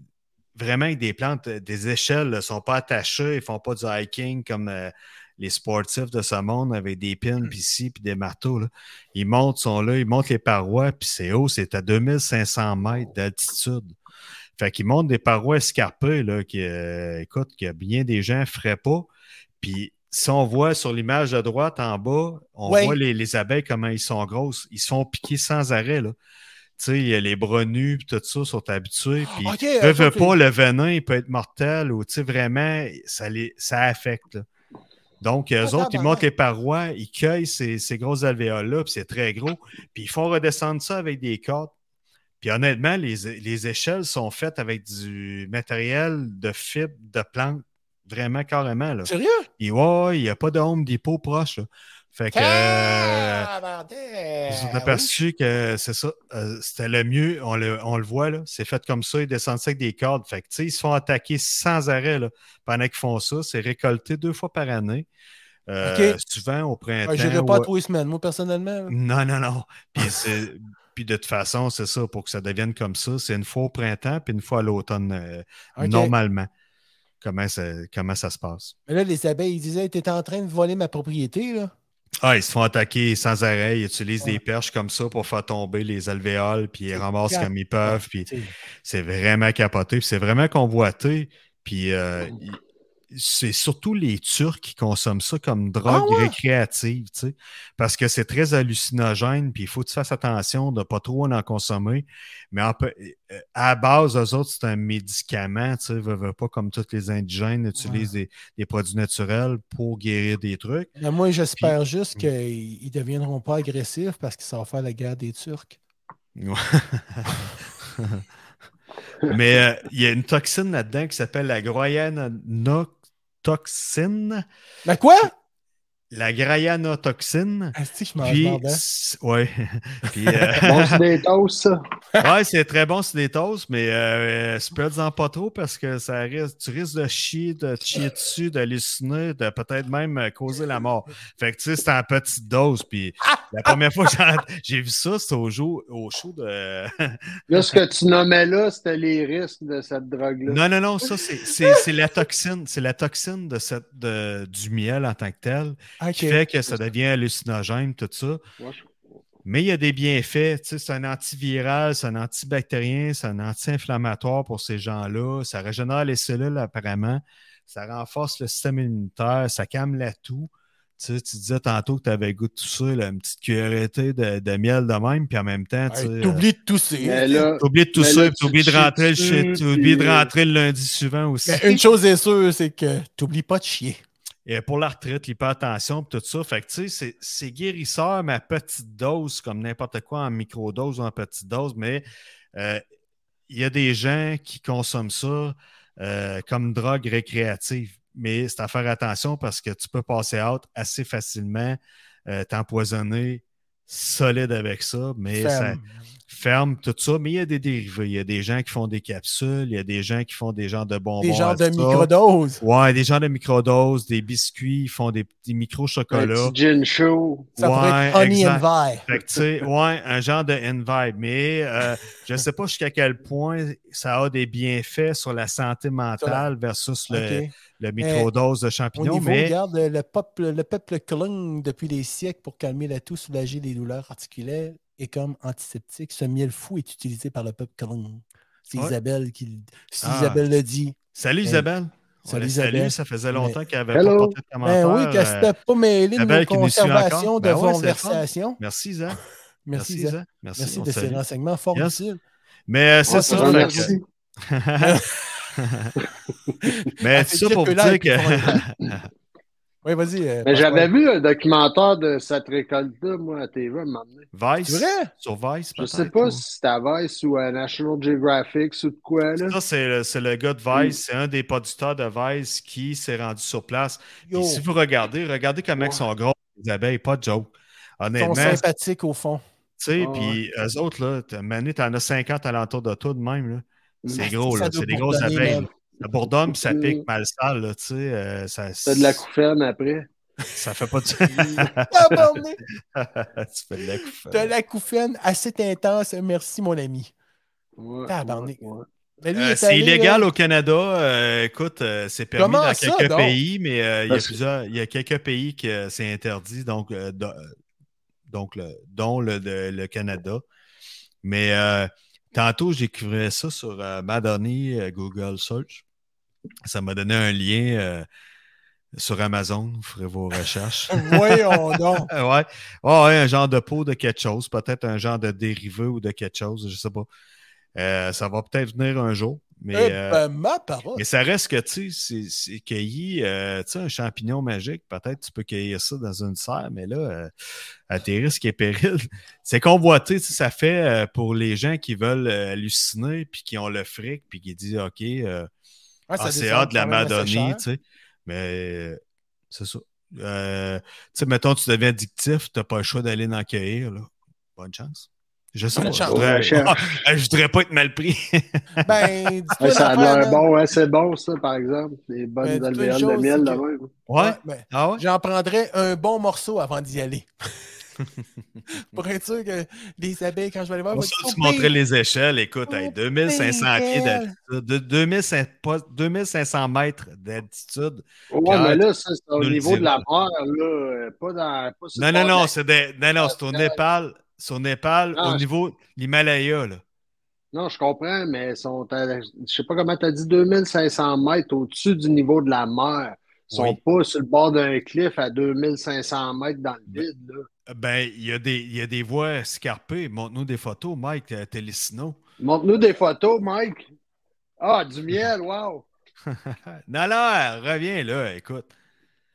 [SPEAKER 3] Vraiment avec des plantes. euh, Des échelles ne sont pas attachées, ils ne font pas du hiking comme. euh, les sportifs de ce monde avec des pins, puis ici, puis des marteaux. Là. Ils montent, sont là, ils montent les parois, puis c'est haut, c'est à 2500 mètres d'altitude. Fait qu'ils montent des parois escarpées, là, qui, euh, écoute, que bien des gens ne feraient pas. Puis si on voit sur l'image de droite en bas, on
[SPEAKER 2] Ouais.
[SPEAKER 3] voit les, les abeilles, comment ils sont grosses. Ils sont piqués sans arrêt, là. Tu sais, il y a les bras nus, puis tout ça, sont habitués. Puis
[SPEAKER 2] Ah, Ok,
[SPEAKER 3] veut,
[SPEAKER 2] attends,
[SPEAKER 3] veut
[SPEAKER 2] tu-
[SPEAKER 3] pas, le venin, il peut être mortel ou, tu sais, vraiment, ça, les, ça affecte. là. Donc, eux
[SPEAKER 2] Ah,
[SPEAKER 3] autres, ils
[SPEAKER 2] tabarnak.
[SPEAKER 3] montent les parois, ils cueillent ces, ces grosses alvéoles-là, puis c'est très gros. Puis ils font redescendre ça avec des cordes. Puis honnêtement, les, les échelles sont faites avec du matériel de fibres de plantes Vraiment, carrément. Là.
[SPEAKER 2] Sérieux?
[SPEAKER 3] Et ouais, il n'y a pas de Home Depot proche. là. Fait que.
[SPEAKER 2] Ah!
[SPEAKER 3] euh,
[SPEAKER 2] Tabarnak!
[SPEAKER 3] Ils ont aperçu que c'est ça, euh, c'était le mieux, on le, on le voit, là, c'est fait comme ça, ils descendent ça avec des cordes. Fait que, tu sais, ils se font attaquer sans arrêt là, pendant qu'ils font ça. C'est récolté deux fois par année, Euh,
[SPEAKER 2] Ok.
[SPEAKER 3] souvent au printemps.
[SPEAKER 2] Ouais, J'irai pas
[SPEAKER 3] ou-
[SPEAKER 2] à tous les semaines, moi, personnellement. là.
[SPEAKER 3] Non, non, non. Puis, c'est- puis de toute façon, c'est ça, pour que ça devienne comme ça, c'est une fois au printemps, puis une fois à l'automne, euh,
[SPEAKER 2] Ok.
[SPEAKER 3] normalement. Comment ça, comment ça se passe?
[SPEAKER 2] Mais là, les abeilles, ils disaient, t'es en train de voler ma propriété, là.
[SPEAKER 3] Ah, ils se font attaquer sans arrêt. Ils utilisent
[SPEAKER 2] Ouais.
[SPEAKER 3] des perches comme ça pour faire tomber les alvéoles, puis ils
[SPEAKER 2] C'est
[SPEAKER 3] ramassent
[SPEAKER 2] cap-
[SPEAKER 3] comme ils peuvent. Puis
[SPEAKER 2] Tu sais,
[SPEAKER 3] c'est vraiment capoté, puis c'est vraiment convoité. Puis euh,
[SPEAKER 2] Oh.
[SPEAKER 3] il- c'est surtout les Turcs qui consomment ça comme drogue
[SPEAKER 2] Ah ouais?
[SPEAKER 3] récréative, tu sais, parce que c'est très hallucinogène, puis il faut que tu fasses attention de pas trop en consommer. Mais en peu- euh, à la base, eux autres, c'est un médicament, tu sais, veux, veux pas comme tous les indigènes utilisent des, des produits naturels pour guérir des trucs.
[SPEAKER 2] mais Ben, moi, j'espère juste qu'ils ne deviendront pas agressifs parce qu'ils savent faire la guerre des Turcs.
[SPEAKER 3] Ouais. Mais euh, il y a une toxine là-dedans qui s'appelle la guayanotoxine.
[SPEAKER 2] Mais quoi?
[SPEAKER 3] La guayanotoxine.
[SPEAKER 2] Est-ce que je m'en
[SPEAKER 3] Puis,
[SPEAKER 2] demande, hein?
[SPEAKER 3] c'est- ouais. Puis, euh,
[SPEAKER 4] Bon, c'est des toasts, ça.
[SPEAKER 3] ouais, c'est très bon sur des toasts, mais euh, spread-en pas trop parce que ça risque, tu risques de chier, de te chier dessus, d'halluciner, de peut-être même euh, causer la mort. Fait que tu sais, c'est en petite dose. Puis la première fois que j'en- j'ai vu ça, c'était au, jour- au show de.
[SPEAKER 4] Là, ce que tu nommais là, c'était les risques de cette drogue-là.
[SPEAKER 3] Non, non, non, ça, c'est- c'est c'est la toxine. C'est la toxine de cette, de- du miel en tant que tel qui
[SPEAKER 2] Ok.
[SPEAKER 3] fait que ça devient hallucinogène, tout ça.
[SPEAKER 4] Moi, je-
[SPEAKER 3] Mais il y a des bienfaits. tu sais, C'est un antiviral, c'est un antibactérien, c'est un anti-inflammatoire pour ces gens-là. Ça régénère les cellules, apparemment. Ça renforce le système immunitaire. Ça calme la toux. Tu, sais, tu disais tantôt que tu avais le goût de tout ça, là, une petite cuillerée de, de miel de même, puis en même temps, tu sais,
[SPEAKER 2] Hey,
[SPEAKER 3] euh,
[SPEAKER 2] T'oublies de tousser.
[SPEAKER 4] Mais là,
[SPEAKER 3] T'oublies de tout
[SPEAKER 4] Mais
[SPEAKER 3] ça,
[SPEAKER 4] là,
[SPEAKER 3] puis
[SPEAKER 4] tu
[SPEAKER 3] t'oublies de
[SPEAKER 4] chies
[SPEAKER 3] rentrer le
[SPEAKER 4] dessus,
[SPEAKER 3] shit,
[SPEAKER 4] puis-
[SPEAKER 3] t'oublies de rentrer le lundi suivant aussi.
[SPEAKER 2] Mais une chose est sûre, c'est que t'oublies pas de chier.
[SPEAKER 3] Et euh, pour la retraite, l'hypertension, puis tout ça. Fait que tu sais, c'est- c'est guérisseur, mais à petite dose, comme n'importe quoi, en microdose ou en petite dose, mais euh, il y a des gens qui consomment ça euh, comme drogue récréative. Mais c'est à faire attention parce que tu peux passer out assez facilement, euh, t'empoisonner solide avec ça, mais ça,
[SPEAKER 2] Ferme.
[SPEAKER 3] ferme, tout ça, mais il y a des dérivés. Il y a des gens qui font des capsules, il y a des gens qui font des genres de bonbons.
[SPEAKER 2] Des genres
[SPEAKER 3] à
[SPEAKER 2] de
[SPEAKER 3] ça.
[SPEAKER 2] microdoses.
[SPEAKER 3] Ouais, des genres de microdoses, des biscuits, ils font des petits
[SPEAKER 4] un
[SPEAKER 3] micro-chocolats.
[SPEAKER 4] petit gin show.
[SPEAKER 2] Ça pourrait être
[SPEAKER 3] Ouais,
[SPEAKER 2] honey
[SPEAKER 3] exact.
[SPEAKER 2] and Vi.
[SPEAKER 3] Fait que, tu sais, ouais, un genre de vibe. Mais euh, je ne sais pas jusqu'à quel point ça a des bienfaits sur la santé mentale versus le,
[SPEAKER 2] Ok.
[SPEAKER 3] le microdose de champignons.
[SPEAKER 2] Au niveau,
[SPEAKER 3] mais
[SPEAKER 2] regarde, le peuple, le peuple cogne depuis des siècles pour calmer la toux, soulager les douleurs articulaires et comme antiseptique. Ce miel fou est utilisé par le peuple cogne. C'est
[SPEAKER 3] Ouais.
[SPEAKER 2] Isabelle qui le- si
[SPEAKER 3] Ah.
[SPEAKER 2] Isabelle le dit.
[SPEAKER 3] salut
[SPEAKER 2] Hey.
[SPEAKER 3] Isabelle. On
[SPEAKER 2] Salut
[SPEAKER 3] la salue,
[SPEAKER 2] Isabelle.
[SPEAKER 3] ça faisait longtemps qu'elle avait
[SPEAKER 4] Hello.
[SPEAKER 3] pas porté de
[SPEAKER 2] Ben
[SPEAKER 3] commentaire.
[SPEAKER 2] oui, qu'elle
[SPEAKER 3] euh,
[SPEAKER 2] s'était pas mêlée de nos
[SPEAKER 3] Isabelle qui nous suit
[SPEAKER 2] conservations,
[SPEAKER 3] encore.
[SPEAKER 2] de
[SPEAKER 3] Ben ouais, c'est le fun.
[SPEAKER 2] conversations.
[SPEAKER 3] Merci, Isabelle.
[SPEAKER 2] Ah, Merci,
[SPEAKER 3] Merci,
[SPEAKER 2] Isabelle.
[SPEAKER 3] Isabelle. Merci,
[SPEAKER 2] Merci
[SPEAKER 3] on
[SPEAKER 2] de
[SPEAKER 3] te
[SPEAKER 2] ces
[SPEAKER 3] salue.
[SPEAKER 2] renseignements fort
[SPEAKER 3] Yes.
[SPEAKER 2] utiles.
[SPEAKER 3] Mais euh, c'est
[SPEAKER 4] On
[SPEAKER 3] ça.
[SPEAKER 4] te
[SPEAKER 3] fait que-
[SPEAKER 4] remercie.
[SPEAKER 3] Mais
[SPEAKER 2] Elle
[SPEAKER 3] tout
[SPEAKER 2] fait
[SPEAKER 3] ça
[SPEAKER 2] dire
[SPEAKER 3] pour
[SPEAKER 2] que
[SPEAKER 3] vous
[SPEAKER 2] là,
[SPEAKER 3] dire
[SPEAKER 2] elle
[SPEAKER 3] que.
[SPEAKER 2] Oui, vas-y. euh,
[SPEAKER 4] Mais
[SPEAKER 2] Pascal.
[SPEAKER 4] j'avais vu un documentaire de cette récolte-là, moi, à TV, à un moment donné.
[SPEAKER 3] Vice.
[SPEAKER 2] C'est vrai?
[SPEAKER 3] Sur Vice.
[SPEAKER 4] Je sais
[SPEAKER 3] peut-être,
[SPEAKER 4] pas
[SPEAKER 3] ou-
[SPEAKER 4] si c'était à Vice ou à National Geographic ou de quoi, là.
[SPEAKER 3] Ça, c'est le, c'est le gars de
[SPEAKER 2] Mm.
[SPEAKER 3] Vice. C'est un des producteurs de Vice qui s'est rendu sur place. Puis
[SPEAKER 2] Yo,
[SPEAKER 3] si vous regardez, regardez comment
[SPEAKER 4] Ouais.
[SPEAKER 3] ils sont gros, les abeilles, pas de joke.
[SPEAKER 2] ils sont
[SPEAKER 3] Honnêtement, tu
[SPEAKER 2] sympathiques au fond.
[SPEAKER 3] sais,
[SPEAKER 4] Ah
[SPEAKER 3] puis eux autres, là, t'as- Mané, t'en as 50 alentour de toi de même, là. C'est
[SPEAKER 2] Asti,
[SPEAKER 3] gros,
[SPEAKER 2] ça
[SPEAKER 3] là.
[SPEAKER 2] doit
[SPEAKER 3] C'est des grosses
[SPEAKER 2] bourdonner,
[SPEAKER 3] abeilles.
[SPEAKER 2] man.
[SPEAKER 3] là. Ça bourdonne, puis ça
[SPEAKER 4] Mm.
[SPEAKER 3] pique mal sale, là, tu sais. euh, ça,
[SPEAKER 4] T'as de la couffaine après.
[SPEAKER 3] ça fait pas de...
[SPEAKER 2] Tabarnak,
[SPEAKER 3] tu fais de la euh, couffaine.
[SPEAKER 2] De la couffaine assez intense. Merci, mon ami.
[SPEAKER 4] Ouais,
[SPEAKER 2] Tabarnak.
[SPEAKER 4] ouais, ouais.
[SPEAKER 2] Mais lui,
[SPEAKER 3] Euh,
[SPEAKER 2] il est
[SPEAKER 3] c'est
[SPEAKER 2] allé,
[SPEAKER 3] illégal
[SPEAKER 2] là,
[SPEAKER 3] au Canada. Euh, écoute, euh, c'est permis
[SPEAKER 2] Comment
[SPEAKER 3] dans
[SPEAKER 2] ça,
[SPEAKER 3] quelques
[SPEAKER 2] donc?
[SPEAKER 3] pays, mais euh, il y a
[SPEAKER 4] Parce-
[SPEAKER 3] plusieurs, il y a quelques pays que euh, c'est interdit, donc, euh, do- donc le, dont le, le- le Canada. Mais euh, tantôt, j'écrivais ça sur euh, ma donnée euh, Google Search. Ça m'a donné un lien euh, sur Amazon. Vous ferez vos recherches.
[SPEAKER 2] Voyons donc.
[SPEAKER 3] Euh, ouais. Ouais, ouais, un genre de pot de quelque chose, peut-être un genre de dérivé ou de quelque chose, je sais pas. Euh, ça va peut-être venir un jour, mais,
[SPEAKER 2] Eh
[SPEAKER 3] euh,
[SPEAKER 2] ben, ma parole.
[SPEAKER 3] mais ça reste que, tu sais, c'est- c'est cueilli, euh, tu sais, un champignon magique, peut-être tu peux cueillir ça dans une serre, mais là, euh, à tes risques et périls, c'est convoité, tu sais, ça fait euh, pour les gens qui veulent euh, halluciner, puis qui ont le fric, puis qui disent, OK, euh,
[SPEAKER 2] Ouais, Ah, ça
[SPEAKER 3] c'est
[SPEAKER 2] descend
[SPEAKER 3] hot de la
[SPEAKER 2] quand même assez
[SPEAKER 3] Madonie,
[SPEAKER 2] cher.
[SPEAKER 3] tu sais. Mais euh, c'est ça. Euh, tu sais, mettons, tu deviens addictif, t'as pas le choix d'aller en cueillir, là. Bonne chance. Je sais
[SPEAKER 2] Bonne
[SPEAKER 3] pas.
[SPEAKER 2] chance.
[SPEAKER 3] Je voudrais,
[SPEAKER 4] Bonne
[SPEAKER 3] je voudrais pas être mal pris.
[SPEAKER 2] Ben, dis-toi
[SPEAKER 4] Ouais, ça a
[SPEAKER 2] l'affaire, là.
[SPEAKER 4] l'air bon, hein, c'est bon ça, par exemple. Des
[SPEAKER 2] Ben,
[SPEAKER 4] bonnes
[SPEAKER 2] dis-toi une
[SPEAKER 4] alvéoles de
[SPEAKER 2] chose,
[SPEAKER 4] miel de
[SPEAKER 2] c'est que-
[SPEAKER 4] même.
[SPEAKER 3] Ouais.
[SPEAKER 2] ben,
[SPEAKER 3] Ah ouais?
[SPEAKER 2] J'en prendrais un bon morceau avant d'y aller. Pour être sûr que les abeilles, quand je vais
[SPEAKER 4] Ah,
[SPEAKER 2] aller voir,
[SPEAKER 3] Pour
[SPEAKER 2] vont
[SPEAKER 3] ça,
[SPEAKER 2] dire,
[SPEAKER 3] tu
[SPEAKER 2] Oh,
[SPEAKER 3] montrais les échelles. Écoute,
[SPEAKER 2] Oh,
[SPEAKER 3] hey, 2500 pieds
[SPEAKER 2] bordel.
[SPEAKER 3] d'altitude, de- 2500 pas- 2500 mètres d'altitude.
[SPEAKER 4] Ouais,
[SPEAKER 3] Quand-
[SPEAKER 4] mais là, ça, c'est au
[SPEAKER 3] nous le
[SPEAKER 4] niveau de la
[SPEAKER 3] dirons.
[SPEAKER 4] mer, là. euh, Pas dans. Pas sur
[SPEAKER 3] Non,
[SPEAKER 4] le
[SPEAKER 3] non,
[SPEAKER 4] bord
[SPEAKER 3] non,
[SPEAKER 4] de
[SPEAKER 3] c'est des- non, non, c'est au Népal, c'est au Népal,
[SPEAKER 4] Ah,
[SPEAKER 3] au
[SPEAKER 4] je-
[SPEAKER 3] niveau de l'Himalaya, là.
[SPEAKER 4] la- Non, je comprends, mais ils sont à- je sais pas comment tu as dit, 2500 mètres au-dessus du niveau de la mer. Ils sont
[SPEAKER 3] Oui.
[SPEAKER 4] pas sur le bord d'un cliff à 2500 mètres dans le
[SPEAKER 3] Ben,
[SPEAKER 4] vide, là.
[SPEAKER 3] Ben, il y a des, il y a des voies escarpées. Montre-nous des photos, Mike euh, Télésino.
[SPEAKER 4] Montre-nous des photos, Mike. Ah, du miel, wow!
[SPEAKER 3] non, non, reviens là, écoute.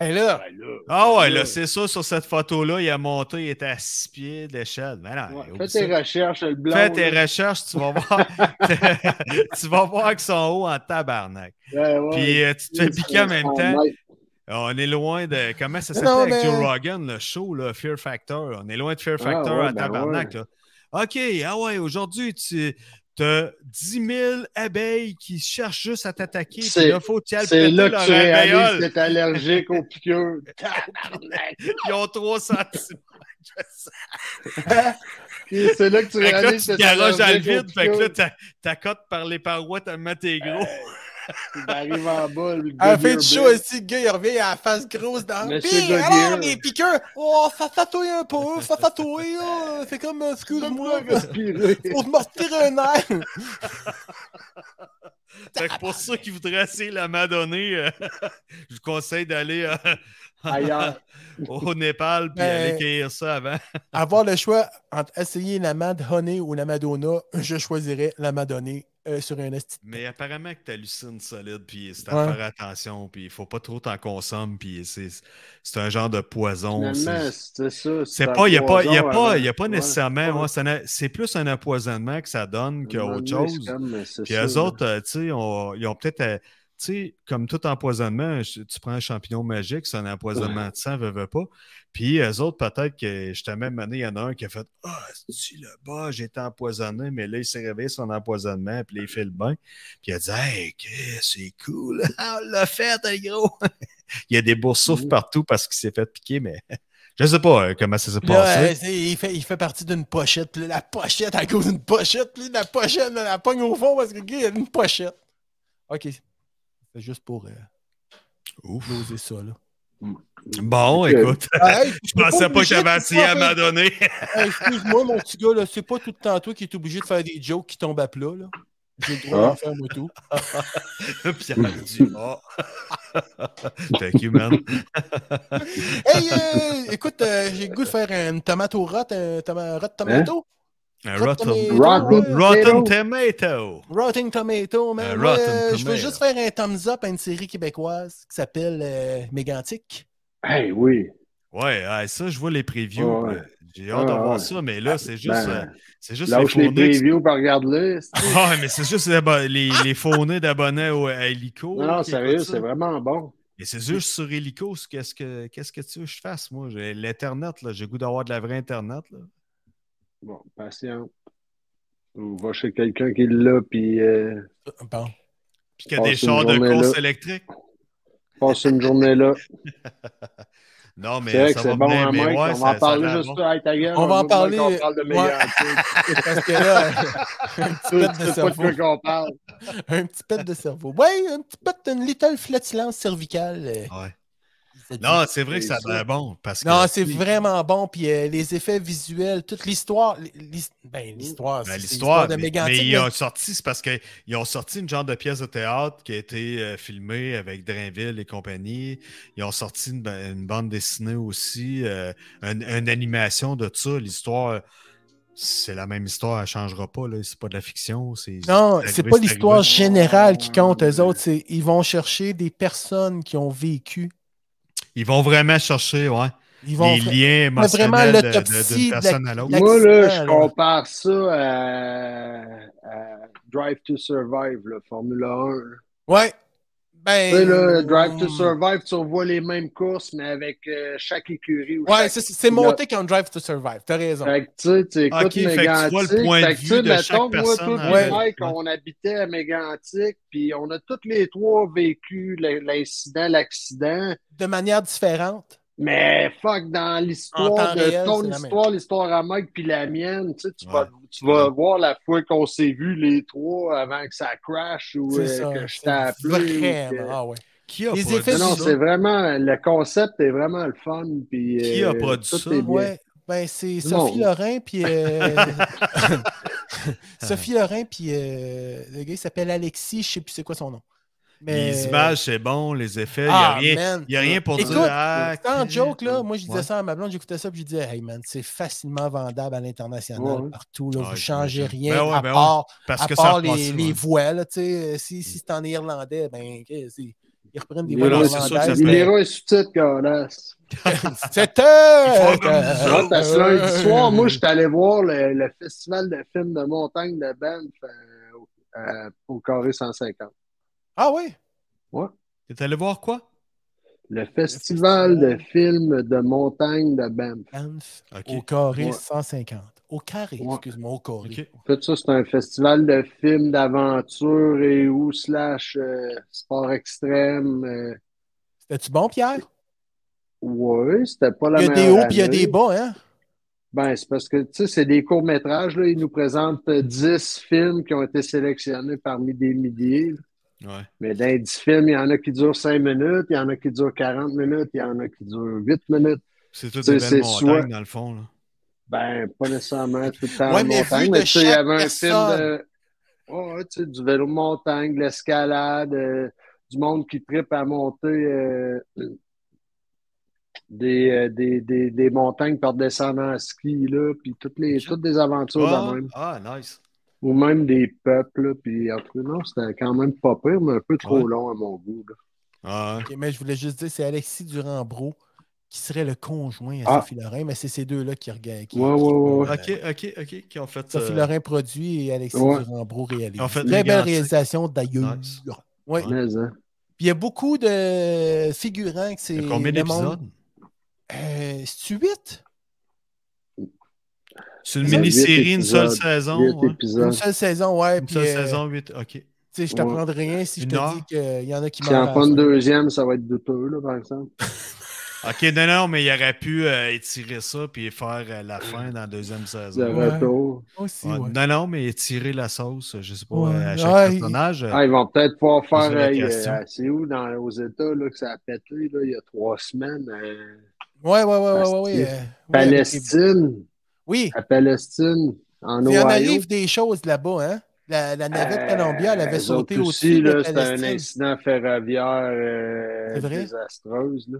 [SPEAKER 2] Hey, là,
[SPEAKER 4] Ben là,
[SPEAKER 3] Ah ouais,
[SPEAKER 4] ben
[SPEAKER 3] là, c'est ça, sur cette photo-là, il a monté, il était à six pieds d'échelle. Mais non,
[SPEAKER 4] Ouais,
[SPEAKER 3] Ah, oublie
[SPEAKER 4] Fais
[SPEAKER 3] ça.
[SPEAKER 4] tes recherches, le blanc.
[SPEAKER 3] Fais tes recherches, tu vas voir. tu vas voir qu'ils sont hauts en tabarnak.
[SPEAKER 4] Ben,
[SPEAKER 3] Puis euh, tu te fais piquer en même temps. On est loin de. Comment ça
[SPEAKER 2] Non,
[SPEAKER 3] s'appelait avec
[SPEAKER 2] mais-
[SPEAKER 3] Joe Rogan, le show, là, Fear Factor? On est loin de Fear
[SPEAKER 4] Ah,
[SPEAKER 3] Factor
[SPEAKER 4] ouais,
[SPEAKER 3] à
[SPEAKER 4] ben
[SPEAKER 3] Tabarnak. là. OK, ah ouais, aujourd'hui, tu as 10 000 abeilles qui cherchent juste à t'attaquer.
[SPEAKER 4] C'est-
[SPEAKER 3] Puis là, faut que tu ailles
[SPEAKER 4] C'est
[SPEAKER 3] péter
[SPEAKER 4] là
[SPEAKER 3] leur
[SPEAKER 4] que tu réalises
[SPEAKER 3] alvéole.
[SPEAKER 4] que t'es allergique aux piqûres. Tabarnak.
[SPEAKER 3] Ils ont 300 cm.
[SPEAKER 4] Et C'est là que tu
[SPEAKER 3] Fait que là,
[SPEAKER 4] réalises
[SPEAKER 3] tu te
[SPEAKER 4] que t'es
[SPEAKER 3] garages dans le
[SPEAKER 4] allergique aux
[SPEAKER 3] vide. Fait que là,
[SPEAKER 4] piqûres.
[SPEAKER 3] t'as- t'accotes par les parois, t'as mis tes gros.
[SPEAKER 4] Euh, Tu arrives en bas, le
[SPEAKER 2] à la
[SPEAKER 4] gars
[SPEAKER 2] fin
[SPEAKER 4] vieux
[SPEAKER 2] du show,
[SPEAKER 4] bleu.
[SPEAKER 2] aussi, le gars, il revient à la face grosse dans le
[SPEAKER 4] Monsieur Goguet.
[SPEAKER 2] alors, mes piqueurs, oh, ça tatouille un peu, ça tatouille, oh, c'est comme, euh, excuse-moi,
[SPEAKER 4] Donne-moi
[SPEAKER 2] gars,
[SPEAKER 4] respirer.
[SPEAKER 2] on te mortir un air.
[SPEAKER 3] Fait que pour ceux qui voudraient essayer la Madonnée, euh, je vous conseille d'aller euh,
[SPEAKER 4] Ailleurs.
[SPEAKER 3] au Népal puis
[SPEAKER 2] Ben-
[SPEAKER 3] aller cueillir ça avant.
[SPEAKER 2] Avoir le choix entre essayer la Mad Honey ou la Madonna, je choisirais la Madonna euh, sur un esti.
[SPEAKER 3] Mais apparemment que tu hallucines solide, puis c'est à
[SPEAKER 2] Ouais.
[SPEAKER 3] faire attention, puis il faut pas trop t'en consommer, puis c'est c'est un genre de poison.
[SPEAKER 4] Finalement,
[SPEAKER 3] c'est-
[SPEAKER 4] c'est ça.
[SPEAKER 3] C'est
[SPEAKER 4] un
[SPEAKER 3] pas, il n'y a pas, y a
[SPEAKER 4] poison
[SPEAKER 3] pas,
[SPEAKER 4] avant.
[SPEAKER 3] y a pas
[SPEAKER 4] Ouais.
[SPEAKER 3] nécessairement,
[SPEAKER 4] Ouais.
[SPEAKER 3] ouais, c'est un- c'est plus un empoisonnement que ça donne qu'autre
[SPEAKER 4] Un moment donné,
[SPEAKER 3] chose.
[SPEAKER 4] c'est comme, c'est
[SPEAKER 3] Puis
[SPEAKER 4] ça,
[SPEAKER 3] eux
[SPEAKER 4] là.
[SPEAKER 3] autres, euh, tu sais, on- ils ont peut-être, euh, tu sais, comme tout empoisonnement, je- tu prends un champignon magique, c'est un empoisonnement de sang, veux, veux pas. Puis eux autres, peut-être que je t'ai même donné, il y en a un qui a fait Ah, si le bas, j'ai été empoisonné, mais là, il s'est réveillé son empoisonnement, puis là, il fait le bain. Puis il a dit Hey, Chris, c'est cool, on l'a fait, le gros. il y a des boursoufles
[SPEAKER 4] Mhm.
[SPEAKER 3] partout parce qu'il s'est fait piquer, mais je sais pas euh, comment ça s'est
[SPEAKER 2] Là, euh,
[SPEAKER 3] passé.
[SPEAKER 2] c'est- il, fait, il fait partie d'une pochette. puis là, la pochette, à cause d'une pochette. puis la pochette, là, la pogne au fond parce que le gars, il y a une pochette. OK. C'est juste pour euh,
[SPEAKER 3] Ouf.
[SPEAKER 2] doser ça. Là.
[SPEAKER 3] Bon,
[SPEAKER 4] Ok.
[SPEAKER 3] Mm. écoute,
[SPEAKER 2] Ah, hey,
[SPEAKER 3] je pensais pas que j'avais essayé à
[SPEAKER 2] ma...
[SPEAKER 3] m'adonner.
[SPEAKER 2] Excuse-moi, mon petit gars, là, c'est pas tout le temps toi qui est obligé de faire des jokes qui tombent à plat. Là. J'ai le droit
[SPEAKER 4] Ah.
[SPEAKER 2] d'en faire, moi, tout.
[SPEAKER 3] Pierre Dumas. oh. Thank you, man.
[SPEAKER 2] Hey, euh, écoute, euh, j'ai le goût de faire une tomate au rot, un toma- rot tomato.
[SPEAKER 3] Un
[SPEAKER 2] Rotten
[SPEAKER 3] Euh, rotten,
[SPEAKER 2] tomato, euh,
[SPEAKER 4] Rotten-
[SPEAKER 2] ouais.
[SPEAKER 3] rotten tomato.
[SPEAKER 2] Rotten Tomato, man.
[SPEAKER 3] Un
[SPEAKER 2] Moi,
[SPEAKER 3] Rotten
[SPEAKER 2] euh, je veux
[SPEAKER 3] Tomato.
[SPEAKER 2] juste faire un thumbs up à une série québécoise qui s'appelle euh, Mégantic.
[SPEAKER 4] Hey, oui.
[SPEAKER 3] Ouais, ouais, ça, je vois les previews.
[SPEAKER 4] Ouais, ouais.
[SPEAKER 3] euh, J'ai hâte de
[SPEAKER 4] Ouais,
[SPEAKER 3] voir
[SPEAKER 4] ouais.
[SPEAKER 3] ça, mais là, c'est juste, euh,
[SPEAKER 4] Ben,
[SPEAKER 3] c'est juste les
[SPEAKER 4] lâche les
[SPEAKER 3] fournées. qui-
[SPEAKER 4] previews, puis regarde-le. c'est-
[SPEAKER 3] Ah, mais c'est juste les, abon- les, les fournées d'abonnés au, à Helico.
[SPEAKER 4] Non,
[SPEAKER 3] là,
[SPEAKER 4] non,
[SPEAKER 3] qui
[SPEAKER 4] sérieux,
[SPEAKER 3] écoutent ça.
[SPEAKER 4] c'est vraiment bon.
[SPEAKER 3] Mais c'est juste sur Helico, c'est qu'est-ce que, qu'est-ce que tu veux que je fasse, moi? J'ai l'Internet, là. J'ai goût d'avoir de la vraie Internet, là.
[SPEAKER 4] Bon, patient. On va chez quelqu'un qui l'a, puis euh,
[SPEAKER 2] Bon.
[SPEAKER 3] Puis qu'il y a des
[SPEAKER 4] Passe Ah, une
[SPEAKER 3] chars de
[SPEAKER 4] journée
[SPEAKER 3] course
[SPEAKER 4] là.
[SPEAKER 3] électriques.
[SPEAKER 4] passe une journée là.
[SPEAKER 3] Non, mais
[SPEAKER 4] C'est vrai que
[SPEAKER 3] ça
[SPEAKER 4] c'est
[SPEAKER 3] va
[SPEAKER 4] bon,
[SPEAKER 3] venir,
[SPEAKER 4] hein,
[SPEAKER 3] mais
[SPEAKER 4] Mike?
[SPEAKER 3] ouais,
[SPEAKER 4] on
[SPEAKER 3] ça-
[SPEAKER 4] va en
[SPEAKER 3] ça
[SPEAKER 4] parler
[SPEAKER 3] a l'air
[SPEAKER 4] juste
[SPEAKER 3] bon.
[SPEAKER 4] là, hey, ta gueule,
[SPEAKER 2] On va en
[SPEAKER 4] veut pas
[SPEAKER 2] parler-
[SPEAKER 4] qu'on parle de
[SPEAKER 2] ouais.
[SPEAKER 4] Mégantic.
[SPEAKER 2] Parce que là, un petit
[SPEAKER 4] Tu
[SPEAKER 2] pet de
[SPEAKER 4] sais pas de
[SPEAKER 2] cerveau.
[SPEAKER 4] quoi qu'on parle.
[SPEAKER 2] Un petit pet de cerveau. Ouais, un petit pet, une little flatulence cervicale. euh,
[SPEAKER 3] Ouais.
[SPEAKER 2] ça dit.
[SPEAKER 3] Non, c'est vrai que
[SPEAKER 4] C'est
[SPEAKER 3] ça a
[SPEAKER 4] ça.
[SPEAKER 3] l'air bon. Parce que
[SPEAKER 2] Non, c'est vraiment bon. Puis euh, les effets visuels, toute l'histoire. l'hi- l'his- Ben, l'histoire. c'est-
[SPEAKER 3] Ben,
[SPEAKER 2] c'est
[SPEAKER 3] l'histoire,
[SPEAKER 2] de
[SPEAKER 3] mais,
[SPEAKER 2] Mégantic.
[SPEAKER 3] mais ils
[SPEAKER 2] mais-
[SPEAKER 3] ont sorti, c'est parce qu'ils ont sorti une genre de pièce de théâtre qui a été euh, filmée avec Drainville et compagnie. Ils ont sorti une, ba- une bande dessinée aussi, euh, une, une animation de ça. L'histoire, c'est la même histoire, elle changera pas. là. C'est pas de la fiction. c'est-
[SPEAKER 2] Non,
[SPEAKER 3] arrivé,
[SPEAKER 2] c'est pas
[SPEAKER 3] c'est
[SPEAKER 2] l'histoire
[SPEAKER 3] arrivé.
[SPEAKER 2] générale qui compte, eux
[SPEAKER 4] Ouais.
[SPEAKER 2] autres. c'est- Ils vont chercher des personnes qui ont vécu.
[SPEAKER 3] Ils vont vraiment chercher ouais,
[SPEAKER 2] Ils vont
[SPEAKER 3] les liens
[SPEAKER 2] Mais vraiment,
[SPEAKER 3] émotionnels euh, de- de-
[SPEAKER 2] l'autopsie
[SPEAKER 3] d'une
[SPEAKER 2] de la-
[SPEAKER 3] personne à l'autre.
[SPEAKER 2] la-
[SPEAKER 4] Moi, là, je
[SPEAKER 2] L'accident, là.
[SPEAKER 4] compare ça à, à Drive to Survive, là, Formule 1. là.
[SPEAKER 2] Ouais,
[SPEAKER 4] Tu sais,
[SPEAKER 2] Ben.
[SPEAKER 4] là, Drive to Survive, tu revois les mêmes courses, mais avec euh, chaque écurie. ou
[SPEAKER 2] Ouais,
[SPEAKER 4] chaque-
[SPEAKER 2] c'est- c'est monté quand Drive to Survive. T'as raison.
[SPEAKER 4] Fait que, tu sais, tu écoutes
[SPEAKER 3] Ok, fait que tu
[SPEAKER 4] Mégantic.
[SPEAKER 3] vois le point de
[SPEAKER 4] fait que, tu sais,
[SPEAKER 3] vue de
[SPEAKER 4] mettons,
[SPEAKER 3] chaque
[SPEAKER 4] moi,
[SPEAKER 3] personne
[SPEAKER 4] toi,
[SPEAKER 3] en
[SPEAKER 4] puis
[SPEAKER 2] elle.
[SPEAKER 4] Mike,
[SPEAKER 3] Ouais.
[SPEAKER 4] on habitait à Mégantic, puis on a tous les trois vécu l- l'incident, l'accident.
[SPEAKER 2] De manière différente.
[SPEAKER 4] Mais fuck, dans
[SPEAKER 2] En
[SPEAKER 4] l'histoire
[SPEAKER 2] temps
[SPEAKER 4] de
[SPEAKER 2] réel,
[SPEAKER 4] ton
[SPEAKER 2] c'est la même.
[SPEAKER 4] histoire, l'histoire à Mike puis la mienne, tu sais, tu vas,
[SPEAKER 3] Ouais.
[SPEAKER 4] tu vas voir la fois qu'on s'est vus les trois avant que ça crash ou
[SPEAKER 2] C'est
[SPEAKER 4] euh,
[SPEAKER 2] ça.
[SPEAKER 4] que euh, je
[SPEAKER 2] c'est
[SPEAKER 4] t'ai appelé. ou que-
[SPEAKER 2] Vraiment. Ah ouais.
[SPEAKER 3] Qui a
[SPEAKER 2] Les
[SPEAKER 3] produit
[SPEAKER 2] effets
[SPEAKER 4] Non, non,
[SPEAKER 2] du-
[SPEAKER 3] ça?
[SPEAKER 4] c'est vraiment, le concept est vraiment le fun. Puis, euh,
[SPEAKER 3] Qui a produit
[SPEAKER 4] tout
[SPEAKER 3] ça?
[SPEAKER 4] est bien.
[SPEAKER 2] Ouais. Ben, c'est
[SPEAKER 4] Non.
[SPEAKER 2] Sophie Lorrain, puis. euh, Sophie Lorrain, puis euh, le gars, il s'appelle Alexis, je sais plus c'est quoi son nom. Mais-
[SPEAKER 3] Les images, c'est bon, les effets, il n'y a
[SPEAKER 2] Ah,
[SPEAKER 3] rien.
[SPEAKER 2] man.
[SPEAKER 3] Il n'y a rien pour
[SPEAKER 2] Écoute,
[SPEAKER 3] dire. Ah,
[SPEAKER 2] Sans
[SPEAKER 3] que-
[SPEAKER 2] joke, là, moi, je disais
[SPEAKER 3] Ouais.
[SPEAKER 2] ça à ma blonde, j'écoutais ça, puis je disais, hey man, c'est facilement vendable à l'international,
[SPEAKER 4] Ouais.
[SPEAKER 2] partout, là,
[SPEAKER 3] Ah,
[SPEAKER 2] vous changez
[SPEAKER 3] j'imagine.
[SPEAKER 2] rien,
[SPEAKER 3] Ben ouais,
[SPEAKER 2] à
[SPEAKER 3] ben ouais,
[SPEAKER 2] part,
[SPEAKER 3] Parce
[SPEAKER 2] à
[SPEAKER 3] que ça
[SPEAKER 2] part
[SPEAKER 3] a
[SPEAKER 2] les,
[SPEAKER 3] passé.
[SPEAKER 2] les
[SPEAKER 3] ouais.
[SPEAKER 2] voix, là, tu sais, euh, si, si c'est en irlandais, ben, qu'est-ce que c'est? ils reprennent des voix
[SPEAKER 3] Ouais, non, c'est sûr que ça
[SPEAKER 2] irlandaises.
[SPEAKER 3] se
[SPEAKER 2] mais-
[SPEAKER 4] Numéro est sous-titre, Golas.
[SPEAKER 2] C'est
[SPEAKER 3] Ils font
[SPEAKER 2] euh,
[SPEAKER 3] comme nous
[SPEAKER 4] Ah,
[SPEAKER 3] autres.
[SPEAKER 4] parce que lundi soir, moi, j'étais allé voir le, le festival de films de montagne de Banff euh, au- euh, au Carré 150.
[SPEAKER 2] Ah oui?
[SPEAKER 3] T'es allé voir quoi?
[SPEAKER 4] Le
[SPEAKER 2] festival.
[SPEAKER 4] festival de films de montagne de Ben. Banff.
[SPEAKER 2] Banff,
[SPEAKER 3] Ok.
[SPEAKER 2] au carré
[SPEAKER 4] Ouais.
[SPEAKER 2] 150. Au carré,
[SPEAKER 4] Ouais.
[SPEAKER 2] excuse-moi, au carré.
[SPEAKER 3] Ok.
[SPEAKER 4] Tout ça, c'est un festival de films d'aventure et ou slash euh, sport extrême. euh.
[SPEAKER 2] C'était-tu bon, Pierre?
[SPEAKER 4] ouais, c'était pas la
[SPEAKER 2] Il y a
[SPEAKER 4] meilleure
[SPEAKER 2] des hauts puis il y a
[SPEAKER 4] année.
[SPEAKER 2] des bas, hein?
[SPEAKER 4] Ben, c'est parce que, tu sais, c'est des courts-métrages, là. Ils nous présentent euh, 10 films qui ont été sélectionnés parmi des milliers.
[SPEAKER 3] Ouais.
[SPEAKER 4] Mais dans les 10 films, il y en a qui durent 5 minutes, il y en a qui durent 40 minutes, il y en a qui durent 8 minutes.
[SPEAKER 3] C'est tout
[SPEAKER 4] C'est-
[SPEAKER 3] des
[SPEAKER 4] c'est
[SPEAKER 3] belles montagnes,
[SPEAKER 4] soit-
[SPEAKER 3] dans le fond. Là.
[SPEAKER 4] Ben, pas nécessairement tout le temps
[SPEAKER 2] Ouais,
[SPEAKER 4] en
[SPEAKER 2] mais vu
[SPEAKER 4] montagne,
[SPEAKER 2] de
[SPEAKER 4] mais tu sais, il y
[SPEAKER 2] chaque
[SPEAKER 4] avait un film
[SPEAKER 2] personne.
[SPEAKER 4] de. Ouais, ouais, tu sais, du vélo de montagne, de l'escalade, euh, du monde qui tripe à monter euh, des, euh, des, des, des montagnes par descendre en ski, là, puis toutes les,
[SPEAKER 3] Ok.
[SPEAKER 4] toutes des aventures de
[SPEAKER 3] Ah,
[SPEAKER 4] même.
[SPEAKER 3] ah, nice.
[SPEAKER 4] Ou même des peuples, là, puis en tout cas, non, c'était quand même pas pire, mais un peu trop
[SPEAKER 3] Ouais.
[SPEAKER 4] long à mon goût, là.
[SPEAKER 3] Ah, ouais.
[SPEAKER 2] Ok, mais je voulais juste dire, c'est Alexis Durand-Bro qui serait le conjoint à
[SPEAKER 4] Ah.
[SPEAKER 2] Sophie Lorrain, mais c'est ces deux-là qui regardent. qui-
[SPEAKER 4] Ouais, ouais, ouais, ouais.
[SPEAKER 3] ok, ok, ok. Qui ont fait.
[SPEAKER 2] Sophie
[SPEAKER 3] euh,
[SPEAKER 2] Lorrain produit et Alexis
[SPEAKER 4] Ouais.
[SPEAKER 2] Durand-Bro réalise.
[SPEAKER 3] En fait,
[SPEAKER 2] Très belle
[SPEAKER 3] Mégantic.
[SPEAKER 2] réalisation d'ailleurs.
[SPEAKER 3] Nice.
[SPEAKER 2] Ouais.
[SPEAKER 3] Ouais.
[SPEAKER 4] Mais, hein.
[SPEAKER 2] Puis il y a beaucoup de figurants que c'est.
[SPEAKER 3] il y a combien
[SPEAKER 2] le monde-
[SPEAKER 3] d'épisodes?
[SPEAKER 2] Euh, C'est-tu 8
[SPEAKER 3] C'est une
[SPEAKER 2] Huit
[SPEAKER 3] mini-série, une seule
[SPEAKER 4] épisodes.
[SPEAKER 3] saison.
[SPEAKER 4] Huit
[SPEAKER 3] ouais.
[SPEAKER 2] Une
[SPEAKER 4] épisodes.
[SPEAKER 2] seule saison, ouais.
[SPEAKER 3] Une
[SPEAKER 2] Puis,
[SPEAKER 3] seule
[SPEAKER 2] euh,
[SPEAKER 3] saison, huit. Ok.
[SPEAKER 2] tu sais, je t'apprendrai rien si je
[SPEAKER 3] Une
[SPEAKER 2] te
[SPEAKER 3] heure.
[SPEAKER 2] dis qu'il y en a qui
[SPEAKER 4] Si en
[SPEAKER 2] meurent. à
[SPEAKER 4] prend
[SPEAKER 2] la
[SPEAKER 4] une
[SPEAKER 2] fin.
[SPEAKER 4] deuxième, ça va être douteux, là, par exemple.
[SPEAKER 3] Ok, non, non, mais il aurait pu euh, étirer ça puis faire euh, la fin dans la deuxième
[SPEAKER 4] Le
[SPEAKER 3] saison.
[SPEAKER 2] Ouais.
[SPEAKER 4] retour.
[SPEAKER 2] Aussi,
[SPEAKER 3] Ouais,
[SPEAKER 2] ouais.
[SPEAKER 3] Non, non, mais étirer la sauce, je sais pas,
[SPEAKER 2] Ouais.
[SPEAKER 3] euh, à chaque
[SPEAKER 2] Ouais,
[SPEAKER 3] personnage. euh,
[SPEAKER 4] Ah, ils vont peut-être pouvoir faire.
[SPEAKER 3] C'est la
[SPEAKER 4] euh,
[SPEAKER 3] question.
[SPEAKER 4] euh, c'est où dans, aux États là, que ça a pété là, il y a trois semaines? euh,
[SPEAKER 2] Ouais, ouais, ouais, ouais, ouais, ouais,
[SPEAKER 4] Asti.
[SPEAKER 2] euh, oui, avec les-
[SPEAKER 4] Palestine.
[SPEAKER 2] Oui,
[SPEAKER 4] À Palestine. En
[SPEAKER 2] il y en
[SPEAKER 4] Ohio.
[SPEAKER 2] arrive des choses là-bas, hein. La, la navette
[SPEAKER 4] Euh,
[SPEAKER 2] Columbia, elle avait
[SPEAKER 4] eux
[SPEAKER 2] sauté
[SPEAKER 4] autres
[SPEAKER 2] au-dessus
[SPEAKER 4] aussi.
[SPEAKER 2] de
[SPEAKER 4] là, C'était un
[SPEAKER 2] Palestine.
[SPEAKER 4] incident ferroviaire euh,
[SPEAKER 2] C'est vrai?
[SPEAKER 4] désastreuse. Là.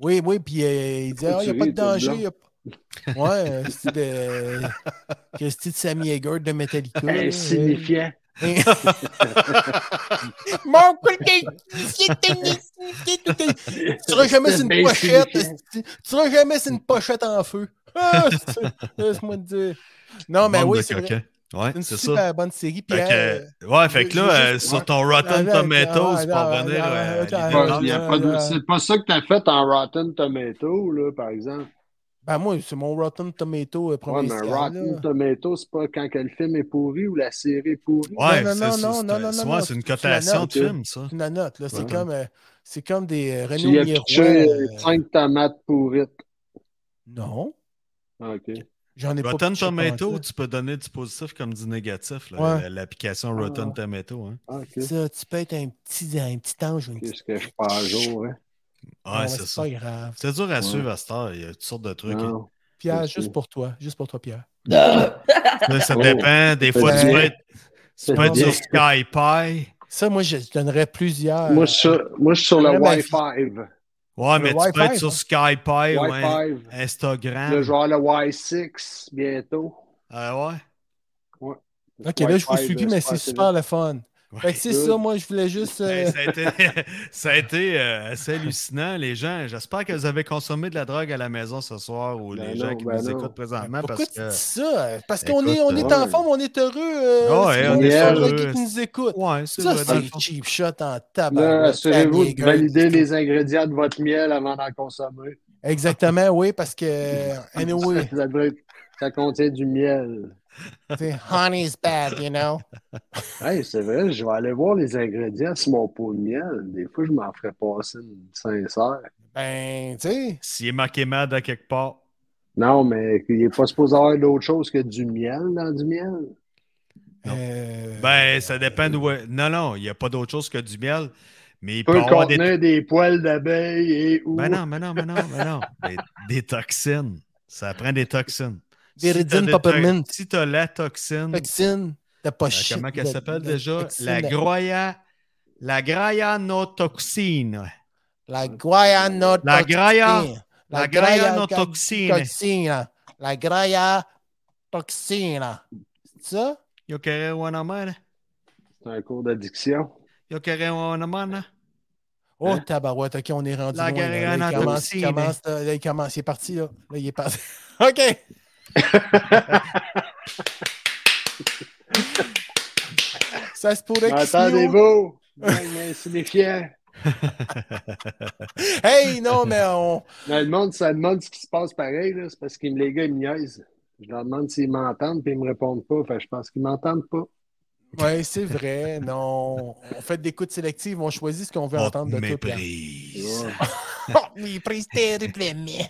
[SPEAKER 2] Oui, oui, puis euh, il disait,
[SPEAKER 4] Pourquoi
[SPEAKER 2] Ah, il n'y
[SPEAKER 4] tu
[SPEAKER 2] a pas de
[SPEAKER 4] ris, toi,
[SPEAKER 2] danger. il y a pas- Ouais, euh, c'est de. que c'est de Sammy Hagar de Metallica. là, euh.
[SPEAKER 4] Insignifiant.
[SPEAKER 1] Mon cul de- c'est une-
[SPEAKER 2] Tu seras jamais sur une
[SPEAKER 4] Ben,
[SPEAKER 2] pochette.
[SPEAKER 4] insignifiant.
[SPEAKER 2] esti. Tu seras jamais sur une pochette en feu. Ah, c'est- Laisse-moi te dire. Non, Ah, mais
[SPEAKER 3] bande
[SPEAKER 2] oui,
[SPEAKER 3] de
[SPEAKER 2] c'est vrai.
[SPEAKER 3] coquins. Ouais,
[SPEAKER 2] C'est une
[SPEAKER 3] c'est
[SPEAKER 2] super
[SPEAKER 3] ça.
[SPEAKER 2] bonne série. Puis,
[SPEAKER 3] Fait
[SPEAKER 2] euh,
[SPEAKER 3] que, ouais, fait que
[SPEAKER 2] je-
[SPEAKER 3] là,
[SPEAKER 2] je-
[SPEAKER 3] euh,
[SPEAKER 2] juste-
[SPEAKER 3] sur ton Rotten
[SPEAKER 2] Ouais,
[SPEAKER 3] Tomatoes,
[SPEAKER 2] ouais,
[SPEAKER 3] pour
[SPEAKER 2] ouais,
[SPEAKER 3] revenir
[SPEAKER 2] ouais,
[SPEAKER 3] euh,
[SPEAKER 2] ouais,
[SPEAKER 3] à l'idée
[SPEAKER 2] ouais,
[SPEAKER 4] Ouais,
[SPEAKER 2] ouais,
[SPEAKER 3] de
[SPEAKER 4] il y a pas de- C'est pas ça que t'as fait en Rotten Tomato, là, par exemple.
[SPEAKER 2] ben, moi, c'est mon Rotten Tomato euh,
[SPEAKER 4] Ouais,
[SPEAKER 2] premier.
[SPEAKER 4] mais
[SPEAKER 2] ciel,
[SPEAKER 4] Rotten
[SPEAKER 2] là.
[SPEAKER 4] Tomato, c'est pas quand que le film est pourri ou la série est pourrie.
[SPEAKER 3] Ouais,
[SPEAKER 2] Non, non, non,
[SPEAKER 3] c'est- c'est-
[SPEAKER 2] non,
[SPEAKER 3] c'est-
[SPEAKER 2] non, non,
[SPEAKER 3] c'est-
[SPEAKER 2] non,
[SPEAKER 3] ouais,
[SPEAKER 2] non,
[SPEAKER 3] c'est une
[SPEAKER 2] tu la
[SPEAKER 3] cotation
[SPEAKER 4] notes,
[SPEAKER 3] de film, ça.
[SPEAKER 2] C'est une note, là. C'est
[SPEAKER 3] Ouais.
[SPEAKER 2] comme, euh, c'est comme des euh,
[SPEAKER 4] Tu
[SPEAKER 2] Renault
[SPEAKER 4] y as
[SPEAKER 2] Miroir,
[SPEAKER 4] pitché
[SPEAKER 2] euh,
[SPEAKER 4] 5 tomates pourrites.
[SPEAKER 2] Non,
[SPEAKER 4] OK.
[SPEAKER 2] j'en ai pas
[SPEAKER 3] Rotten
[SPEAKER 2] pitché
[SPEAKER 3] Tomato,
[SPEAKER 2] tant que
[SPEAKER 3] tu peux donner du positif comme du négatif, là,
[SPEAKER 2] Ouais. Ah,
[SPEAKER 3] la- l'application Rotten Tomato. Hein.
[SPEAKER 4] Ah, OK.
[SPEAKER 2] ça. Ça, tu peux être un petit, un petit ange ou une petite.
[SPEAKER 4] Qu'est-ce que je fais à jour, hein?
[SPEAKER 3] Ouais,
[SPEAKER 2] Non, mais
[SPEAKER 3] c'est
[SPEAKER 2] Ah, c'est
[SPEAKER 3] ça.
[SPEAKER 2] pas Ah. grave.
[SPEAKER 3] C'est dur à
[SPEAKER 4] Ouais.
[SPEAKER 3] suivre à cette heure. Il y a toutes sortes de trucs. hein.
[SPEAKER 4] Non.
[SPEAKER 2] Pierre,
[SPEAKER 4] Merci.
[SPEAKER 2] juste pour toi. Juste pour toi, Pierre.
[SPEAKER 3] Ça, ça
[SPEAKER 4] Oh.
[SPEAKER 3] dépend. Des fois, tu
[SPEAKER 4] bien.
[SPEAKER 3] peux être, tu peux être
[SPEAKER 4] bien.
[SPEAKER 3] sur SkyPie.
[SPEAKER 2] Ça, moi, je, je donnerais plusieurs.
[SPEAKER 4] Moi, je suis sur, moi, je suis sur le
[SPEAKER 2] Ah, ma
[SPEAKER 4] Wi-Fi.
[SPEAKER 2] fille.
[SPEAKER 3] Ouais,
[SPEAKER 2] Le
[SPEAKER 3] mais tu peux
[SPEAKER 2] Wi-Fi, hein.
[SPEAKER 3] être sur
[SPEAKER 2] ça.
[SPEAKER 3] SkyPie ou un-
[SPEAKER 4] Wi-Fi.
[SPEAKER 3] Instagram.
[SPEAKER 4] Le genre le Y6 bientôt.
[SPEAKER 3] Ah ouais?
[SPEAKER 2] Ok, là, je vous suis plus, mais c'est super le fun. Fait que c'est ça, moi, je voulais juste. euh,
[SPEAKER 3] Hey, Ben, ça a été, ça a été, euh, assez hallucinant, les gens. J'espère que vous avez consommé de la drogue à la maison ce soir ou
[SPEAKER 4] Ben
[SPEAKER 3] les
[SPEAKER 4] non,
[SPEAKER 3] gens qui
[SPEAKER 4] ben
[SPEAKER 3] nous
[SPEAKER 4] non.
[SPEAKER 3] écoutent présentement
[SPEAKER 2] Pourquoi
[SPEAKER 3] parce
[SPEAKER 2] tu
[SPEAKER 3] que.
[SPEAKER 2] dis ça? Parce qu'on est, on est
[SPEAKER 4] ouais.
[SPEAKER 2] en forme, on est heureux. Euh,
[SPEAKER 3] Ouais,
[SPEAKER 2] c'est
[SPEAKER 4] on
[SPEAKER 2] les
[SPEAKER 4] est
[SPEAKER 2] gens
[SPEAKER 3] heureux.
[SPEAKER 2] qui nous écoutent.
[SPEAKER 3] Ouais, c'est
[SPEAKER 2] Ça,
[SPEAKER 3] vrai,
[SPEAKER 2] c'est
[SPEAKER 3] dans le
[SPEAKER 2] un
[SPEAKER 3] fond.
[SPEAKER 2] cheap shot en
[SPEAKER 4] Là,
[SPEAKER 2] tabac.
[SPEAKER 4] assurez-vous de valider les ingrédients de votre miel avant d'en consommer.
[SPEAKER 2] Exactement, oui, parce que. Anyway,
[SPEAKER 4] Ça, devrait être- ça contient du miel.
[SPEAKER 2] t'sais, honey's bad, you know?
[SPEAKER 4] Hey, c'est vrai, je vais aller voir les ingrédients sur mon pot de miel. Des fois, je m'en ferais passer une sincère.
[SPEAKER 2] Ben, tu sais.
[SPEAKER 3] S'il est marqué mad à quelque part.
[SPEAKER 4] Non, mais il n'est pas supposé avoir d'autre chose que du miel dans du miel.
[SPEAKER 3] Non.
[SPEAKER 2] euh,
[SPEAKER 3] Ben, ça dépend d'où. Non, non, il n'y a pas d'autre chose que du miel. Mais il peut
[SPEAKER 4] peut
[SPEAKER 3] y avoir des.
[SPEAKER 4] contenir des poils d'abeilles et ou.
[SPEAKER 3] Ben non, ben non, ben non, ben non. Des, des toxines. Ça prend des toxines.
[SPEAKER 2] Des
[SPEAKER 3] Si t'as
[SPEAKER 2] ridines
[SPEAKER 3] to-
[SPEAKER 2] peppermint.
[SPEAKER 3] Si tu as la toxine,
[SPEAKER 2] Toxine, de
[SPEAKER 3] euh,
[SPEAKER 2] pochette.
[SPEAKER 3] comment qu'elle
[SPEAKER 2] de-
[SPEAKER 3] s'appelle
[SPEAKER 2] de-
[SPEAKER 3] déjà?
[SPEAKER 2] toxine
[SPEAKER 3] La
[SPEAKER 2] de-
[SPEAKER 3] groya. La grayanotoxine.
[SPEAKER 2] La guayanotoxine.
[SPEAKER 3] La graya-
[SPEAKER 2] La
[SPEAKER 3] La
[SPEAKER 2] grayanotoxine.
[SPEAKER 3] grayanotoxine.
[SPEAKER 2] La grayanotoxine. C'est ça?
[SPEAKER 3] Yo querer one man.
[SPEAKER 4] C'est un cours d'addiction.
[SPEAKER 3] Yo querer one man.
[SPEAKER 2] Oh,
[SPEAKER 4] Hein?
[SPEAKER 2] tabarouette, OK, on est rendu
[SPEAKER 3] La
[SPEAKER 2] loin. là. Là, il,
[SPEAKER 3] Gargano
[SPEAKER 2] commence, il,
[SPEAKER 3] toxine.
[SPEAKER 2] commence, là, là, il commence, il est parti, là. Là, il est parti. OK. Ça se pourrait qu'il se mute.
[SPEAKER 4] Entendez-vous? Gang insignifiant.
[SPEAKER 2] Hey, non, mais on...
[SPEAKER 4] Mais le monde, ça demande ce qui se passe pareil, là. C'est parce que les gars, ils me niaisent. Je leur demande s'ils m'entendent, puis ils me répondent pas. Fait que je pense qu'ils m'entendent pas.
[SPEAKER 2] Oui, c'est vrai, non. On fait des coups sélectives, on choisit ce qu'on veut
[SPEAKER 3] On te
[SPEAKER 2] entendre de toi. Pierre.
[SPEAKER 3] méprise.
[SPEAKER 2] Oh, mais il prise terriblement.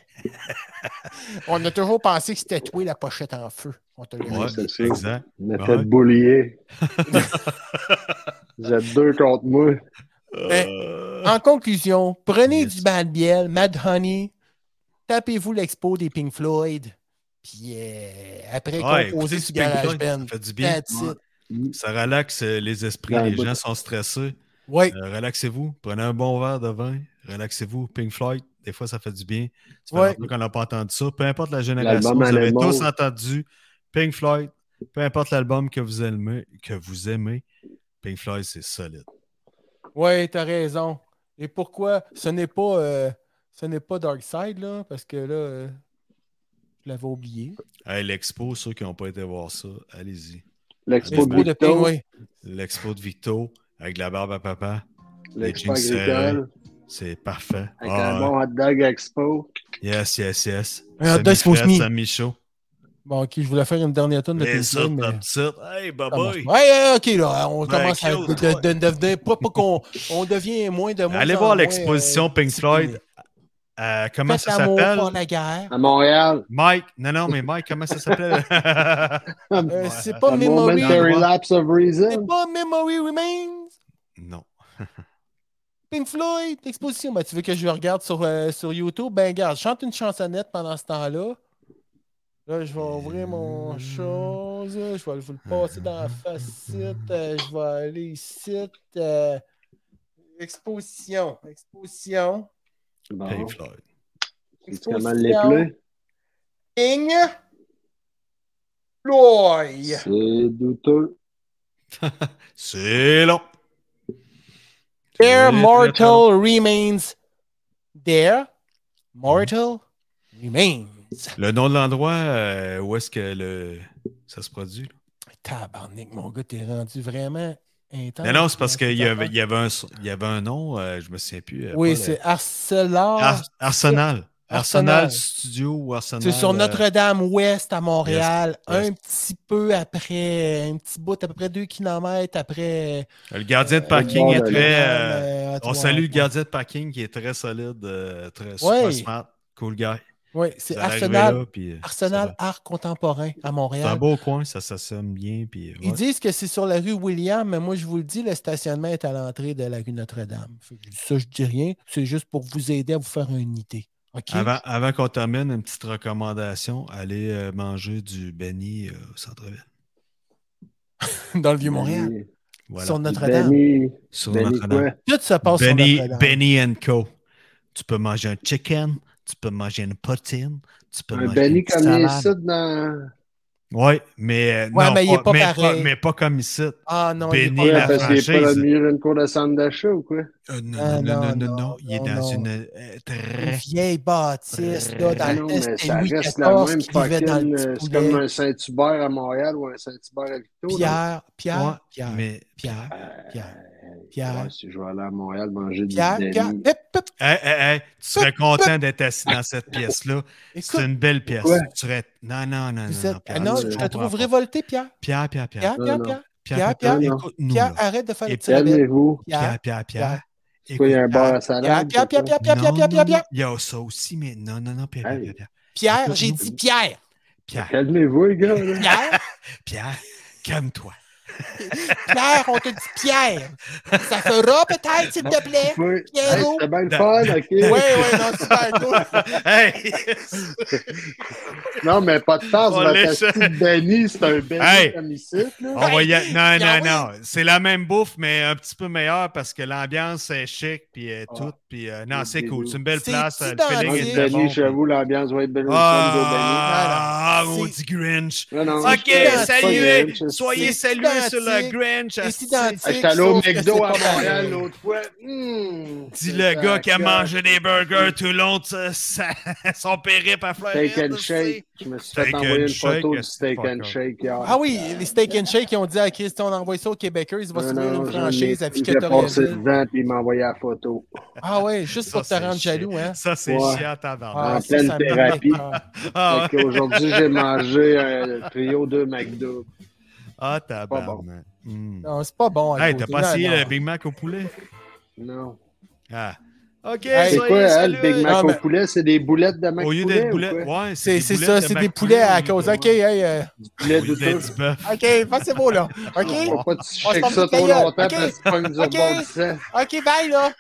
[SPEAKER 2] on a toujours pensé que c'était toi la pochette en feu. On te le
[SPEAKER 3] Ouais,
[SPEAKER 2] dit.
[SPEAKER 4] c'est ça.
[SPEAKER 3] exact.
[SPEAKER 4] Ils me
[SPEAKER 3] Ouais.
[SPEAKER 4] fait boulier. Vous êtes deux contre moi.
[SPEAKER 2] Mais-
[SPEAKER 3] Euh,
[SPEAKER 2] En conclusion, prenez
[SPEAKER 3] Yes.
[SPEAKER 2] du Bad Biel, Mad Honey, tapez-vous l'expo des Pink Floyd, puis euh, après
[SPEAKER 3] ouais,
[SPEAKER 2] composez
[SPEAKER 3] écoutez,
[SPEAKER 2] sur
[SPEAKER 3] du Pink Floyd,
[SPEAKER 2] GarageBand.
[SPEAKER 3] ça fait du bien.
[SPEAKER 2] That's it.
[SPEAKER 3] Ça relaxe euh, les esprits.
[SPEAKER 4] Ouais, bah-
[SPEAKER 3] les
[SPEAKER 4] ouais.
[SPEAKER 3] gens sont stressés.
[SPEAKER 2] Ouais,
[SPEAKER 3] Euh, relaxez-vous. Prenez un bon verre de vin. Relaxez-vous. Pink Floyd, des fois, ça fait du bien. Ça fait
[SPEAKER 2] Ouais.
[SPEAKER 3] longtemps qu'on n'a pas entendu ça. Peu importe la génération, vous
[SPEAKER 4] L'album
[SPEAKER 3] avez
[SPEAKER 4] Animal.
[SPEAKER 3] tous entendu Pink Floyd. Peu importe l'album que vous aimez, que vous aimez Pink Floyd, c'est solide.
[SPEAKER 2] ouais, t'as raison. Et pourquoi ce n'est pas, euh, ce n'est pas Dark Side, là, parce que là, euh, je l'avais oublié.
[SPEAKER 3] Hey, l'expo, ceux qui n'ont pas été voir ça, allez-y.
[SPEAKER 4] L'expo
[SPEAKER 2] L'expo de Pink,
[SPEAKER 4] Victo,
[SPEAKER 2] ouais.
[SPEAKER 3] L'expo de Victo avec la barbe à papa,
[SPEAKER 4] l'expo
[SPEAKER 3] Les jeans
[SPEAKER 4] agricole,
[SPEAKER 3] c'est parfait.
[SPEAKER 4] avec
[SPEAKER 3] Ah,
[SPEAKER 4] un bon hot dog expo.
[SPEAKER 3] Yes, yes, yes.
[SPEAKER 2] Un hot dog
[SPEAKER 3] Sammy
[SPEAKER 2] sous-semi.
[SPEAKER 3] Fred, Sammy Chaud.
[SPEAKER 2] Bon, ok, je voulais faire une dernière tonne de
[SPEAKER 3] Les
[SPEAKER 2] Pink
[SPEAKER 3] autres,
[SPEAKER 2] Floyd, mais-
[SPEAKER 3] la petite. Hey, bye
[SPEAKER 2] Ça marche
[SPEAKER 3] bye.
[SPEAKER 2] pas. Ouais, ouais, ok, là, on
[SPEAKER 3] Ah bah Ben,
[SPEAKER 2] commence à
[SPEAKER 3] cute,
[SPEAKER 2] de- de- de- de- pas, pas qu'on on devient moins de moins.
[SPEAKER 3] Allez
[SPEAKER 2] en
[SPEAKER 3] voir
[SPEAKER 2] moins,
[SPEAKER 3] l'exposition
[SPEAKER 2] euh,
[SPEAKER 3] Pink Floyd.
[SPEAKER 2] discipliné.
[SPEAKER 3] Euh, comment
[SPEAKER 2] Faites
[SPEAKER 3] ça
[SPEAKER 2] l'amour
[SPEAKER 3] s'appelle?
[SPEAKER 2] pour la guerre.
[SPEAKER 4] À Montréal,
[SPEAKER 3] Mike. Non, non, mais Mike, comment ça s'appelle?
[SPEAKER 2] Euh,
[SPEAKER 3] Ouais.
[SPEAKER 2] c'est pas
[SPEAKER 4] a
[SPEAKER 2] Memory.
[SPEAKER 4] Momentary Lapse of
[SPEAKER 2] C'est
[SPEAKER 4] Reason.
[SPEAKER 2] pas Memory Remains.
[SPEAKER 3] non.
[SPEAKER 2] Pink Floyd, l'exposition. Ben, tu veux que je regarde sur, euh, sur YouTube? Ben, garde, chante une chansonnette pendant ce temps-là. Là, je vais ouvrir mon chose. Je vais vous le passer dans la facette. Euh, Je vais aller ici. euh, exposition. Exposition. Ah.
[SPEAKER 4] Bon,
[SPEAKER 3] Pink Floyd.
[SPEAKER 4] c'est comment les plaies?
[SPEAKER 2] Ing Floyd.
[SPEAKER 4] C'est douteux.
[SPEAKER 3] C'est long.
[SPEAKER 2] Their
[SPEAKER 3] C'est
[SPEAKER 2] mortal remains. Their mortal
[SPEAKER 3] Hmm.
[SPEAKER 2] remains.
[SPEAKER 3] Le nom de l'endroit, euh, où est-ce que le... ça se produit? là?
[SPEAKER 2] Tabarnak, mon gars, t'es rendu vraiment intense.
[SPEAKER 3] Non, non, c'est parce qu'il y avait, il y, avait un son- il y avait un nom, euh, je me souviens plus. euh,
[SPEAKER 2] Oui,
[SPEAKER 3] pas le-
[SPEAKER 2] c'est Arcelor.
[SPEAKER 3] Ar- Arsenal.
[SPEAKER 2] Arsenal.
[SPEAKER 3] Arsenal Studio ou Arsenal.
[SPEAKER 2] C'est sur
[SPEAKER 3] euh,
[SPEAKER 2] Notre-Dame-Ouest à Montréal,
[SPEAKER 3] Yes, yes.
[SPEAKER 2] un petit peu après, un petit bout, à peu près deux kilomètres après.
[SPEAKER 3] euh, Le gardien de parking
[SPEAKER 4] bon,
[SPEAKER 3] est
[SPEAKER 4] le-
[SPEAKER 3] très. euh,
[SPEAKER 2] Notre-Dame, euh,
[SPEAKER 3] On
[SPEAKER 2] Ottawa.
[SPEAKER 3] salue le gardien de parking qui est très solide, euh, très
[SPEAKER 2] Ouais.
[SPEAKER 3] super smart, cool guy.
[SPEAKER 2] Oui, c'est
[SPEAKER 3] Vous allez arriver
[SPEAKER 2] Arsenal,
[SPEAKER 3] là, puis, euh,
[SPEAKER 2] Arsenal
[SPEAKER 3] ça
[SPEAKER 2] Art Contemporain à
[SPEAKER 3] va. C'est un
[SPEAKER 2] Montréal.
[SPEAKER 3] beau coin, ça s'assomme bien. Puis,
[SPEAKER 2] Ils
[SPEAKER 3] ouais.
[SPEAKER 2] disent que c'est sur la rue William, mais moi, je vous le dis, le stationnement est à l'entrée de la rue Notre-Dame. Fait que Ça, je dis rien. C'est juste pour vous aider à vous faire une idée. OK?
[SPEAKER 3] Avant, avant qu'on termine, une petite recommandation allez euh, manger du Benny euh, au centre-ville.
[SPEAKER 2] Dans le Vieux-Montréal.
[SPEAKER 3] ben. Voilà.
[SPEAKER 2] Sur Notre-Dame.
[SPEAKER 4] Benny,
[SPEAKER 3] Sur
[SPEAKER 4] Benny quoi?
[SPEAKER 3] Notre-Dame.
[SPEAKER 2] Tout se passe
[SPEAKER 3] Benny, Ben-
[SPEAKER 2] sur Notre-Dame.
[SPEAKER 3] Benny and Co. Tu peux manger un chicken, tu peux manger une poutine, tu peux
[SPEAKER 4] Un
[SPEAKER 3] manger
[SPEAKER 4] Benny
[SPEAKER 3] une petite
[SPEAKER 4] comme les
[SPEAKER 3] salade.
[SPEAKER 4] hein? sites dans...
[SPEAKER 3] Oui, mais, euh,
[SPEAKER 2] Ouais,
[SPEAKER 3] non,
[SPEAKER 2] mais il est pas
[SPEAKER 3] mais,
[SPEAKER 2] pareil.
[SPEAKER 3] pas comme ici.
[SPEAKER 2] Ah non, il est
[SPEAKER 3] Béni
[SPEAKER 2] pas
[SPEAKER 3] la
[SPEAKER 2] là.
[SPEAKER 4] parce qu'il est pas
[SPEAKER 3] franchise.
[SPEAKER 4] mieux une cour de centre d'achat ou quoi?
[SPEAKER 3] Euh, non,
[SPEAKER 2] Ah,
[SPEAKER 3] non, non, non,
[SPEAKER 2] non,
[SPEAKER 3] non,
[SPEAKER 2] non,
[SPEAKER 3] Il est
[SPEAKER 2] non,
[SPEAKER 3] dans
[SPEAKER 2] non.
[SPEAKER 3] une euh,
[SPEAKER 2] Une
[SPEAKER 3] très.
[SPEAKER 2] vieille bâtisse, là, dans
[SPEAKER 4] Ah non,
[SPEAKER 2] le
[SPEAKER 4] mais
[SPEAKER 2] test,
[SPEAKER 4] ça
[SPEAKER 2] c'est Louis
[SPEAKER 4] reste la
[SPEAKER 2] XIV
[SPEAKER 4] même
[SPEAKER 2] qui vivait dans
[SPEAKER 4] fucking.
[SPEAKER 2] le
[SPEAKER 4] euh,
[SPEAKER 2] petit
[SPEAKER 4] C'est
[SPEAKER 2] poulet.
[SPEAKER 4] comme un Saint-Hubert à Montréal ou un Saint-Hubert à Victo. non?
[SPEAKER 2] Pierre, Pierre,
[SPEAKER 3] Ouais,
[SPEAKER 2] Pierre,
[SPEAKER 3] mais.
[SPEAKER 2] Pierre,
[SPEAKER 4] Euh,
[SPEAKER 2] Pierre,
[SPEAKER 4] ouais,
[SPEAKER 2] Pierre,
[SPEAKER 4] si je vais aller à Montréal manger du
[SPEAKER 2] Pierre,
[SPEAKER 4] Denny.
[SPEAKER 2] Pierre, hip, hip.
[SPEAKER 3] Hey, hey, hey, tu serais content d'être assis dans cette pièce-là. C'est
[SPEAKER 2] Écoute,
[SPEAKER 3] une belle pièce.
[SPEAKER 4] Ouais.
[SPEAKER 3] Tu serais. Non, non, non, non.
[SPEAKER 2] vous
[SPEAKER 3] Non,
[SPEAKER 2] êtes...
[SPEAKER 3] Pierre,
[SPEAKER 2] Ah non,
[SPEAKER 3] tu
[SPEAKER 2] je te
[SPEAKER 3] comprends
[SPEAKER 2] trouve
[SPEAKER 3] pas.
[SPEAKER 2] révolté, Pierre.
[SPEAKER 3] Pierre, Pierre, Pierre.
[SPEAKER 2] Pierre, Pierre,
[SPEAKER 4] non.
[SPEAKER 2] Pierre,
[SPEAKER 3] Pierre,
[SPEAKER 2] Pierre,
[SPEAKER 3] Pierre,
[SPEAKER 4] non.
[SPEAKER 3] écoute-nous.
[SPEAKER 2] Pierre,
[SPEAKER 3] là.
[SPEAKER 2] arrête de faire le
[SPEAKER 3] Et
[SPEAKER 2] petit rebelle.
[SPEAKER 4] Calmez-vous.
[SPEAKER 2] Pierre,
[SPEAKER 3] Pierre, Pierre,
[SPEAKER 2] Pierre.
[SPEAKER 3] Pierre.
[SPEAKER 4] C'est quoi, il y a un
[SPEAKER 3] Écoute,
[SPEAKER 4] bar à
[SPEAKER 2] Pierre,
[SPEAKER 4] salade?
[SPEAKER 2] Pierre, Pierre, Pierre, Pierre, Pierre,
[SPEAKER 3] Non,
[SPEAKER 2] Pierre, Pierre, Pierre.
[SPEAKER 3] Il y a ça aussi, mais non, non, non, Pierre,
[SPEAKER 4] Hey.
[SPEAKER 3] Pierre, Pierre.
[SPEAKER 2] Pierre, j'ai
[SPEAKER 3] Écoute-nous.
[SPEAKER 2] dit Pierre.
[SPEAKER 3] Pierre,
[SPEAKER 4] Calmez-vous, les gars. là.
[SPEAKER 2] Pierre,
[SPEAKER 3] Pierre, calme-toi.
[SPEAKER 2] Pierre, on te dit Pierre. Ça fera peut-être, s'il te plaît.
[SPEAKER 4] Ouais. Hey,
[SPEAKER 2] Pierrot.
[SPEAKER 4] C'était bien le fun,
[SPEAKER 2] Oui,
[SPEAKER 4] OK?
[SPEAKER 2] oui, non, super cool.
[SPEAKER 3] Hey!
[SPEAKER 4] Non, mais pas de tasse,
[SPEAKER 3] On
[SPEAKER 4] votre
[SPEAKER 3] laisse-
[SPEAKER 4] esti de Benny, c'est un Benny
[SPEAKER 3] Hey.
[SPEAKER 4] comme ici. là.
[SPEAKER 3] On va y aller. Non,
[SPEAKER 2] Ah
[SPEAKER 3] non, non. C'est la même bouffe, mais un petit peu meilleure parce que l'ambiance est chic, puis euh,
[SPEAKER 4] Ah.
[SPEAKER 3] tout. Puis, euh, non, c'est
[SPEAKER 4] C'est
[SPEAKER 3] cool.
[SPEAKER 4] doux.
[SPEAKER 3] C'est une belle
[SPEAKER 2] C'est
[SPEAKER 3] place. euh,
[SPEAKER 2] identique.
[SPEAKER 3] Le
[SPEAKER 4] Moi,
[SPEAKER 3] feeling
[SPEAKER 2] Hey,
[SPEAKER 4] je
[SPEAKER 3] est
[SPEAKER 2] c'est
[SPEAKER 3] très bon.
[SPEAKER 4] Benny, j'avoue, l'ambiance va être belle aussi,
[SPEAKER 3] Ah, ah,
[SPEAKER 2] Benny.
[SPEAKER 3] maudit Grinch.
[SPEAKER 4] le gars, Benny. Non, non,
[SPEAKER 3] Ok,
[SPEAKER 4] Ah, c'est pas
[SPEAKER 3] saluez.
[SPEAKER 4] Grinch, c'est-
[SPEAKER 3] Soyez
[SPEAKER 2] c'est
[SPEAKER 3] salués sur le
[SPEAKER 2] identique.
[SPEAKER 3] Grinch.
[SPEAKER 2] C'est
[SPEAKER 3] asti.
[SPEAKER 2] identique.
[SPEAKER 4] Ah, J'étais allé au
[SPEAKER 2] Sauf que c'est
[SPEAKER 4] McDo à
[SPEAKER 2] pas
[SPEAKER 4] Montréal
[SPEAKER 2] pareil.
[SPEAKER 4] l'autre fois. Hmm,
[SPEAKER 3] Dis
[SPEAKER 4] c'est
[SPEAKER 3] le
[SPEAKER 4] ça,
[SPEAKER 3] gars qui a
[SPEAKER 4] que-
[SPEAKER 3] mangé des burgers tout le long de sa- sa- son périple à Floride.
[SPEAKER 4] Steak and
[SPEAKER 3] tu
[SPEAKER 4] shake.
[SPEAKER 3] sais.
[SPEAKER 4] Je me suis
[SPEAKER 3] Steak
[SPEAKER 4] fait
[SPEAKER 3] and
[SPEAKER 4] envoyer une
[SPEAKER 3] shake,
[SPEAKER 4] photo du
[SPEAKER 3] esti,
[SPEAKER 4] steak
[SPEAKER 3] fuck
[SPEAKER 4] and
[SPEAKER 3] off.
[SPEAKER 4] shake hier.
[SPEAKER 2] Ah oui, les steak and shake, ils ont dit à Chris, on envoie ça aux Québécois, il va
[SPEAKER 4] Non,
[SPEAKER 2] se trouver
[SPEAKER 4] non,
[SPEAKER 2] une
[SPEAKER 4] j'en ai-
[SPEAKER 2] franchise à
[SPEAKER 4] J'ai passé
[SPEAKER 2] Victoriaville.
[SPEAKER 4] devant puis il m'a envoyé la photo.
[SPEAKER 2] Ah ouais, juste
[SPEAKER 3] Ça,
[SPEAKER 2] pour te
[SPEAKER 3] c'est
[SPEAKER 2] rendre
[SPEAKER 3] chiant.
[SPEAKER 2] jaloux, hein.
[SPEAKER 3] Ça, c'est
[SPEAKER 4] Ouais.
[SPEAKER 3] chiant,
[SPEAKER 2] Ah,
[SPEAKER 3] tabarnak.
[SPEAKER 4] En
[SPEAKER 2] ça,
[SPEAKER 4] pleine
[SPEAKER 2] ça me
[SPEAKER 4] thérapie.
[SPEAKER 2] fait peur.
[SPEAKER 3] Ah,
[SPEAKER 4] Fait qu'aujourd'hui, j'ai mangé un trio de McDo.
[SPEAKER 3] ah
[SPEAKER 4] Pas
[SPEAKER 3] tabarnak. Hmm.
[SPEAKER 2] Non, c'est pas bon. à
[SPEAKER 3] Hey,
[SPEAKER 2] côté.
[SPEAKER 3] t'as pas
[SPEAKER 2] Non,
[SPEAKER 3] essayé
[SPEAKER 2] non.
[SPEAKER 3] le Big Mac au poulet?
[SPEAKER 4] Non.
[SPEAKER 3] Ah. OK,
[SPEAKER 2] Hey,
[SPEAKER 4] C'est
[SPEAKER 3] soyez
[SPEAKER 4] quoi, hein, le
[SPEAKER 3] salués.
[SPEAKER 4] Big Mac
[SPEAKER 2] Ah,
[SPEAKER 4] au
[SPEAKER 2] mais-
[SPEAKER 4] poulet? C'est des boulettes de Mac
[SPEAKER 3] Au lieu
[SPEAKER 4] poulet
[SPEAKER 3] d'être
[SPEAKER 4] ou
[SPEAKER 3] boulet,
[SPEAKER 4] quoi?
[SPEAKER 3] ouais,
[SPEAKER 2] C'est c'est
[SPEAKER 3] des
[SPEAKER 2] ça,
[SPEAKER 3] boulettes de
[SPEAKER 2] c'est des
[SPEAKER 3] Mac
[SPEAKER 2] poulets à
[SPEAKER 3] poulet.
[SPEAKER 2] cause. Ok, hey, euh,
[SPEAKER 4] Du poulet
[SPEAKER 3] Ou de
[SPEAKER 4] douteux.
[SPEAKER 3] du bœuf.
[SPEAKER 2] ok, passez-vous là.
[SPEAKER 4] On
[SPEAKER 2] Ok,
[SPEAKER 4] va pas te
[SPEAKER 2] On se
[SPEAKER 4] chier que
[SPEAKER 2] porte
[SPEAKER 4] ça
[SPEAKER 2] ta
[SPEAKER 4] trop
[SPEAKER 2] gueule,
[SPEAKER 4] longtemps
[SPEAKER 2] ok?
[SPEAKER 4] parce que c'est pas une
[SPEAKER 2] Ok.
[SPEAKER 4] rebondissant.
[SPEAKER 2] ok, bye là.